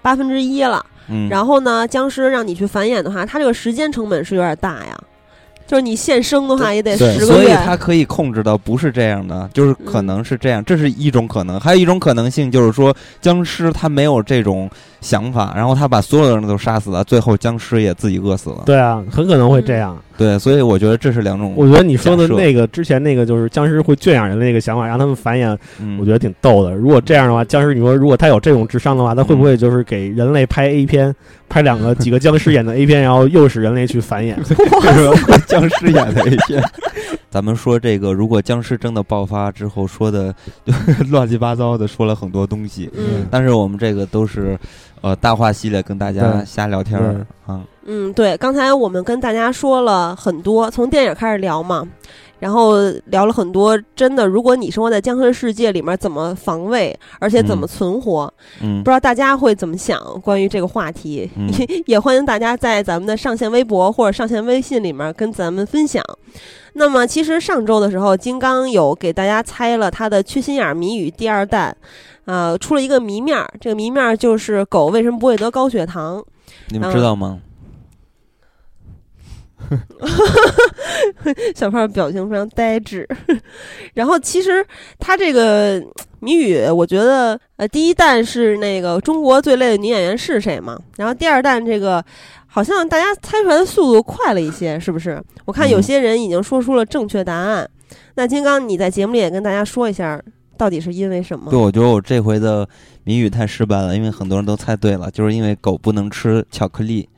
S2: 八分之一了，
S1: 嗯，
S2: 然后呢，僵尸让你去繁衍的话，它这个时间成本是有点大呀。就是你现生的话，也得
S4: 对
S2: 十个
S1: 所以
S2: 月。
S1: 它可以控制到不是这样的，就是可能是这
S4: 嗯
S1: 样，这是一种可能。还有一种可能性就是说，僵尸它没有这种想法，然后它把所有的人都杀死了，最后僵尸也自己饿死了。
S4: 对啊，很可能会这样。
S1: 对，所以我觉得这是两种。
S4: 我觉得你说的
S1: 假设
S4: 那个之前那个就是僵尸会圈养人的那个想法，让他们繁衍，
S1: 嗯
S4: 我觉得挺逗的。如果这样的话，僵尸你说如果他有这种智商的话，他会不
S1: 嗯
S4: 会就是给人类拍 A 片，拍两个几个僵尸演的 A 片，然后诱使人类去
S1: *laughs*
S4: 繁衍？
S5: 就是僵尸演的一些，
S1: 咱们说这个，如果僵尸真的爆发之后，说的乱七八糟的，说了很多东西，
S2: 嗯
S1: 但是我们这个都是呃大话系列，跟大家
S4: 对
S1: 瞎聊天儿啊。
S2: 嗯，对，刚才我们跟大家说了很多，从电影开始聊嘛，然后聊了很多真的，如果你生活在僵尸世界里面，怎么防卫，而且怎
S1: 嗯
S2: 么存活，
S1: 嗯
S2: 不知，道大家会怎么想关于这个话题，
S1: 嗯
S2: *laughs* 也欢迎大家在咱们的上线微博或者上线微信里面跟咱们分享。那么，其实上周的时候，金刚有给大家猜了他的缺心眼儿谜语第二弹，呃，出了一个谜面儿，这个谜面儿就是狗为什么不会得高血糖？
S1: 你们知道吗？
S2: *laughs* 小胖表情非常呆滞。 *laughs* 然后，其实他这个呃谜语，我觉得，呃，第一弹是那个中国最累的女演员是谁嘛？然后第二弹这个，好像大家猜出来的速度快了一些，是不是？我看有
S1: 嗯
S2: 些人已经说出了正确答案。那金刚，你在节目里也跟大家说一下，到底是因为什么
S1: 对，？我觉得我这回的谜语太失败了，因为很多人都猜对了，就是因为狗不能吃巧克
S4: *laughs*
S1: 力，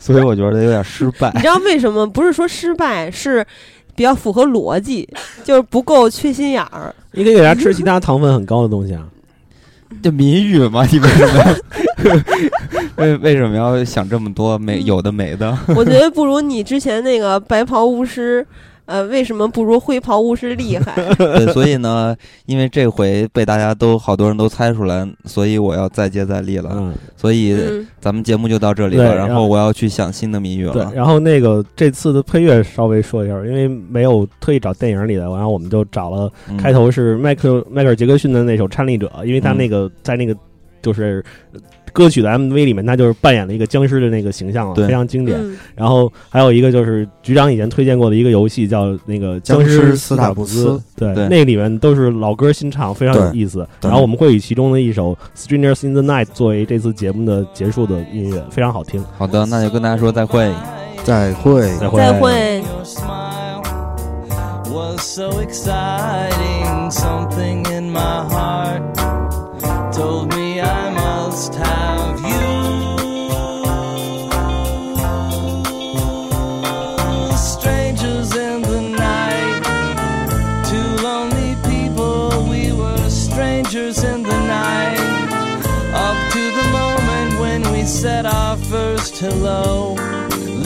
S1: 所以我觉得有点失败
S2: 你。知道为什么？不是说失败，是比较符合逻辑，就是不够缺心眼儿。
S4: 你可以给他吃其他糖分很高的东
S1: *laughs*
S4: 西啊。
S1: 这谜语嘛，你为什么
S4: *laughs*
S1: 要为为什么要想这么多没
S4: 嗯
S1: 有的没的？ *laughs*
S2: 我觉得不如你之前那个白袍巫师，呃，为什么不如灰袍巫师厉害？
S1: 对，所以呢，因为这回被大家都好多人都猜出来，所以我要再接再厉了。
S4: 嗯，
S1: 所以
S2: 嗯，
S1: 咱们节目就到这里了，
S4: 对
S1: 然
S4: 然
S1: 后
S4: 后
S1: 我要去想新的谜语
S4: 对
S1: 了。。
S4: 然后那个这次的配乐稍微说一下，因为没有特意找电影里的，然后我们就找了
S1: 嗯
S4: 开头是迈克迈克尔杰克逊的那首《颤栗者》，因为他
S1: 嗯
S4: 那个在那个就是呃歌曲的 MV 里面，他就是扮演了一个僵尸的那个形象啊，
S1: 对
S4: 非常经典。
S2: 嗯
S4: 然后还有一个就是局长以前推荐过的一个游戏，叫那个《
S3: 僵尸
S4: 尸
S3: 斯
S4: 塔
S3: 塔布
S4: 斯
S3: 斯》，
S4: 对，
S1: 对
S4: 那里面都是老歌新唱，非常有意思。
S3: 对
S4: 然后我们会以其中的一首《Strangers in the Night》作为这次节目的结束的音乐，非常好听。
S1: 好的，那就跟大家说再会。
S3: 再会。
S4: 再会。
S2: 再会。
S7: Your smile was so exciting. Something in my heart told me I must have you. Strangers in the night, two lonely people. We were strangers in the night. Up to the moment when we said our first hello.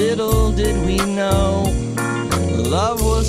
S7: Little did we know, love was